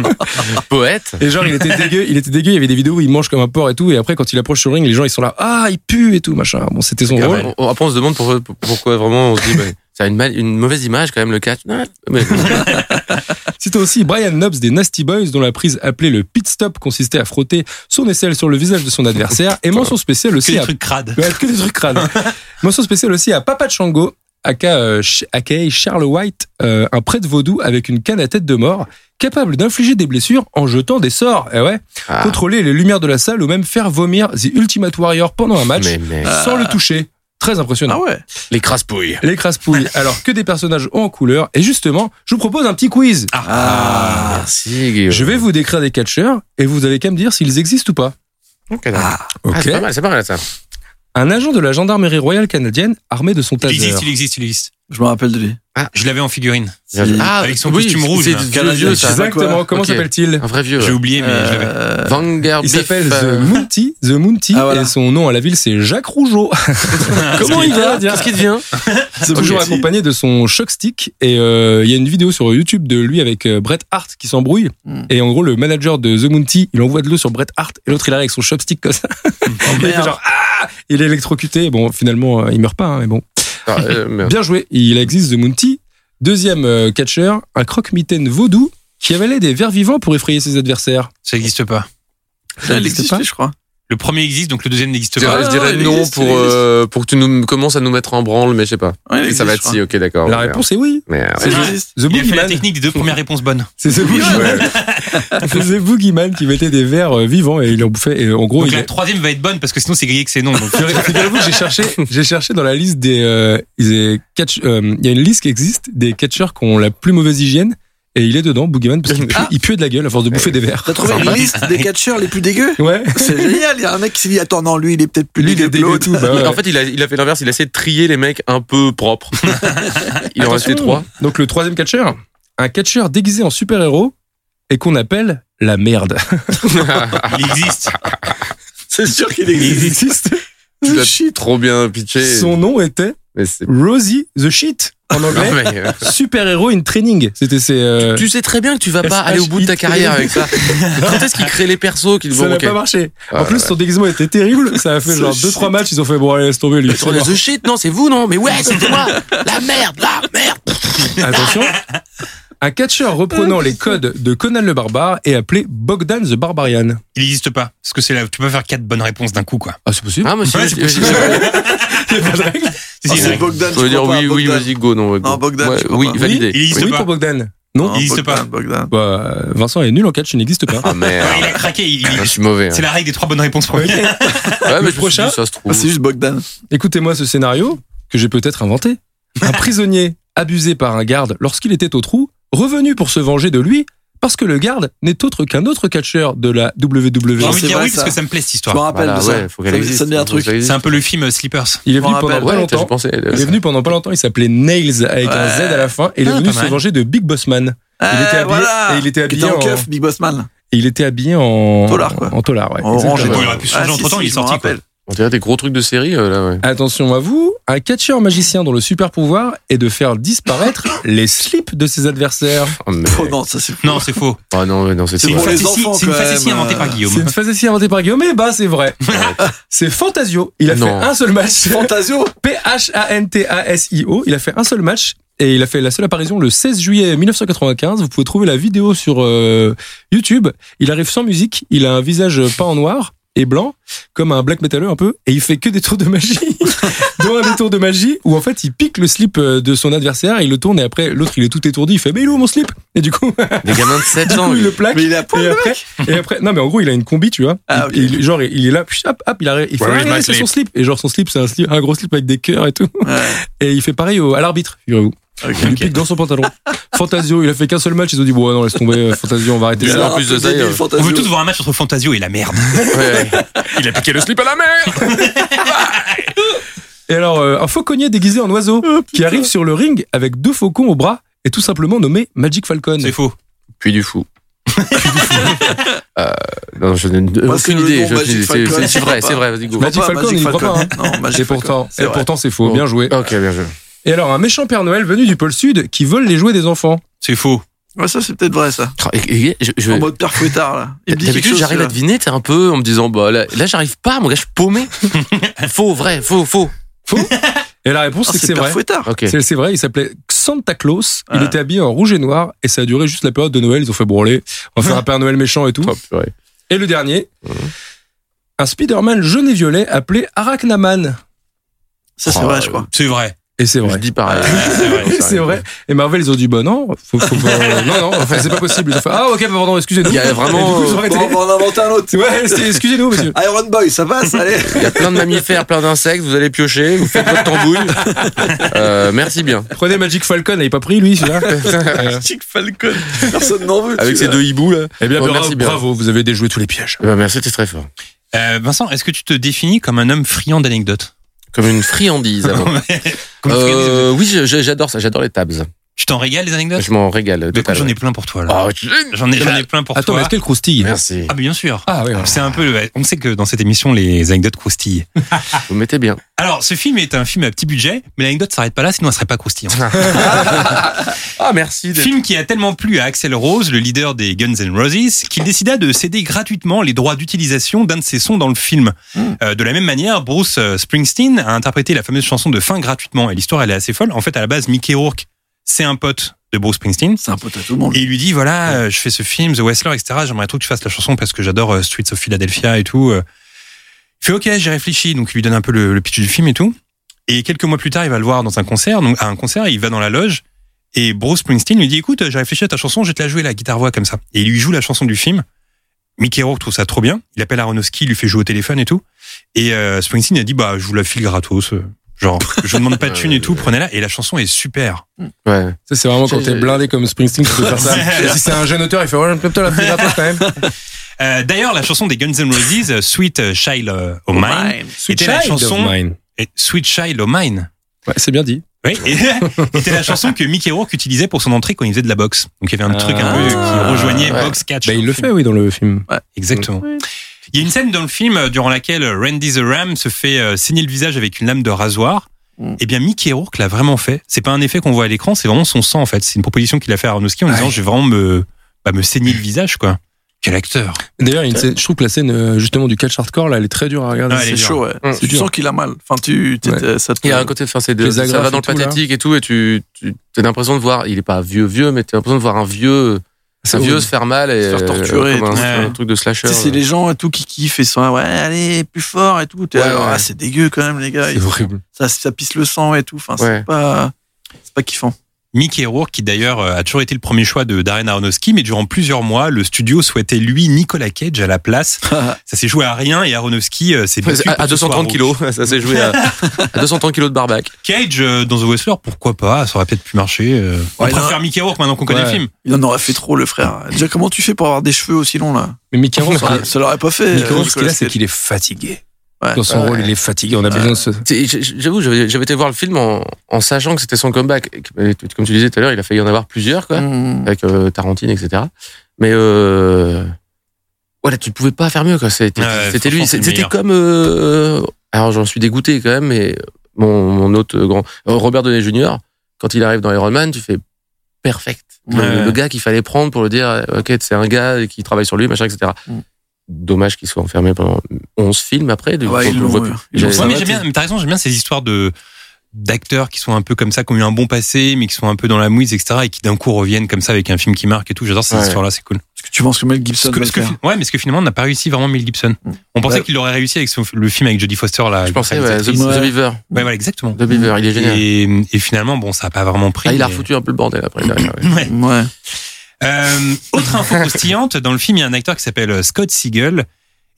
S4: [LAUGHS] Poète.
S6: Et genre, il était dégueu, il était dégueu, il y avait des vidéos où il mange comme un porc et tout, et après, quand il approche sur le ring, les gens, ils sont là, ah, il pue et tout, machin. Bon, c'était son
S4: Ah
S6: rôle.
S4: ouais. On- on- Après, on se demande pourquoi, pourquoi vraiment on se dit, bah, ça a une, mal- une mauvaise image quand même le catch. Non, mais-
S6: C'était aussi Brian Knobs des Nasty Boys, dont la prise appelée le pit stop consistait à frotter son aisselle sur le visage de son adversaire, et mention spéciale
S3: Que
S6: aussi
S3: des
S6: à
S3: trucs crades.
S6: [LAUGHS] Ouais, que des trucs crades.
S3: [LAUGHS]
S6: Mention spéciale aussi à Papa Chango, aka, euh, Ch- aka Charles White, euh, un prêtre vaudou avec une canne à tête de mort, capable d'infliger des blessures en jetant des sorts. Eh ouais.
S4: Ah.
S6: Contrôler les lumières de la salle ou même faire vomir The Ultimate Warrior pendant un match
S4: mais, mais-
S6: sans le toucher. Très impressionnant.
S7: Ah ouais.
S4: Les craspouilles.
S6: Les craspouilles, alors que des personnages en couleur. Et justement, je vous propose un petit quiz.
S4: Ah, merci Guillaume.
S6: Je vais vous décrire des catcheurs et vous avez qu'à me dire s'ils existent ou pas.
S4: Ok, d'accord. Ah,
S6: Ok.
S4: c'est pas mal, c'est pas mal ça.
S6: Un agent de la gendarmerie royale canadienne armé de son
S3: Il
S6: taser.
S3: existe, il existe, il existe.
S7: Je me rappelle de lui.
S3: Je l'avais en figurine.
S4: Ah,
S3: Avec son
S4: oui,
S3: costume rouge,
S4: C'est
S3: là.
S4: du vieux, vieux ça.
S6: Exactement. Comment
S4: Ok.
S6: s'appelle-t-il
S4: Un vrai vieux.
S3: J'ai oublié, mais je l'avais.
S7: Euh,
S4: Vanguard
S6: Il
S4: Biff,
S6: s'appelle The
S4: euh,
S6: Mounty, The Mounty,
S7: Ah, voilà.
S6: et son nom à la ville c'est Jacques Rougeau. [LAUGHS] Comment il va dire
S4: Qu'est-ce qu'il devient
S6: Toujours accompagné de son shock stick et euh, il y a une vidéo sur YouTube de lui avec euh, Bret Hart qui s'embrouille
S7: Hmm.
S6: et en gros le manager de The Mounty il envoie de l'eau sur Bret Hart et l'autre il arrive avec son shock stick comme ça. il est [LAUGHS]
S7: merde.
S6: genre ah il est électrocuté bon finalement euh, il meurt pas hein, mais bon
S4: Ah, euh, merde.
S6: bien joué il existe The Mounty deuxième euh, catcher un croque-mitaine vaudou qui avalait des vers vivants pour effrayer ses adversaires.
S3: Ça n'existe pas.
S7: elle existe,
S6: pas
S7: je crois.
S3: Le premier existe, donc le deuxième n'existe
S4: Je dirais,
S3: pas.
S4: je dirais
S7: il
S4: non
S7: existe, il
S4: pour, euh, pour que tu nous commences à nous mettre en branle, mais je sais pas.
S7: Ouais, elle
S4: ça va
S7: existe,
S4: être
S7: je
S4: si, ok, d'accord. euh,
S6: La
S4: Merde.
S6: réponse est oui.
S4: Merde.
S7: crois.
S3: C'est-
S7: Elle existe.
S6: The
S3: Il a fait la
S6: Boogeyman.
S3: technique des deux premières réponses bonnes.
S6: C'est The Boogeyman. [LAUGHS] C'est The Boogeyman qui mettait des vers euh, vivants et il en bouffait. Et en gros,
S3: Donc
S6: il
S3: la
S6: est-
S3: troisième va être bonne parce que sinon c'est grillé que c'est non. donc.
S6: Figurez-vous que
S3: [LAUGHS]
S6: j'ai cherché, j'ai cherché dans la liste des, euh, des catch- euh, il y a une liste qui existe des catcheurs qui ont la plus mauvaise hygiène et il est dedans, Boogeyman, parce qu'il pue,
S7: Ah.
S6: il puait de la gueule à force de bouffer des vers.
S7: T'as trouvé une liste des catcheurs les plus dégueux
S6: Ouais.
S7: C'est génial. Il y a un mec qui s'est dit Attends, non, lui, il est peut-être plus
S6: Lui, il est
S7: dégueu que
S6: dégueu et
S7: l'autre.
S6: tout.
S4: [LAUGHS]
S6: Bah, ouais.
S4: En fait, il a, il a fait l'inverse, il a essayé de trier les mecs un peu propres. il en
S6: Attention.
S4: restait
S6: [LAUGHS]
S4: trois.
S6: Donc le troisième catcheur, un catcheur déguisé en super-héros et qu'on appelle la merde.
S3: Il existe.
S4: C'est sûr qu'il
S6: Il existe.
S4: Tu l'as trop bien pitché.
S6: Son nom était
S4: Mais
S6: [LAUGHS]
S4: c'est-
S6: Rosie the Shit en
S4: Non,
S6: anglais.
S4: mais, euh,
S6: Super-héros in training. C'était ses. euh,
S4: Tu sais très bien que tu vas pas
S6: SHIT.
S4: aller au bout de ta carrière avec ça. Quand est-ce qu'ils créent les persos qu'ils
S6: Ça
S4: vont
S6: n'a
S4: manquer
S6: pas marché.
S4: Ah,
S6: en plus, son déguisement était terrible. Ça a fait genre deux trois matchs. Ils ont fait bon, allez, laisse tomber lui.
S4: Sur le The Shit, non, c'est vous, non Mais ouais, c'était moi La merde, la merde
S6: Attention. Un catcheur reprenant les codes de Conan le Barbare et appelé Bogdan the Barbarian.
S3: Il n'existe pas. Parce que c'est là, tu peux faire quatre bonnes réponses d'un coup,
S6: [LAUGHS]
S3: quoi.
S6: Ah, c'est possible.
S4: Ah, monsieur,
S3: Ouais,
S4: je-
S3: c'est possible.
S4: je-
S6: Il y a pas de règle.
S3: Si,
S7: Ah,
S3: [LAUGHS] si,
S7: c'est
S3: c'est vrai.
S7: Bogdan.
S4: je veux
S7: je
S4: dire
S7: crois
S4: oui,
S7: pas,
S4: oui,
S7: Bogdan.
S4: vas-y, go, non. go.
S7: Non, Bogdan,
S4: Ouais,
S7: je crois
S4: oui,
S7: pas.
S4: validé.
S3: Il existe
S6: Oui,
S3: pas.
S6: pour Bogdan.
S7: Non,
S3: Il existe
S7: Bogdan,
S3: pas.
S7: Bogdan.
S6: Bah, euh, Vincent est nul en catch, il n'existe pas.
S4: Ah
S3: Ouais, il
S4: merde,
S3: a craqué. il-
S4: je
S3: il-
S4: suis mauvais. hein.
S3: C'est la règle des trois bonnes réponses premières.
S4: Ouais, mais
S6: Le
S4: je me suis
S6: prochain,
S4: dit, ça se trouve.
S7: Ah, C'est juste Bogdan.
S6: Écoutez-moi ce scénario que j'ai peut-être inventé.
S7: [LAUGHS]
S6: Un prisonnier abusé par un garde lorsqu'il était au trou, revenu pour se venger de lui parce que le garde n'est autre qu'un autre catcheur de la E. WWE.
S3: J'ai envie
S7: c'est
S3: de dire
S7: vrai,
S3: oui parce
S7: ça.
S3: que ça me plaît cette
S7: Je me
S3: histoire.
S7: rappelle
S4: Voilà,
S7: de ça.
S4: ouais, faut qu'elle
S7: Ça-
S4: existe.
S7: Ça devient un truc.
S4: Ça existe.
S3: C'est un peu le film euh, Slippers.
S6: Il est venu
S7: Je m'en
S6: pendant
S7: rappelle,
S6: pas
S4: Ah, Ouais, t'as- euh, j'y
S6: longtemps.
S4: pensais.
S6: Il est venu pendant pas longtemps, il s'appelait Nails avec un Z à la fin et il est
S3: Ah,
S6: venu
S3: pas
S6: se
S3: mal.
S6: venger de Big Boss Man. Il était
S7: Eh,
S6: habillé-
S7: voilà.
S6: et il était
S7: Qui
S6: habillé en-
S7: en keuf, Big Boss Man.
S6: Et il était habillé en
S7: Taulard, quoi.
S6: En taulard, ouais.
S7: En
S6: exactement.
S7: orange.
S3: Bon, il aurait pu changer
S7: Ah,
S3: entre temps,
S7: si,
S3: il est
S7: si, je m'en
S3: sorti, quoi.
S7: rappelle.
S4: On dirait des gros trucs de série, euh, là, ouais.
S6: Attention à vous, un catcheur magicien dont le super pouvoir est de faire
S7: [LAUGHS]
S6: disparaître les slips de ses adversaires.
S4: Oh, mais-
S7: Oh non, ça c'est fou.
S3: Non, c'est faux.
S4: Oh non, ouais, non, c'est
S3: C'est
S4: c'est
S3: une
S7: pour
S4: vrai.
S7: les
S3: facétie,
S7: enfants,
S3: c'est une
S7: quand
S3: facétie
S7: même,
S3: inventée
S7: euh,
S3: par Guillaume.
S6: C'est une facétie inventée par Guillaume, mais bah c'est vrai. C'est Fantasio. Il a
S4: Non.
S6: fait un seul match.
S7: Fantasio
S6: P-H-A-N-T-A-S-I-O. Il a fait un seul match et il a fait la seule apparition le 16 juillet 1995. Vous pouvez trouver la vidéo sur euh, YouTube. Il arrive sans musique. Il a un visage peint en noir et blanc, comme un black metaleux un peu, et il fait que des tours de magie, [LAUGHS] dont un des tours de magie où en fait il pique le slip euh, de son adversaire, il le tourne et après l'autre il est tout étourdi, il fait mais il est où mon slip Et du coup, [LAUGHS]
S4: Des gamins de 7 ans.
S6: il
S4: lui.
S6: le plaque.
S7: Mais il est à poil,
S6: Et
S7: le
S6: après,
S7: mec.
S6: et après, non mais en gros il a une combi, tu vois.
S7: Ah, ok.
S6: Il- il- genre il est là, puis hop, hop, il arrive, il fait
S3: Where
S6: ah,
S3: is my
S6: regardez, c'est son
S3: slip
S6: slip. Et genre son slip c'est un, slip- un gros slip avec des cœurs et tout.
S7: Ouais.
S6: Et il fait pareil au- à l'arbitre, figurez-vous. Il lui
S3: Ok.
S6: pique dans son pantalon. Fantasio, il a fait qu'un seul match, ils ont dit bon non laisse tomber, euh, Fantasio on va arrêter
S4: Il a
S6: ça.
S4: en plus de ça,
S7: Débile,
S4: euh,
S3: On
S7: Fantasio.
S3: veut tous voir un match entre Fantasio et la merde.
S4: Ouais, ouais.
S3: Il a piqué le slip.
S4: Slip à la mer
S6: Et alors euh, un fauconnier déguisé en oiseau
S7: Oh,
S6: qui arrive sur le ring avec deux faucons au bras est tout simplement nommé Magic Falcon.
S3: [LAUGHS] C'est faux.
S4: Puis du fou. Euh, non, je n'ai
S7: Moi, c'est
S4: aucune
S7: le
S4: idée.
S7: nom
S4: j'ai aucune
S7: Magic
S4: idée. C'est-
S7: Falcon.
S4: C'est c'est vrai, c'est vrai, vas-y, go.
S6: Magic Falcon, il y croit pas,
S7: Non, hein, Magic
S6: Et pourtant,
S7: Falcon, c'est
S6: et
S7: vrai.
S6: pourtant c'est faux, bien joué.
S4: Ok, bien joué.
S6: Et alors un méchant Père Noël venu du pôle Sud qui vole les jouets des enfants.
S3: C'est faux.
S7: Ouais, ça, c'est peut-être vrai, ça.
S4: Et- et- je- je-
S7: En mode Pierre Fouettard, là. Il me dit quelque
S4: D'habitude,
S7: chose,
S4: j'arrive à
S7: celui-là.
S4: deviner, t'es un peu en me disant, bah là, là, j'arrive pas, mon gars, je suis [LAUGHS] paumé. faux, vrai, faux, faux.
S6: Et la réponse,
S7: Ah,
S6: c'est que c'est
S7: Pierre
S6: vrai.
S7: Fouettard.
S4: Ok.
S6: C'est c'est vrai, il s'appelait Santa Claus. Il
S7: Ouais.
S6: était habillé en rouge et noir et ça a duré juste la période de Noël. Ils ont fait brûler. On va faire un Père Noël méchant et tout.
S4: Oh, purée.
S6: Et le dernier,
S4: Mhm.
S6: un Spider-Man jaune et violet appelé Arachnaman.
S7: Ça, c'est
S4: Oh,
S7: vrai, je crois.
S3: C'est vrai.
S6: Et c'est
S4: Je
S6: vrai.
S4: dis
S7: [LAUGHS]
S4: pareil.
S6: [LAUGHS] C'est vrai. Et Marvel, ils ont dit, bah non, faut,
S4: [LAUGHS]
S6: faut pas- non, non, enfin, c'est pas possible. Ils ont fait, ah, ok, bah, pardon, excusez-nous.
S4: Il y a vraiment-
S6: Et du coup, ils ont arrêté.
S7: Bon, on va en inventer un autre.
S6: Ouais, c'est- excusez-nous, monsieur.
S7: Iron Boy, ça passe, allez.
S4: Il y a plein de mammifères, plein d'insectes, vous allez piocher, vous faites votre tambouille. Euh, merci bien.
S6: Prenez Magic Falcon, il est pas pris, lui,
S4: [LAUGHS]
S6: celui-là. Euh,
S3: Chick Falcon.
S7: Personne n'en veut.
S4: Avec
S7: celui-là.
S4: ces deux hiboux, là.
S6: Eh bien,
S4: Bon,
S6: bravo,
S4: merci bien.
S6: bravo, vous avez déjoué tous les pièges.
S4: Eh ben, merci, t'es très fort.
S3: Euh, Vincent, est-ce que tu te définis comme un homme friand d'anecdotes
S4: Comme une friandise avant.
S3: Comme friand d'anecdotes.
S4: Euh, oui, je- je- j'adore ça, j'adore les tabs.
S3: Tu t'en régales les anecdotes
S4: Je m'en régale.
S3: Bah, écoute, J'en
S4: totalement.
S3: ai plein pour toi là.
S4: Ah, je-
S3: J'en ai, j'en ai plein pour
S6: Attends, mais
S3: toi.
S6: est-ce qu'elle croustille
S4: Merci.
S3: Ah, mais bien sûr.
S6: Ah, oui,
S3: C'est un peu. le- On sait que dans cette émission, les anecdotes croustillent.
S4: Vous mettez bien.
S3: Alors, ce film est un film à petit budget, mais l'anecdote s'arrête pas là, sinon elle serait pas croustillante.
S4: Ah, merci. d'être-
S3: Film qui a tellement plu à Axel Rose, le leader des Guns N' Roses, qu'il décida de céder gratuitement les droits d'utilisation d'un de ses sons dans le film.
S6: Hmm.
S3: Euh, de la même manière, Bruce euh, Springsteen a interprété la fameuse chanson de fin gratuitement. Et l'histoire, elle est assez folle. En fait, à la base, Mickey Rourke, c'est un pote de Bruce Springsteen.
S7: C'est un pote à tout le monde.
S3: Et il lui dit voilà, euh, je fais ce film, The Wrestler, etc. J'aimerais trop que tu fasses la chanson parce que j'adore euh, Streets of Philadelphia et tout. euh. Il fait ok, j'ai réfléchi. Donc il lui donne un peu le, le pitch du film et tout. Et quelques mois plus tard, il va le voir dans un concert. Donc à un concert, il va dans la loge et Bruce Springsteen lui dit écoute, euh, j'ai réfléchi à ta chanson, je vais te la jouer la guitare voix comme ça. Et il lui joue la chanson du film. Mickey Rourke trouve ça trop bien. Il appelle Aronofsky, il lui fait jouer au téléphone et tout. Et euh, Springsteen a dit bah je vous la file gratos. euh, Genre, je ne demande pas de thune et tout, prenez-la. Et la chanson est super.
S4: Ouais.
S6: Ça, c'est vraiment quand
S4: J'ai-
S6: t'es blindé comme Springsteen qui peut faire ça. si c'est un jeune auteur, il fait, ouais, j'aime plutôt la plus gratos quand même.
S3: Euh, D'ailleurs, la chanson des Guns N' Roses, euh, Sweet Child of Mine, était la
S6: Child of
S3: chanson
S6: Mine.
S3: et Sweet Child of Mine.
S6: Ouais, c'est bien dit.
S3: Oui, et- [LAUGHS] était la chanson que Mickey Rourke utilisait pour son entrée quand il faisait de la boxe. Donc il y avait un
S6: Ah.
S3: truc un peu qui rejoignait
S4: Ouais.
S3: boxe catch.
S6: Bah, il le fait, oui, dans le film.
S3: Exactement. Il y a une scène dans le film euh, durant laquelle euh, Randy the Ram se fait euh, saigner le visage avec une lame de rasoir.
S7: Mm.
S3: Eh bien, Mickey Rourke l'a vraiment fait. C'est pas un effet qu'on voit à l'écran, c'est vraiment son sang en fait. C'est une proposition qu'il a fait à Aronofsky en disant je vais vraiment me, bah, me saigner le visage quoi. Quel acteur
S6: D'ailleurs, il y a une scène- je trouve que la scène, euh, justement, du catch hardcore, là, elle est très dure à regarder.
S3: Ouais, elle est
S7: C'est
S3: dure.
S7: chaud, ouais.
S4: Mm.
S7: Tu
S6: Dur.
S7: sens qu'il a mal. Enfin, tu, tu- ça te.
S4: Il y a un côté, enfin, c'est de,
S6: Les
S4: ça va
S6: agrafes
S4: dans
S6: et
S4: le
S6: tout, là.
S4: pathétique Euh, et tout, et tu, tu as l'impression de voir, il est pas vieux, vieux, mais t'as l'impression de voir un vieux, un
S6: C'est
S4: vieux
S6: horrible.
S4: se faire mal et
S7: Se faire torturer
S4: euh, comme
S7: et
S3: tout.
S4: un,
S3: Ouais.
S4: un truc de slasher.
S7: Tu sais, c'est les gens et tout qui kiffent et sont ah ouais allez plus fort et tout T'es
S4: Ouais,
S7: là,
S4: ouais.
S7: Ah, c'est dégueu quand même les gars
S6: C'est horrible.
S7: ça, ça pisse le sang et tout enfin
S4: Ouais.
S7: c'est pas c'est pas kiffant [LAUGHS]
S3: Mickey Rourke, qui d'ailleurs euh, a toujours été le premier choix de Darren Aronofsky, mais durant plusieurs mois, le studio souhaitait lui Nicolas Cage à la place. Ça s'est joué à rien et Aronofsky euh, s'est battu
S4: À, à
S3: pour que ce soit
S4: 230
S3: Rourke.
S4: kilos, ça s'est joué à, à 230 kilos de barbac.
S3: Cage euh, dans The Wrestler, pourquoi pas Ça aurait peut-être pu marcher. euh. on
S7: Ouais,
S3: préfère Mickey Rourke maintenant qu'on connaît le
S6: Ouais.
S3: film.
S7: il en aurait fait trop le frère déjà comment tu fais pour avoir des cheveux aussi longs là
S6: Mais Mickey Rourke,
S7: ça, ça l'aurait pas fait
S6: Mickey
S7: Ah, euh,
S6: Rourke, ce qu'il a,
S7: Nicolas
S6: c'est
S7: Cage.
S6: qu'il est fatigué.
S7: Ouais.
S6: Dans son
S4: Ouais.
S6: rôle, il est fatigué. On a besoin de ce.
S4: C'est- j- j- J'avoue, j'avais j'avais été voir le film en, en sachant que c'était son comeback. Et tu- Comme tu disais tout à l'heure, il a failli en avoir plusieurs, quoi,
S7: Mm.
S4: avec euh, Tarantine, etc. Mais euh, voilà, tu pouvais pas faire mieux, quoi. C'était
S3: Ouais,
S4: c'était lui.
S3: franchement, c'est le
S4: C'était
S3: meilleur.
S4: comme. euh, alors, j'en suis dégoûté quand même, mais mon, mon autre grand Robert Downey Jr. Quand il arrive dans Iron Man, tu fais perfect. Le,
S3: Ouais.
S4: le gars qu'il fallait prendre pour le dire, euh, ok, c'est un gars qui travaille sur lui, machin, etc.
S7: Mm.
S4: Dommage qu'il soit enfermé pendant 11 films après. du
S7: Ah
S4: coup,
S7: ouais,
S4: on
S7: ils
S4: le
S7: l'ont,
S4: voit
S7: euh,
S4: plus.
S7: ils l'ont
S4: J'ai-
S3: Ouais, mais
S7: Ça va,
S3: j'aime bien,
S7: t'es-
S3: mais t'as raison, j'aime bien ces histoires de d'acteurs qui sont un peu comme ça, qui ont eu un bon passé, mais qui sont un peu dans la mouise, etc., et qui d'un coup reviennent comme ça avec un film qui marque et tout. J'adore ces
S4: Ouais.
S3: histoires-là, c'est cool.
S7: parce que tu penses que Mel
S3: Parce
S7: Gibson
S3: que,
S7: va le
S3: parce que
S7: faire.
S3: fi- ouais, mais ce que finalement, on n'a pas réussi vraiment Mel Gibson. On pensait
S7: Ouais.
S3: qu'il aurait réussi avec son- le film avec Jodie Foster, là.
S4: Mm. Je
S3: avec
S4: pensais,
S3: la
S4: Ah, ouais, The,
S3: réalisatrice.
S4: The
S7: Ouais.
S4: Beaver.
S3: Ouais, voilà, exactement.
S4: The Beaver, il est génial.
S3: Et, et finalement, bon, ça n'a pas vraiment pris.
S4: Ah, il a
S3: mais-
S4: refoutu un peu le bordel après. derrière,
S7: [LAUGHS]
S4: ouais.
S3: [LAUGHS] Ouais.
S7: ouais
S3: Euh, autre
S4: [LAUGHS]
S3: info croustillante, dans le film, il y a un acteur qui s'appelle euh, Scott Siegel,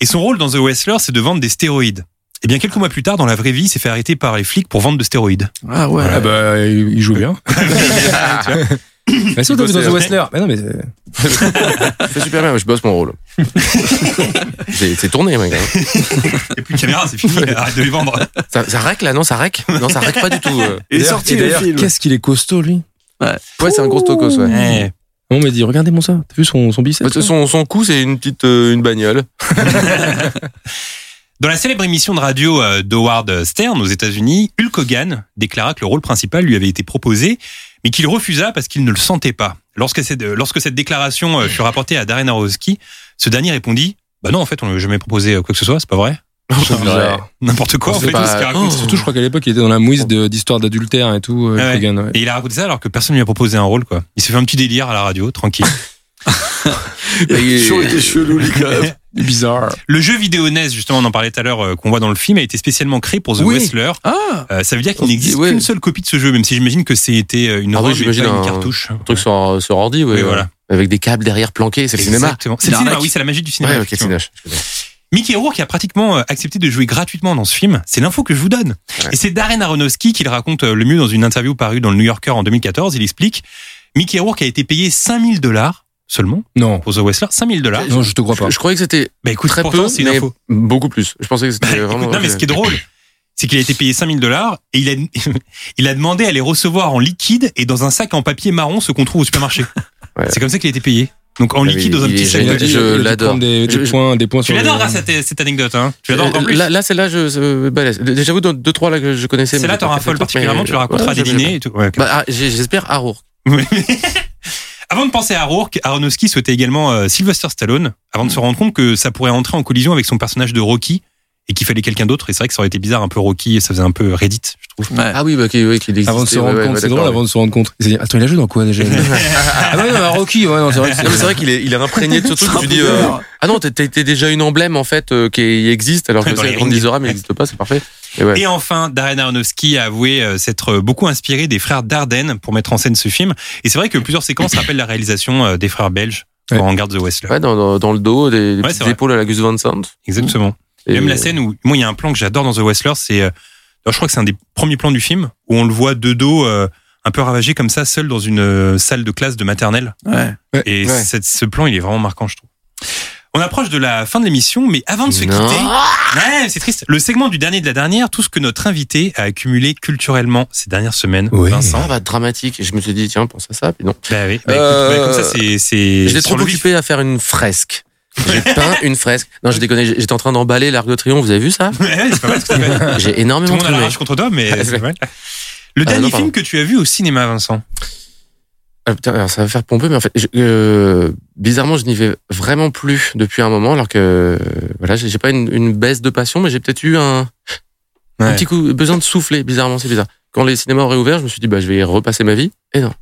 S3: et son rôle dans The Wrestler, c'est de vendre des stéroïdes. Et bien, quelques mois plus tard, dans la vraie vie, il s'est fait arrêter par les flics pour vendre de stéroïdes.
S7: ah ouais
S6: Ah bah, il il joue bien. Mais si, on t'a vu dans
S4: bossait,
S6: The
S4: ouais.
S6: Wrestler. Mais non, mais. euh,
S4: C'est super bien, je bosse mon
S7: [LAUGHS]
S4: rôle. c'est c'est tourné, mec. hein.
S3: Il n'y a plus de caméra, c'est fini, [LAUGHS] arrête de les vendre.
S4: Ça, ça racle là, non Ça racle Non, ça racle pas du tout. euh.
S7: il est
S6: d'ailleurs-
S7: sorti
S6: et
S7: le
S6: d'ailleurs,
S7: film
S6: Qu'est-ce qu'il est costaud, lui.
S4: Ouais, c'est un gros tocos, ouais.
S3: Ouais.
S6: On m'a dit, regardez-moi ça. T'as vu son, son biceps
S4: Parce que son, son cou, c'est une petite euh, une bagnole.
S3: Dans la célèbre émission de radio euh, d'Howard Stern aux États-Unis, Hulk Hogan déclara que le rôle principal lui avait été proposé, mais qu'il refusa parce qu'il ne le sentait pas. Lorsque cette, euh, lorsque cette déclaration euh, fut rapportée à Darren Aronofsky, ce dernier répondit Bah non, en fait, on ne jamais proposé euh, quoi que ce soit, c'est pas vrai. [LAUGHS] N'importe quoi,
S6: On
S3: en
S6: sait
S3: fait,
S4: pas.
S3: ce qu'il raconte.
S6: Surtout, je crois qu'à l'époque, il était dans la mouise de- d'histoire d'adultère et tout. euh,
S3: Ouais.
S6: Keegan,
S4: Oh.
S6: ouais.
S3: Et il a raconté ça alors que personne ne lui a proposé un rôle, quoi. Il s'est fait un petit délire à la radio,
S4: [LAUGHS]
S3: tranquille.
S4: Et- [LAUGHS]
S6: Bizarre.
S3: le jeu vidéo NES, justement, on en parlait tout à l'heure, euh, qu'on voit dans le film, a été spécialement créé pour The
S4: Oui.
S3: Wrestler.
S7: Ah
S3: Euh, ça veut dire qu'il
S4: Oh,
S3: n'existe
S4: ouais.
S3: qu'une seule copie de ce jeu, même si j'imagine que c'était euh, une
S4: Ah oui,
S3: ROM et
S4: j'imagine
S3: pas une
S4: un-
S3: cartouche.
S4: Un truc sur, euh, sur ordi, ouais,
S3: Oui, voilà.
S4: avec des câbles derrière planqués, c'est le cinéma.
S3: Exactement. C'est le cinéma,
S4: L'arnaque.
S3: oui, c'est la magie du cinéma.
S4: Ouais, ok,
S3: effectivement.
S4: cinéma. je connais.
S3: Mickey Rourke a pratiquement euh, accepté de jouer gratuitement dans ce film. C'est l'info que je vous donne.
S4: Ouais.
S3: Et c'est Darren Aronofsky qui le raconte euh, le mieux dans une interview parue dans le New Yorker en 2014. Il explique Mickey Rourke a été payé 5000 dollars seulement
S6: Non.
S3: pour The Wrestler. 5000 dollars.
S6: Non, je te crois pas.
S4: Je, je croyais que c'était
S3: Bah écoute,
S4: très
S3: pour toi,
S4: peu,
S3: c'est une
S4: mais
S3: info. Bah,
S4: beaucoup plus. Je pensais que c'était
S3: Écoute,
S4: vraiment.
S3: non, mais ce qui est drôle, c'est qu'il a été payé 5000 dollars et il a, [LAUGHS] il a demandé à les recevoir en liquide et dans un sac en papier marron, ce qu'on trouve au supermarché.
S4: [LAUGHS] Ouais.
S3: C'est comme ça qu'il a été payé. Donc en
S4: Ah, mais
S3: liquide dans un
S4: il
S3: petit
S4: est
S3: sac
S6: Il a
S3: de
S4: génial.
S6: dû-
S4: Je
S6: il a dû
S4: l'adore.
S6: prendre Des, des
S4: Je- je-
S6: points, des points
S3: Tu
S6: sur
S3: l'adores,
S6: le-
S3: hein, cette, cette anecdote, hein. Tu l'adores encore
S4: Euh,
S3: plus.
S4: Là, là, celle-là, je, euh, balèze. Déjà, vous, dans deux, trois là que je connaissais. mais
S3: Celle-là,
S4: j'ai pas
S3: t'auras un
S4: fait
S3: folle
S4: attention,
S3: particulièrement,
S4: mais-
S3: tu la raconteras à
S4: Ouais,
S3: des
S4: j'aime
S3: dîners et tout. Ouais, ok.
S4: bien. Bah, ah, j'ai- j'espère à Rourke.
S3: Oui. Avant de penser à Rourke, Aronofsky souhaitait également euh, Sylvester Stallone, avant de se rendre compte que ça pourrait entrer en collision avec son personnage de Rocky et qu'il fallait quelqu'un d'autre. Et c'est vrai que ça aurait été bizarre, un peu Rocky, et ça faisait un peu Reddit, je trouve.
S7: Ouais.
S4: Ah oui, bah, qui, oui, qu'il existe.
S6: Avant de se rendre compte, c'est drôle, avant de se rendre compte. Il s'est dit, Attends, il a joué dans quoi
S4: [LAUGHS]
S6: déjà Ah ouais, non, mais Rocky, ouais, non, c'est vrai. que c'est-
S4: c'est vrai qu'il est, il est imprégné de ce truc.
S7: C'est un
S4: Tu
S7: peu
S4: dis, euh,
S7: bizarre.
S4: ah non, t'es- t'es t'es déjà une emblème en fait euh, qui existe,
S3: [LAUGHS]
S4: alors que
S3: Dans les
S4: c'est
S3: rings.
S4: Grande Isora, mais il n'existe pas, c'est parfait. Et ouais.
S3: Et enfin, Darren Aronofsky a avoué euh, s'être euh, beaucoup inspiré des frères Dardenne pour mettre en scène ce film. Et c'est vrai que plusieurs séquences rappellent la réalisation euh, des frères belges
S6: Ouais.
S3: pour Hangar the Westler.
S4: Ouais, dans, dans, dans le dos, des, des
S3: Ouais,
S4: petites
S3: c'est vrai.
S4: épaules à la Gus Van Sant.
S3: Exactement.
S4: Et-
S3: Même la scène où, moi, il y a un plan que j'adore dans The Wrestler, c'est, euh, alors, je crois que c'est un des premiers plans du film où on le voit de dos, euh, un peu ravagé comme ça, seul dans une euh, salle de classe de maternelle.
S7: Ouais.
S3: Et
S4: Ouais.
S3: cette- ce plan, il est vraiment marquant, je trouve. On approche de la fin de l'émission, mais avant de se
S4: Non.
S3: quitter, ouais, c'est triste. Le segment du dernier de la dernière, tout ce que notre invité a accumulé culturellement ces dernières semaines,
S6: Oui.
S3: Vincent.
S4: Ah bah dramatique. Et je me suis dit tiens pense à ça puis non.
S3: Bah oui, bah, écoute,
S4: Euh,
S3: bah, comme ça, c'est, c'est
S4: J'étais
S3: sur
S4: trop
S3: le vif.
S4: occupé à faire une fresque.
S3: [LAUGHS]
S4: J'ai peint une fresque. Non je déconne. J'étais en train d'emballer l'arc de triomphe. Vous avez vu ça
S3: [LAUGHS] Ouais, c'est pas mal, c'est pas
S4: [LAUGHS]
S3: mal.
S4: J'ai
S3: Tout
S4: énormément
S3: le monde a la
S4: trimé.
S3: rage contre toi, mais
S4: Ouais,
S3: c'est
S4: ouais.
S3: pas mal. Le
S4: Ah,
S3: dernier
S4: non,
S3: film
S4: pardon.
S3: que tu as vu au cinéma, Vincent.
S4: Ah, putain, alors, ça va faire pomper mais en fait je- euh, bizarrement je n'y vais vraiment plus depuis un moment alors que euh, voilà j'ai j'ai pas une, une baisse de passion mais j'ai peut-être eu un un
S3: Ouais.
S4: petit coup besoin de souffler bizarrement c'est bizarre. Quand les cinémas ont réouvert je me suis dit bah je vais y repasser ma vie et non.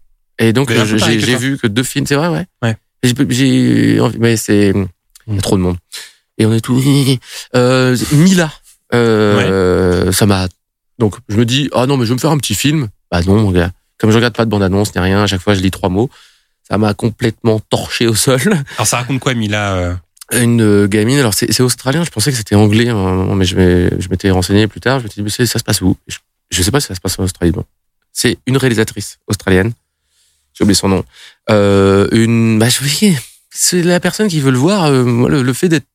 S4: Et donc
S3: Mais un
S4: euh,
S3: peu pareil
S4: j'ai
S3: que
S4: j'ai
S3: toi.
S4: vu que deux films c'est vrai ouais.
S3: Ouais.
S4: J'ai- J'ai envie- mais c'est il y a trop de monde. Et on est tout. [LAUGHS] Euh, Mila. Euh, Ça m'a. Donc je me dis ah non mais je vais me faire un petit film. Bah non mon gars. Comme je regarde pas de bande annonce ni rien, à chaque fois je lis trois mots. Ça m'a complètement torché au sol. [LAUGHS]
S3: Alors, ça raconte quoi, Mila euh,
S4: Une euh, gamine, alors c'est c'est australien, je pensais que c'était anglais, hein, à un moment, mais je m'ai- je m'étais renseigné plus tard, je me suis dit, mais c'est- ça se passe où je, je sais pas si ça se passe en Australie. Bon. C'est une réalisatrice australienne, j'ai oublié son nom. Euh, une, bah, je me dis, c'est la personne qui veut le voir, euh, moi, le, le fait d'être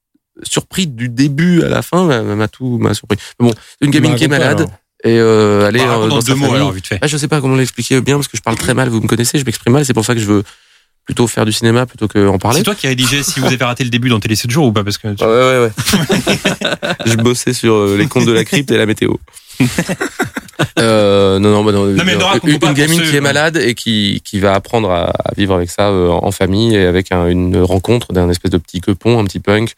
S4: surpris du début à la fin m'a m'a tout m'a surpris. Mais bon, c'est une
S6: Il me
S4: gamine qui est
S6: raconte pas,
S4: malade,
S6: Bah, alors.
S4: et euh, elle est
S3: Bah, raconte
S4: euh,
S3: dans
S4: dans sa
S3: deux mots,
S4: famille.
S3: alors, vite fait.
S4: Ah, je sais pas comment l'expliquer bien parce que je parle très mal, vous me connaissez, je m'exprime mal, c'est pour ça que je veux plutôt faire du cinéma plutôt qu'en parler.
S3: C'est toi qui as rédigé si vous avez raté le début dans Télé 7 jours ou pas parce que tu-
S4: Ouais, ouais, ouais. [LAUGHS] je bossais sur euh, les comptes de la crypte et la météo. [LAUGHS] euh, non, non, bah non.
S3: mais
S4: euh,
S3: ne raconte
S4: une,
S3: pas
S4: une
S3: pour
S4: gamine
S3: ceux- euh,
S4: qui est malade et qui, qui va apprendre à, à vivre avec ça euh, en famille et avec un- une rencontre d'un espèce de petit quepon, un petit punk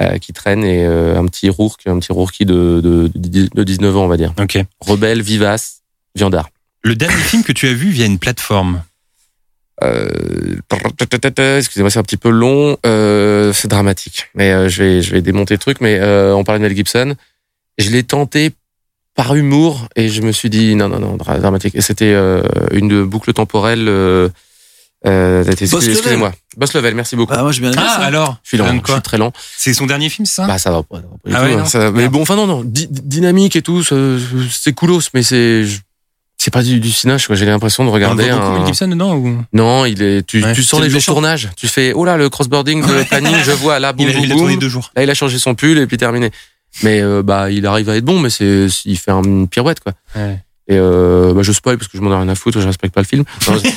S4: euh, qui traîne et euh, un petit rourk, un petit rourki de, de, de, de 19 ans, on va dire.
S3: Ok.
S4: Rebelle, vivace, viandard.
S3: Le dernier film que tu as vu via une plateforme.
S4: Euh, Excusez-moi, c'est un petit peu long. Euh, c'est dramatique. Mais euh, je vais, je vais démonter le truc. Mais euh, on parlait de Mel Gibson. Je l'ai tenté par humour et je me suis dit non, non, non, dra- dramatique. Et c'était euh, une boucle temporelle. Euh, euh, excusez-
S7: Level.
S4: Excusez-moi. Boss level. Merci beaucoup.
S7: Bah, moi, j'ai bien aimé
S3: Ah,
S7: ça.
S3: alors
S4: je suis
S3: ça
S4: lent.
S3: donne
S4: Je
S3: quoi
S4: suis très lent.
S3: C'est son dernier film, c'est ça
S4: Bah ça va pas. pas du
S3: Ah
S4: tout,
S3: ouais,
S4: hein,
S3: non.
S4: ça- mais bon, enfin non, non. Di- dynamique et tout, ça- c'est coolos, mais c'est je- c'est pas du, du cinéma. J'ai l'impression de
S3: On
S4: regarder
S3: voit beaucoup
S4: un-
S3: Mel Gibson dedans ou...
S4: non, il est, tu,
S3: Ouais.
S4: tu
S3: C'est
S4: sens les
S3: le
S4: jours de
S3: méchant.
S4: tournage. Tu fais, oh là, le crossboarding de planning, je vois, là, boum,
S3: [LAUGHS] il, a,
S4: boum,
S3: il a tourné
S4: boum.
S3: deux jours.
S4: Là, il a changé son pull et puis terminé. Mais, euh, bah, il arrive à être bon, mais c'est, il fait une pirouette, quoi.
S3: Ouais.
S4: Et, euh, bah, je spoil parce que je m'en ai rien à foutre, je respecte
S3: [LAUGHS]
S4: pas le film. Non, je-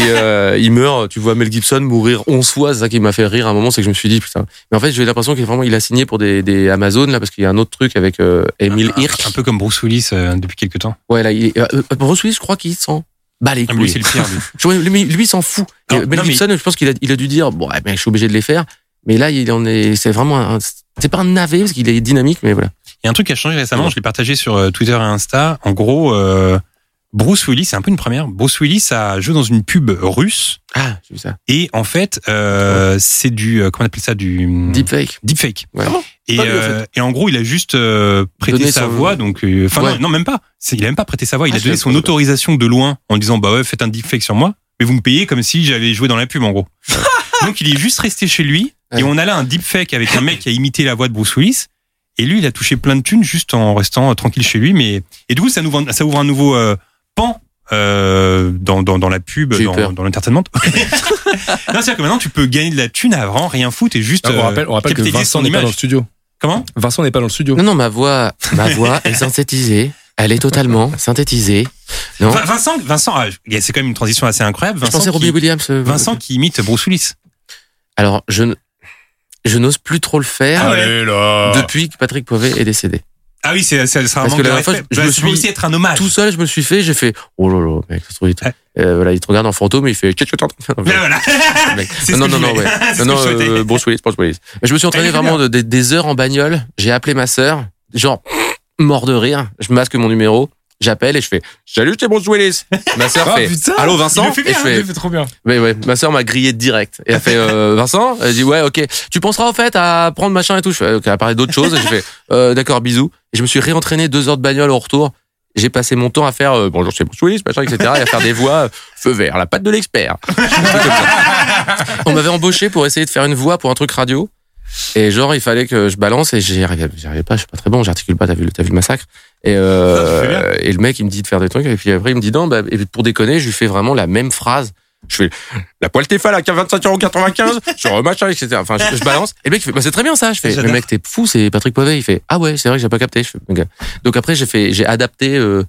S4: et, euh, il meurt, tu vois Mel Gibson mourir 11 fois, c'est ça qui m'a fait rire à un moment, c'est que je me suis dit, putain. Mais en fait, j'ai l'impression qu'il est vraiment, il a signé pour des, des Amazon, là, parce qu'il y a un autre truc avec, euh, Emile Hirsch.
S3: Un peu comme Bruce Willis euh, depuis quelques temps.
S4: Ouais, là, il est, euh, Bruce Willis, je crois qu'il s'en Bah les
S3: Ah, mais lui,
S4: couilles.
S3: c'est le pire, lui.
S4: Je- Lui, lui, il s'en fout.
S3: Non,
S4: Et Mel
S3: non, mais-
S4: Gibson, je pense qu'il a, il a dû dire, bon, ouais, mais je suis obligé de les faire. Mais là, il en est, c'est vraiment un, c'est pas un navet parce qu'il est dynamique, mais voilà.
S3: [LAUGHS] Il y a un truc qui a changé récemment, je l'ai partagé sur euh, Twitter et Insta. En gros, euh, Bruce Willis, c'est un peu une première. Bruce Willis a joué dans une pub russe
S4: Ah, j'ai vu ça.
S3: et en fait, euh, c'est du euh, comment on appelle ça du
S4: Deepfake.
S3: deepfake.
S4: Ouais.
S3: Et,
S7: Pas lui, en
S3: euh, et en gros, il a juste euh, prêté
S4: Donné
S3: sa
S4: son-
S3: voix, donc euh, enfin
S4: Ouais.
S3: non, non, même pas. C'est- Il a même pas prêté sa voix. Il
S4: Ah,
S3: a
S4: je
S3: donné
S4: savais
S3: son
S4: pas.
S3: autorisation de loin en disant bah ouais, faites un deepfake sur moi, mais vous me payez comme si j'avais joué dans la pub en gros. donc il est juste resté chez lui et
S4: Ouais.
S3: on a là un deepfake avec un mec qui a imité la voix de Bruce Willis. Et lui, il a touché plein de thunes juste en restant euh, tranquille chez lui. Mais et du coup, ça nous vend- ça ouvre un nouveau euh, pan. euh, dans, dans, dans la pub,
S4: J'ai eu
S3: dans,
S4: peur.
S3: dans
S4: [LAUGHS]
S3: l'entertainment. non, c'est-à-dire que maintenant tu peux gagner de la thune à vraiment rien foutre et juste
S6: Ah, on
S3: euh,
S6: rappelle, on rappelle que
S3: capitaliser
S6: Vincent
S3: son
S6: n'est pas
S3: image.
S6: dans le studio.
S3: Comment
S6: Vincent n'est pas dans le studio.
S4: Non, non, ma voix, ma voix est synthétisée. Elle est totalement synthétisée. Non.
S3: Vin- Vincent, Vincent, ah, je- c'est quand même une transition assez incroyable.
S4: je
S3: Vincent,
S4: pensais Robbie
S3: qui,
S4: Williams. euh,
S3: Vincent qui imite Bruce Willis.
S4: Alors, je, n- je n'ose plus trop le faire
S3: Ah ouais.
S6: là
S4: depuis que Patrick Poivet est décédé.
S3: Ah oui, c'est c'est- c'est un
S4: Parce
S3: manque
S4: que
S3: de
S4: la dernière fois,
S3: respect.
S4: je me
S3: Bah, ça
S4: suis
S3: peut
S4: mis
S3: aussi être un hommage.
S4: Tout seul, je me suis fait, j'ai fait, oh là là, mec, ça se trouve, il te,
S3: Ouais.
S4: euh, voilà, il te regarde en fantôme et il fait, qu'est-ce que t'es en train de
S3: Mais
S4: faire [LAUGHS]
S3: voilà.
S4: Mec.
S3: C'est ce
S4: Non,
S3: que
S4: non,
S3: je
S4: non,
S3: voulais.
S4: ouais.
S3: Ah, C'est ce que
S4: Non, non,
S3: je souhaitais.
S4: euh, Bruce Willis, Bruce Willis. Mais je me suis entraîné
S3: Elle est bien.
S4: vraiment de- des, des heures en bagnole. J'ai appelé ma sœur, genre, mort de rire. Je masque mon numéro, j'appelle et je fais, salut, c'est Bruce Willis.
S3: [LAUGHS]
S4: Ma sœur
S6: Ah
S4: fait,
S6: putain
S4: allô,
S3: Oh,
S4: Vincent?
S3: Il le fait bien,
S4: et je fais,
S6: fait trop bien.
S4: mais ouais, ma sœur m'a grillé direct. Et elle fait euh,
S3: [LAUGHS]
S4: Vincent, elle dit ouais, OK. Tu penseras au fait à prendre machin et tout. Je fais OK, à parler d'autres choses. Et je fais euh, d'accord, bisous. Et je me suis réentraîné deux heures de bagnole au retour. J'ai passé mon temps à faire euh, bonjour, c'est Bruce Willis, machin, etc. et à
S3: [LAUGHS]
S4: faire des voix euh, feu vert, la patte de l'expert. On m'avait embauché pour essayer de faire une voix pour un truc radio. Et genre, il fallait que je balance et j'y arrivais, j'y arrivais pas, je suis pas très bon, j'articule pas, t'as vu, le- t'as vu le massacre.
S3: Ça,
S4: Et,
S3: c'est
S4: euh, et le mec, il me dit de faire des trucs, et puis après, il me dit non, bah, et puis pour déconner, je lui fais vraiment la même phrase. Je fais la poêle Tefal à 25,95€, sur machin, etc. Enfin, je, je balance. Et le mec, il fait, bah, c'est très bien ça. Je fais,
S3: J'adore.
S4: le mec, t'es fou, c'est Patrick Poivet. Il fait, ah ouais, c'est vrai que j'ai pas capté. Je fais, Ok. Donc après, j'ai fait, j'ai adapté, euh,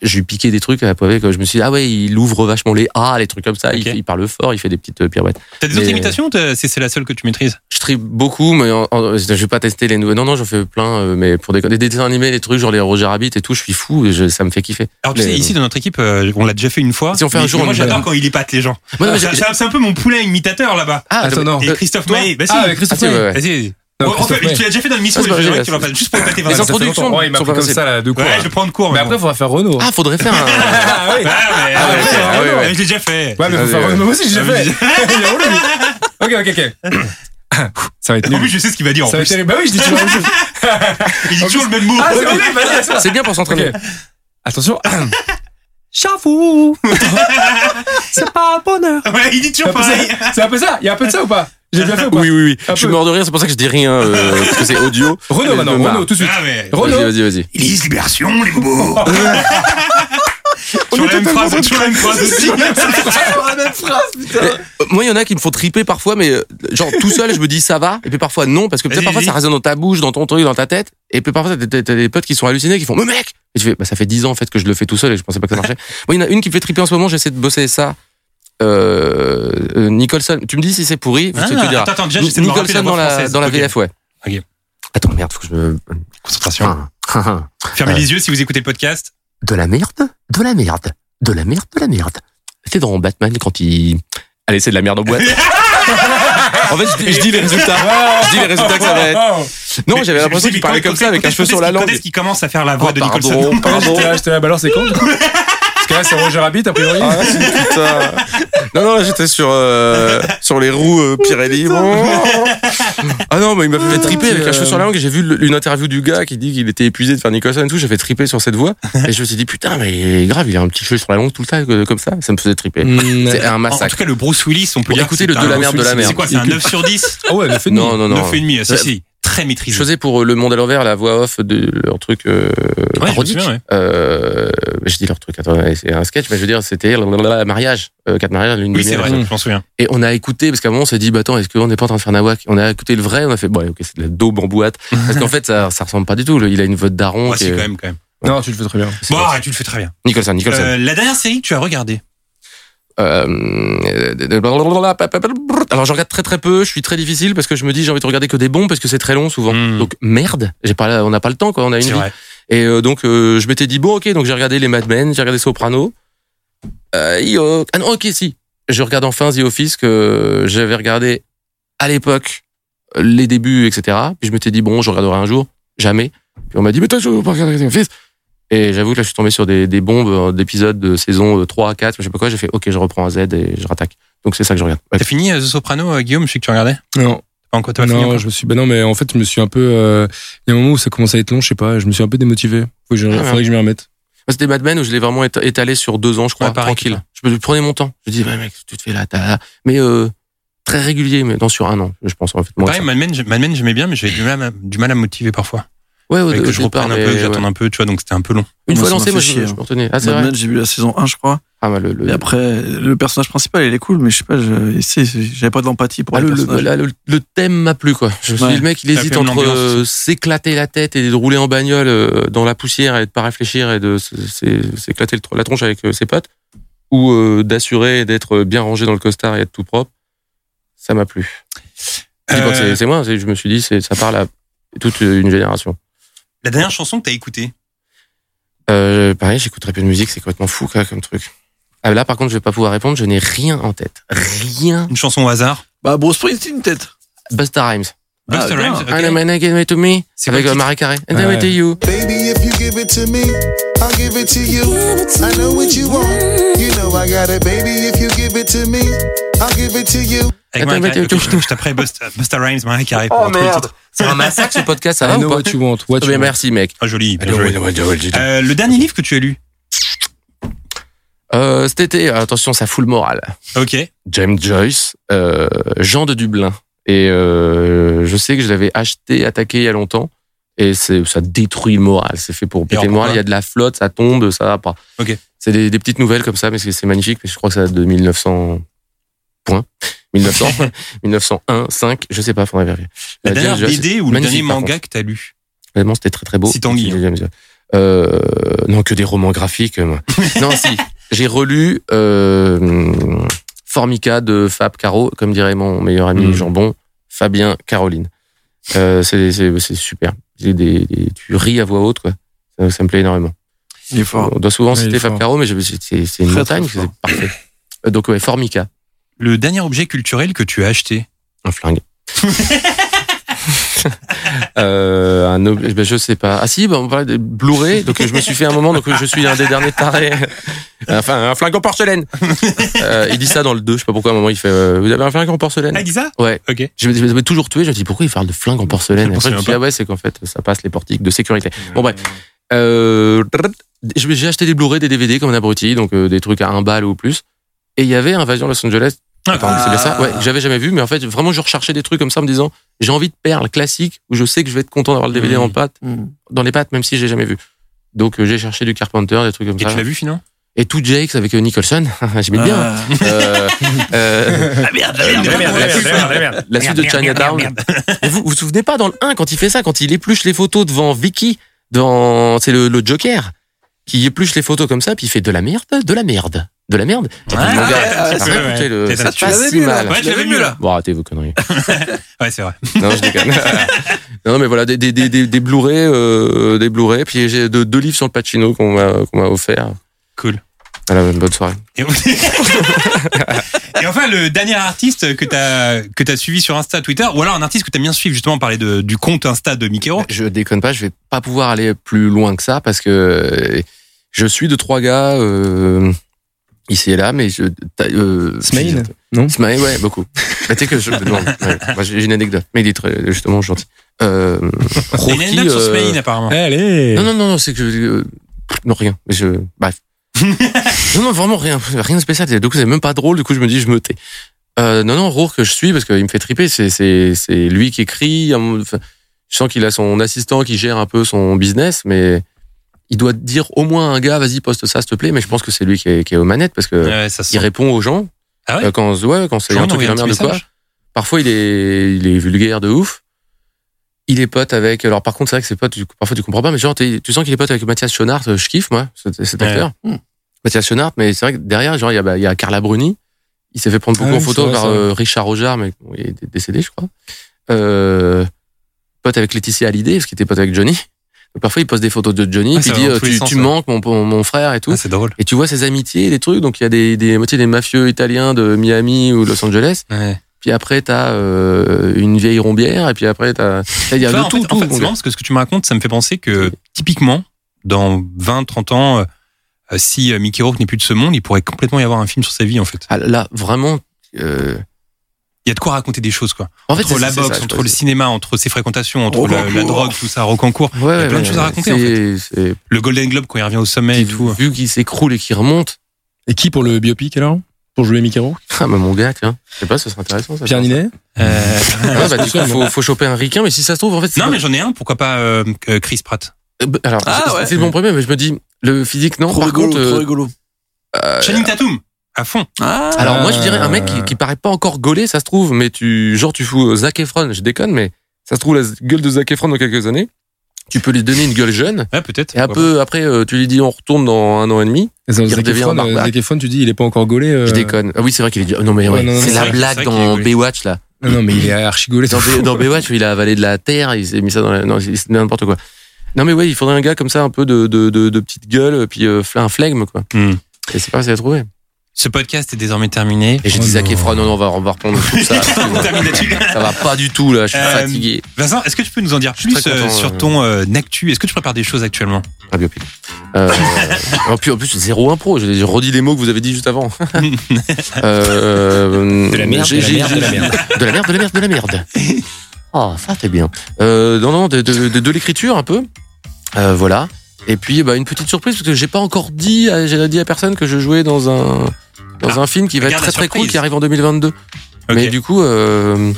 S4: j'ai piqué des trucs à Poivet, que je me suis dit, ah ouais, il ouvre vachement les A, les trucs comme ça,
S3: Ok.
S4: il, il parle fort, il fait des petites euh, pirouettes.
S3: T'as des autres
S4: Mais-
S3: imitations ou t'as- C'est c'est la seule que tu maîtrises
S4: Je tripe beaucoup, mais en- en- je vais pas tester les nouvelles. Non, non, j'en fais plein, euh, mais pour des, des dessins animés, les trucs genre les Roger Rabbit et tout, je suis fou, et je- ça me fait kiffer.
S3: Alors tu
S4: Mais-
S3: sais, ici dans notre équipe, euh, on l'a déjà fait une fois.
S4: Si on fait un
S3: Mais
S4: jour, on
S3: moi
S4: y
S3: j'adore
S4: va.
S3: quand il épate les gens.
S4: Ouais,
S6: [LAUGHS]
S4: mais j'ai-
S3: C'est c'est un peu mon poulain imitateur là-bas.
S4: ah,
S6: Attends,
S4: attends,
S6: non.
S3: Et Christophe
S6: toi
S3: Maé. Bah si.
S6: Ah, avec Christophe
S4: Ah,
S6: Maé.
S4: c'est- ouais, ouais.
S3: Vas-y, vas-y.
S6: Non,
S3: Oh, en fait,
S6: Christophe Maé.
S3: Tu l'as déjà fait dans le mission,
S4: Ah, c'est pas
S3: j'aimerais
S4: vrai,
S3: que tu le
S4: ça.
S3: fasses juste pour
S4: [LAUGHS]
S3: épater
S4: Les
S6: ça
S3: Vincent.
S6: fait longtemps.
S4: introductions
S6: Ouais, il m'a
S4: sont
S6: pris comme
S4: passées.
S6: ça, là, de cours.
S4: hein.
S3: Ouais, je vais prendre cours.
S6: Mais
S3: moi.
S6: après, il faudra faire Renault.
S4: ah, faudrait faire un.
S6: [LAUGHS] Ah
S3: Ah,
S6: oui.
S3: mais-
S6: Ah, ouais,
S3: ah,
S6: ouais,
S3: ouais,
S6: ouais.
S3: mais je l'ai déjà fait.
S6: Ouais, mais faut
S4: Vas-y,
S6: faire
S4: ouais.
S6: Renault. Moi aussi, j'ai
S3: Ah, mais
S6: fait. [LAUGHS] Il a roulé, lui. Ok, ok,
S3: [COUGHS]
S6: ok. Ça va être
S3: En plus,
S6: nul.
S3: je sais ce qu'il va dire en
S6: Ça va être
S3: plus. Ah,
S6: terrible. Bah oui, je dis toujours la même chose.
S3: Il dit
S6: En
S3: toujours le même mot.
S6: Ah, c'est horrible, vas-y, vas-y.
S4: C'est bien pour s'entraîner.
S6: Ok. Attention.
S7: [COUGHS]
S6: [COUGHS]
S7: J'avoue, c'est pas un bonheur.
S3: Ouais, il dit
S6: C'est
S3: toujours
S6: un peu
S3: pareil.
S6: ça. C'est un peu ça. Il y a un peu de ça ou pas J'ai bien fait ou pas
S4: Oui, oui, oui.
S6: Un
S4: Je suis
S6: peu.
S4: mort de rire, c'est pour ça que je dis rien, euh, parce que c'est audio.
S6: Renault maintenant.
S4: Bah,
S6: Renault, tout de suite.
S3: Ah, mais-
S6: Renault.
S4: Vas-y, vas-y, vas-y.
S3: Elise Libération, les bobos Sur la même phrase, toujours la même phrase aussi.
S4: Euh, Moi, il y en a qui me font triper parfois, mais euh, genre tout seul, je me dis ça va, et puis parfois non, parce que peut-être
S3: Vas-y,
S4: parfois
S3: vas-y.
S4: ça résonne dans ta bouche, dans ton truc, dans ta tête, et puis parfois t'as des- t'as des potes qui sont hallucinés, qui font mais mec, et tu fais bah ça fait 10 ans en fait que je le fais tout seul et je pensais pas que ça
S3: [LAUGHS]
S4: marchait. Moi, il y en a une qui me fait triper en ce moment, j'essaie de bosser ça. Euh, euh, Nicholson, tu me dis si c'est pourri, je te
S3: Ah,
S4: le dirai.
S3: attends, attends, déjà, j'essaie de me rappeler la
S4: Nicholson
S3: voix
S4: dans la
S3: française.
S4: dans la
S3: Ok.
S4: VF, ouais.
S3: Ok.
S4: Attends merde, faut que je me.
S3: Concentration.
S8: 아.
S4: Ah.
S3: Fermez
S4: Ouais.
S3: les yeux si vous écoutez le podcast.
S4: de la merde, de la merde, de la merde, de la merde. C'est dans Batman quand il. Allez, c'est de la merde en boîte. [LAUGHS] en fait, je, dis- je dis les résultats. Je dis les résultats que ça va être.
S6: Oh.
S4: Non,
S3: Mais
S4: j'avais
S3: je-
S4: l'impression
S3: je-
S4: qu'il
S3: quand-
S4: parlait
S3: quand-
S4: comme ça
S3: quand
S4: avec un
S3: est-ce-
S4: cheveu
S3: quand
S4: sur la
S3: est-ce- Quand
S4: langue.
S3: est-ce qu'il commence à faire la voix
S4: Oh,
S3: de
S4: pardon,
S3: Nicholson
S4: pardon.
S6: J'étais là, j'étais là, bah alors
S4: [LAUGHS]
S6: c'est con. Parce que là, c'est Roger Rabbit, a priori.
S3: Ah
S4: Ah Non, non, j'étais sur, euh, sur les roues Pirelli.
S3: Oh,
S4: ah non, mais il m'a fait triper avec un cheveu
S6: euh,
S4: sur la langue. J'ai vu le- une interview du gars qui dit qu'il était épuisé de faire Nicholson et tout. J'ai fait triper sur cette
S3: [LAUGHS]
S4: voix. Et je me suis dit, putain, mais grave, il a un petit cheveu sur la langue tout le temps euh, comme ça. Ça me faisait triper.
S6: Mmh.
S4: C'est un
S3: En en
S4: massacre.
S3: tout cas, le Bruce Willis, on peut
S4: Bon,
S3: dire.
S4: écoutez
S3: que c'est
S4: le de
S3: un
S4: la merde, de la
S3: Bruce Willis.
S4: merde.
S3: C'est quoi C'est un 9 sur 10
S6: Ah ouais, elle a fait
S4: Non, non, non.
S3: 9,5, ah, si,
S4: Ouais.
S3: si. Très
S4: Je
S3: maîtrisé.
S4: faisais pour euh, Le Monde à l'envers la voix off de leur truc euh,
S3: Ouais, je me
S4: parodique.
S3: souviens, ouais.
S4: Euh, je dis leur truc, attends, ouais, c'est un sketch, mais je veux dire, c'était lalalala, mariage, euh, quatre mariages, l'une
S3: Oui, c'est
S4: demi-heure.
S3: vrai,
S6: Mmh.
S3: je m'en souviens.
S4: Et on a écouté, parce qu'à un moment, on s'est dit, bah attends, est-ce qu'on n'est pas en train de faire Nawak On a écouté le vrai, on a fait, bon, ouais, ok, c'est de la daube en
S3: [LAUGHS]
S4: boîte. Parce qu'en fait, ça, ça ressemble pas du tout. le- Il a une voix de daron.
S3: Ah,
S4: qui
S3: si,
S4: est-
S3: quand même, quand même.
S6: Non, tu le fais très bien.
S4: c'est-
S3: Bon, arrête, tu le fais très bien.
S4: Nicholson, Nicholson.
S3: Euh, La dernière série que tu as regardée
S4: Euh, euh, blablabla, blablabla. Alors je regarde très très peu, je suis très difficile parce que je me dis j'ai envie de regarder que des bons parce que c'est très long souvent.
S3: Mm.
S4: Donc merde, j'ai pas la- on n'a pas le temps quoi, on a une
S3: C'est
S4: vie.
S3: vrai.
S4: Et euh, donc euh, je m'étais dit bon ok donc j'ai regardé les Mad Men, j'ai regardé Soprano. euh, yo- ah non, ok, si. Je regarde enfin The Office que j'avais regardé à l'époque, euh, les débuts, etc. Puis je m'étais dit, bon, je regarderai un jour. Jamais. Puis on m'a dit, mais toi, tu veux pas regarder The Office Et j'avoue que là, je suis tombé sur des, des bombes euh, d'épisodes de saison euh, 3 à 4, je sais pas quoi. J'ai fait, ok, je reprends à Z et je rattaque. Donc c'est ça que je regarde. Ouais.
S3: T'as fini euh, The Soprano, euh, Guillaume Je sais que tu regardais.
S6: Non,
S3: Pas encore, t'as pas fini
S6: non,
S3: encore
S6: je me suis. Ben non, mais en fait, je me suis un peu. euh, Il y a un moment où ça commence à être long, je sais pas. Je me suis un peu démotivé. Faut que je-
S4: Ah,
S6: faudrait que je m'y remette.
S4: Moi, C'était Mad Men où je l'ai vraiment éta- étalé sur deux ans, je crois,
S3: Ouais, pareil,
S4: tranquille. Je me prenais mon temps. Je dis, ouais, mec, tu te fais là, t'as là. Mais euh, très régulier, mais non, sur un an, je pense, en fait. Moi,
S3: Pareil, Mad Men, j'ai- Mad Men, j'aimais bien, mais j'avais du mal, à, du mal à me motiver parfois.
S4: ouais, au,
S3: Fallait
S4: au
S3: que je
S4: départ,
S3: reprenne un
S4: mais
S3: peu, que
S4: ouais.
S3: j'attende un peu, tu vois, donc c'était un peu long.
S4: Une
S7: Moi,
S4: fois
S7: ça m'a
S4: lancé,
S7: fait
S4: moi, je,
S7: chier,
S4: je
S7: hein.
S4: me retenais. Ah, c'est
S7: Mad
S4: vrai.
S7: Men, j'ai vu la saison 1, je crois.
S4: Ah, bah, le, le-
S7: Et après, le personnage principal, il est cool, mais je sais pas, je- c'est- j'avais pas d'empathie pour
S4: ah,
S7: le,
S4: le, le-
S7: personnage.
S4: là, le- le thème m'a plu, quoi. Je me suis
S7: Ouais.
S4: dit, le mec, il
S3: Ça
S4: hésite
S3: fait une
S4: entre
S3: ambiance.
S4: euh, s'éclater la tête et de rouler en bagnole euh, dans la poussière et de pas réfléchir et de s- s- s'éclater le tr- la tronche avec euh, ses potes ou euh, d'assurer et d'être bien rangé dans le costard et être tout propre. Ça m'a plu. Je dis pas que
S3: Euh,
S4: c'est- C'est moi, c'est- je me suis dit, c'est- ça parle à toute une génération.
S3: la dernière chanson que t'as écoutée
S4: Euh, pareil, j'écoute très peu de musique, c'est complètement fou quoi, comme truc. Ah, là, par contre, je vais pas pouvoir répondre, je n'ai rien en tête. Rien.
S3: Une chanson au hasard
S7: Bah, Bruce Springsteen, peut-être.
S4: Busta Rhymes.
S7: Ah,
S3: Busta
S7: bien.
S3: Rhymes ok.
S4: I'm a man, I get away to me.
S3: C'est
S4: Avec
S3: quoi
S4: euh,
S3: le
S4: Mariah Carey. And I
S6: Ouais.
S4: went to you.
S5: Baby, if you give it to me, I'll give it to you. I know what you want. You know I got it. Baby, if you give it to me, I'll give it to you.
S3: Avec Mariah
S4: Attends,
S3: Carey,
S4: attends,
S3: ok, je- je taperai Busta, Busta Rhymes, Mariah Carey
S4: Oh,
S3: pour retrouver le titre.
S4: C'est un massacre ce podcast, ça
S6: I
S4: va
S6: know
S4: ou
S6: what
S4: pas
S6: you want. What
S4: Oh,
S6: you
S4: mais
S6: want.
S4: Merci, mec.
S3: Ah, joli. bien joué.
S4: Euh,
S3: Euh, le dernier livre que tu as lu
S4: euh, Cet été, attention, ça fout le moral.
S3: Ok.
S4: James Joyce, euh, Jean de Dublin. Et euh, je sais que je l'avais acheté, attaqué il y a longtemps. Et c'est, ça détruit le moral. C'est fait pour péter
S3: alors,
S4: le moral.
S3: pourquoi
S4: Il y a de la flotte, ça tombe, ça va pas.
S3: Ok.
S4: C'est des, des petites nouvelles comme ça, mais c'est, c'est magnifique. Mais je crois que ça date de 1900 points.
S3: [LAUGHS]
S4: 1900, 1901, 5, je sais pas, faudrait vérifier.
S3: La
S4: Euh,
S3: dernière
S4: James Joyce,
S3: BD ou le
S4: magnifique,
S3: dernier
S4: par
S3: manga
S4: contre.
S3: que t'as lu
S4: Vraiment, c'était très très beau.
S3: Si t'en lis, hein.
S4: James Joyce. Euh, non, que des romans graphiques. moi. non, si. J'ai relu euh, Formica de Fab Caro, comme dirait mon meilleur ami
S6: Mm.
S4: jambon, Fabien Caroline. Euh, c'est c'est- c'est super. J'ai Des, des- tu ris à voix haute, quoi. Ça, ça me plaît énormément.
S7: Oh. Il est fort.
S4: On doit souvent
S6: Ouais, il
S4: citer
S6: est
S4: Fab
S6: fort.
S4: Caro, mais je- c'est c'est- c'est une
S7: Très,
S4: montagne,
S7: très
S4: c'est
S7: fort.
S4: parfait. Euh, Donc, ouais, Formica,
S3: Le dernier objet culturel que tu as acheté
S4: un flingue. [LAUGHS] euh, un objet, ben, je sais pas. Ah si, ben, on parlait des Blu-ray, donc je me suis fait un moment, donc je suis un des derniers tarés. Euh, Enfin, un flingue en porcelaine. Euh, il dit ça dans le 2, je sais pas pourquoi, à un moment il fait, euh, vous avez un flingue en porcelaine.
S3: Ah, dis ça
S4: Ouais.
S3: Ok.
S4: Je me, je me suis toujours tué, je me dis pourquoi il parle de flingue en porcelaine.
S3: Je
S4: Et Après, je me
S3: me souviens
S4: suis
S3: pas.
S4: dit, ah ouais, c'est qu'en fait, ça passe les portiques de sécurité. Bon, bref. Euh, je- j'ai acheté des Blu-ray, des DVD comme un abruti, donc euh, des trucs à un balle ou plus. Et il y avait Invasion Los Angeles.
S3: Ah,
S4: Attends, c'est bien ça Ouais, que j'avais jamais vu, mais en fait, vraiment, je recherchais des trucs comme ça en me disant, j'ai envie de perles classiques où je sais que je vais être content d'avoir le DVD
S3: Mm.
S4: en patte,
S7: Mm.
S4: dans les pattes, même si j'ai jamais vu. Donc, euh, j'ai cherché du Carpenter, des trucs comme
S3: Et
S4: ça.
S3: tu l'as vu finalement
S4: Et tout Jakes avec euh, Nicholson. [LAUGHS] J'aimais bien.
S7: Ah,
S4: Euh, euh,
S3: La Ah, merde, la merde, la merde.
S4: la suite de Chinatown. [LAUGHS] Mais vous, vous vous souvenez pas dans le 1 quand il fait ça, quand il épluche les photos devant Vicky, dans c'est le, le Joker qui épluche les photos comme ça, puis il fait de la merde, de la merde, de la merde. J'ai dit,
S3: Ouais,
S4: mon
S3: ouais,
S4: gars,
S3: ouais,
S4: ça
S3: ouais,
S4: va
S3: c'est
S4: rien
S3: vrai,
S4: coûter le-
S3: ouais.
S4: ça
S3: Ça,
S4: te
S7: tu
S4: passe
S7: l'avais
S4: si
S7: vu, là.
S4: mal.
S3: Ouais, je
S7: Tu
S3: l'avais
S7: l'avais
S3: mieux
S7: vu,
S3: là.
S4: Bon, arrêtez vos conneries.
S3: Ouais, c'est vrai.
S4: Non, je déconne. [LAUGHS] non, mais voilà, des, des, des, des, des Blu-ray, euh, des Blu-ray, puis j'ai deux, deux livres sur le Pacino qu'on m'a, qu'on m'a offert.
S3: Cool.
S4: Voilà, bonne soirée.
S3: Et,
S4: [LAUGHS]
S3: Et enfin, le dernier artiste que t'as que t'as suivi sur Insta, Twitter, ou alors un artiste que t'aimes bien suivre, justement, on parlait de, du compte Insta de Mickey Rourke.
S4: Bah, Je déconne pas, je vais pas pouvoir aller plus loin que ça parce que euh, je suis de trois gars euh, ici et là, mais je. t'as- Euh,
S6: Smaïn,
S4: je-
S6: non
S4: Smaïn, ouais, beaucoup. [LAUGHS] bah, tu sais que je. non, ouais. Moi, j'ai j'ai une anecdote, mais il est très, justement gentil. Euh,
S3: Il y a une
S4: Rocky,
S3: anecdote sur
S4: euh,
S3: Smaïn, apparemment.
S6: Allez.
S4: Non, non, non, non, c'est que. euh, non, rien. Mais je. Bref.
S3: [LAUGHS]
S4: non, non, vraiment rien. Rien de spécial. Du coup, c'est même pas drôle. Du coup, je me dis, je me tais. Euh, non, non, Rourke, que je suis parce qu'il me fait triper. C'est, c'est, c'est lui qui écrit. Enfin, je sens qu'il a son assistant qui gère un peu son business, mais il doit dire au moins à un gars, vas-y, poste ça, s'il te plaît. Mais je pense que c'est lui qui est, qui est aux manettes parce que
S3: Ouais, ça
S4: il
S3: sent.
S4: répond aux gens.
S3: Ah ouais
S4: Euh, quand, ouais, quand c'est
S3: Jean,
S4: un truc
S3: envoyé
S4: qui
S3: un
S4: la merde de
S3: petit
S4: quoi.
S3: message
S4: Parfois, il est, il est vulgaire de ouf. Il est pote avec. Alors, par contre, c'est vrai que c'est pote, tu- parfois tu comprends pas, mais genre, t'es- tu sens qu'il est pote avec Mathias Schonart. euh, Je kiffe, moi, cet, cet
S3: Ouais. Hmm.
S4: acteur. Mathias Schonart, mais c'est vrai que derrière, genre, il y a, bah, il y a Carla Bruni. Il s'est fait prendre beaucoup
S6: Ah
S4: en
S6: oui,
S4: photo
S6: c'est vrai,
S4: par
S6: c'est vrai.
S4: euh, Richard Rojar, mais bon, il est décédé, je crois. Euh, pote avec Laetitia Hallyday, parce qu'il était pote avec Johnny. Parfois, il poste des photos de Johnny,
S3: Ah,
S4: puis
S3: ça
S4: il dit
S3: va dans
S4: euh,
S3: tous les
S4: tu,
S3: sens,
S4: tu
S3: ouais.
S4: manques mon, mon frère et tout.
S3: Ah, c'est drôle.
S4: et tu vois ses amitiés, des trucs. Donc il y a des, des, tu sais, des mafieux italiens de Miami ou de Los Angeles. Puis après, t'as euh, une vieille rombière. Et puis après, t'as. Il y a
S3: Tu
S4: de
S3: vois, en
S4: tout,
S3: fait,
S4: tout.
S3: en fait,
S4: mon
S3: c'est
S4: gars.
S3: marrant parce que ce que tu me racontes, ça me fait penser que typiquement, dans 20, 30 ans, euh, euh, si euh, Mickey Rourke n'est plus de ce monde, il pourrait complètement y avoir un film sur sa vie, en fait.
S4: Ah, là, vraiment. euh,
S3: Il y a de quoi raconter des choses, quoi.
S4: En fait,
S3: entre
S4: c'est-
S3: la
S4: c'est ça,
S3: boxe,
S4: je
S3: entre
S4: pense.
S3: le cinéma, entre ses fréquentations, entre la,
S7: Rocancourt.
S3: la drogue, tout ça, Rocancourt.
S4: Ouais, ouais,
S3: plein de
S4: ouais,
S3: choses à raconter, en
S4: c'est- c'est-
S3: Le Golden Globe quand il revient au sommet et tout. hein.
S4: Vu qu'il s'écroule et qu'il remonte. [LAUGHS]
S6: Et qui pour le biopic alors Pour jouer Mickey Rourke
S4: Ah, mais mon gars, tiens. Je sais pas, ce serait intéressant. Ça,
S6: Pierre
S4: je pense.
S6: Ninet
S3: Euh,
S4: Ouais, bah, du coup, faut, faut choper un ricain, mais si ça se trouve, en fait. c'est
S3: non,
S4: pas-
S3: mais j'en ai un, pourquoi pas euh, que Chris Pratt.
S4: Euh, bah, Alors,
S7: Ah,
S4: c'est-
S7: ouais.
S4: c'est mon premier, mais je me dis, le physique, non.
S7: Trop
S4: Par
S7: rigolo,
S4: contre,
S7: trop
S4: euh,
S7: rigolo.
S3: Channing Tatum, à fond.
S7: Ah,
S4: Alors moi je
S6: Euh,
S4: dirais un mec qui, qui paraît pas encore gaulé, ça se trouve, mais tu genre tu fous euh, Zac Efron, je déconne, mais ça se trouve la gueule de Zac Efron dans quelques années, tu peux lui donner une gueule jeune.
S3: Ouais, peut-être.
S4: Et un
S3: Ouais.
S4: peu après euh, tu lui dis on retourne dans un an et demi,
S6: Zac
S4: redevient
S6: Efron,
S4: un
S6: euh,
S4: barbare.
S6: Zac Efron, tu dis, il est pas encore gaulé. euh,
S4: je déconne. Ah oui c'est vrai qu'il est non mais ouais,
S6: Ouais, non, non,
S4: c'est
S6: c'est
S4: la
S3: vrai-
S4: blague
S3: c'est vrai qu'il est
S4: dans
S3: gaulé.
S4: Baywatch là.
S6: Non, Ah non, mais il est archi gaulé.
S4: Dans, Bay- dans Baywatch où il a avalé de la terre, il s'est mis ça dans la... non c'est n'importe quoi. Non mais ouais il faudrait un gars comme ça un peu de de, de, de petite gueule puis euh, fla- un flegme quoi.
S3: Hmm.
S4: Et c'est pas facile à trouver.
S3: Ce podcast est désormais terminé.
S4: Et j'ai
S6: Oh
S4: dit Zac
S6: non.
S4: Efron non non on va on va reprendre tout ça.
S6: [LAUGHS]
S3: On termine [LAUGHS] là-dessus.
S4: ça va pas du tout là, je suis
S3: Euh,
S4: fatigué.
S3: Vincent, est-ce que tu peux nous en dire
S4: Je suis
S3: plus
S4: très
S3: euh,
S4: content,
S3: sur
S4: euh,
S3: ton euh, actu Est-ce que tu prépares des choses actuellement
S4: Un biopic. Euh, en plus, en plus, zéro impro. J'ai j'ai redit les mots que vous avez dit juste
S6: [LAUGHS]
S4: avant. Euh,
S6: De la merde,
S4: j'ai-
S6: de la
S4: j'ai-
S6: merde,
S4: j'ai-
S6: de la merde.
S4: de la merde, de la merde, de la merde. Ah, ça c'est bien. Euh, non, non, de, de, de- de l'écriture un peu. Euh, voilà. Et puis, bah, une petite surprise parce que j'ai pas encore dit, à- j'ai dit à personne que je jouais dans un
S6: Ah,
S4: dans un film qui va être
S3: regarde
S4: très
S3: la
S4: très cool,
S3: surprise.
S4: qui arrive en 2022.
S3: Ok.
S4: Mais du coup, euh,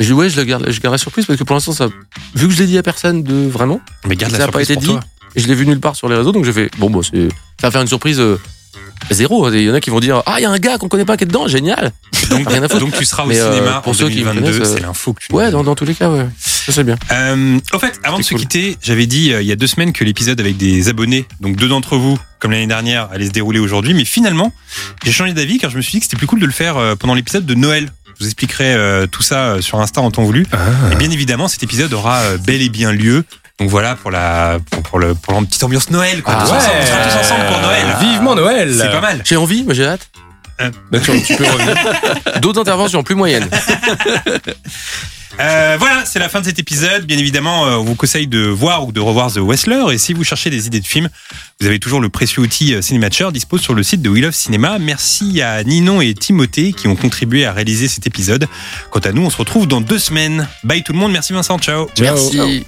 S4: je, ouais, je le garde, je garde la surprise parce que pour l'instant, ça, vu que je l'ai dit à personne de vraiment.
S3: Mais garde
S4: Ça
S3: la
S4: a pas
S3: surprise
S4: été
S3: pour toi.
S4: dit. Et je l'ai vu nulle part sur les réseaux, donc j'ai fait bon, bah, c'est- ça va faire une surprise euh, zéro. Il y en a qui vont dire ah, il y a un gars qu'on connaît pas qui est dedans, génial. [LAUGHS]
S3: Donc,
S4: Rien à foutre.
S3: donc tu seras au
S4: Mais, euh,
S3: cinéma
S4: pour
S3: en
S4: ceux qui me
S3: 2022,
S4: connaissent, euh,
S3: c'est l'info que tu nous
S4: Ouais,
S3: donnes.
S4: dans, dans tous les cas, ouais. Ça c'est bien.
S3: Euh, au fait, avant de se
S4: C'était cool.
S3: quitter, j'avais dit euh, il y a deux semaines que l'épisode avec des abonnés, donc deux d'entre vous, comme l'année dernière, allait se dérouler aujourd'hui. Mais finalement, j'ai changé d'avis car je me suis dit que c'était plus cool de le faire euh, pendant l'épisode de Noël. Je vous expliquerai euh, tout ça euh, sur Insta en temps voulu.
S6: Ah.
S3: Et bien évidemment, cet épisode aura euh, bel et bien lieu. Donc voilà pour la pour, pour le pour la petite ambiance Noël. Quoi.
S4: Ah
S3: Tous
S4: ouais.
S3: ensemble, on sera tous ensemble pour Noël.
S6: Vivement Noël
S3: C'est pas mal.
S4: J'ai envie, mais j'ai hâte.
S6: Bah, tu, tu peux revenir.
S4: D'autres interventions plus moyennes.
S3: Euh, voilà, c'est la fin de cet épisode. Bien évidemment, euh, on vous conseille de voir ou de revoir The Wrestler. Et si vous cherchez des idées de films, vous avez toujours le précieux outil euh, Cinématcher dispose sur le site de We Love Cinéma. Merci à Ninon et Timothée qui ont contribué à réaliser cet épisode. Quant à nous, on se retrouve dans deux semaines. Bye tout le monde. Merci Vincent. Ciao.
S6: Ciao.
S4: Merci.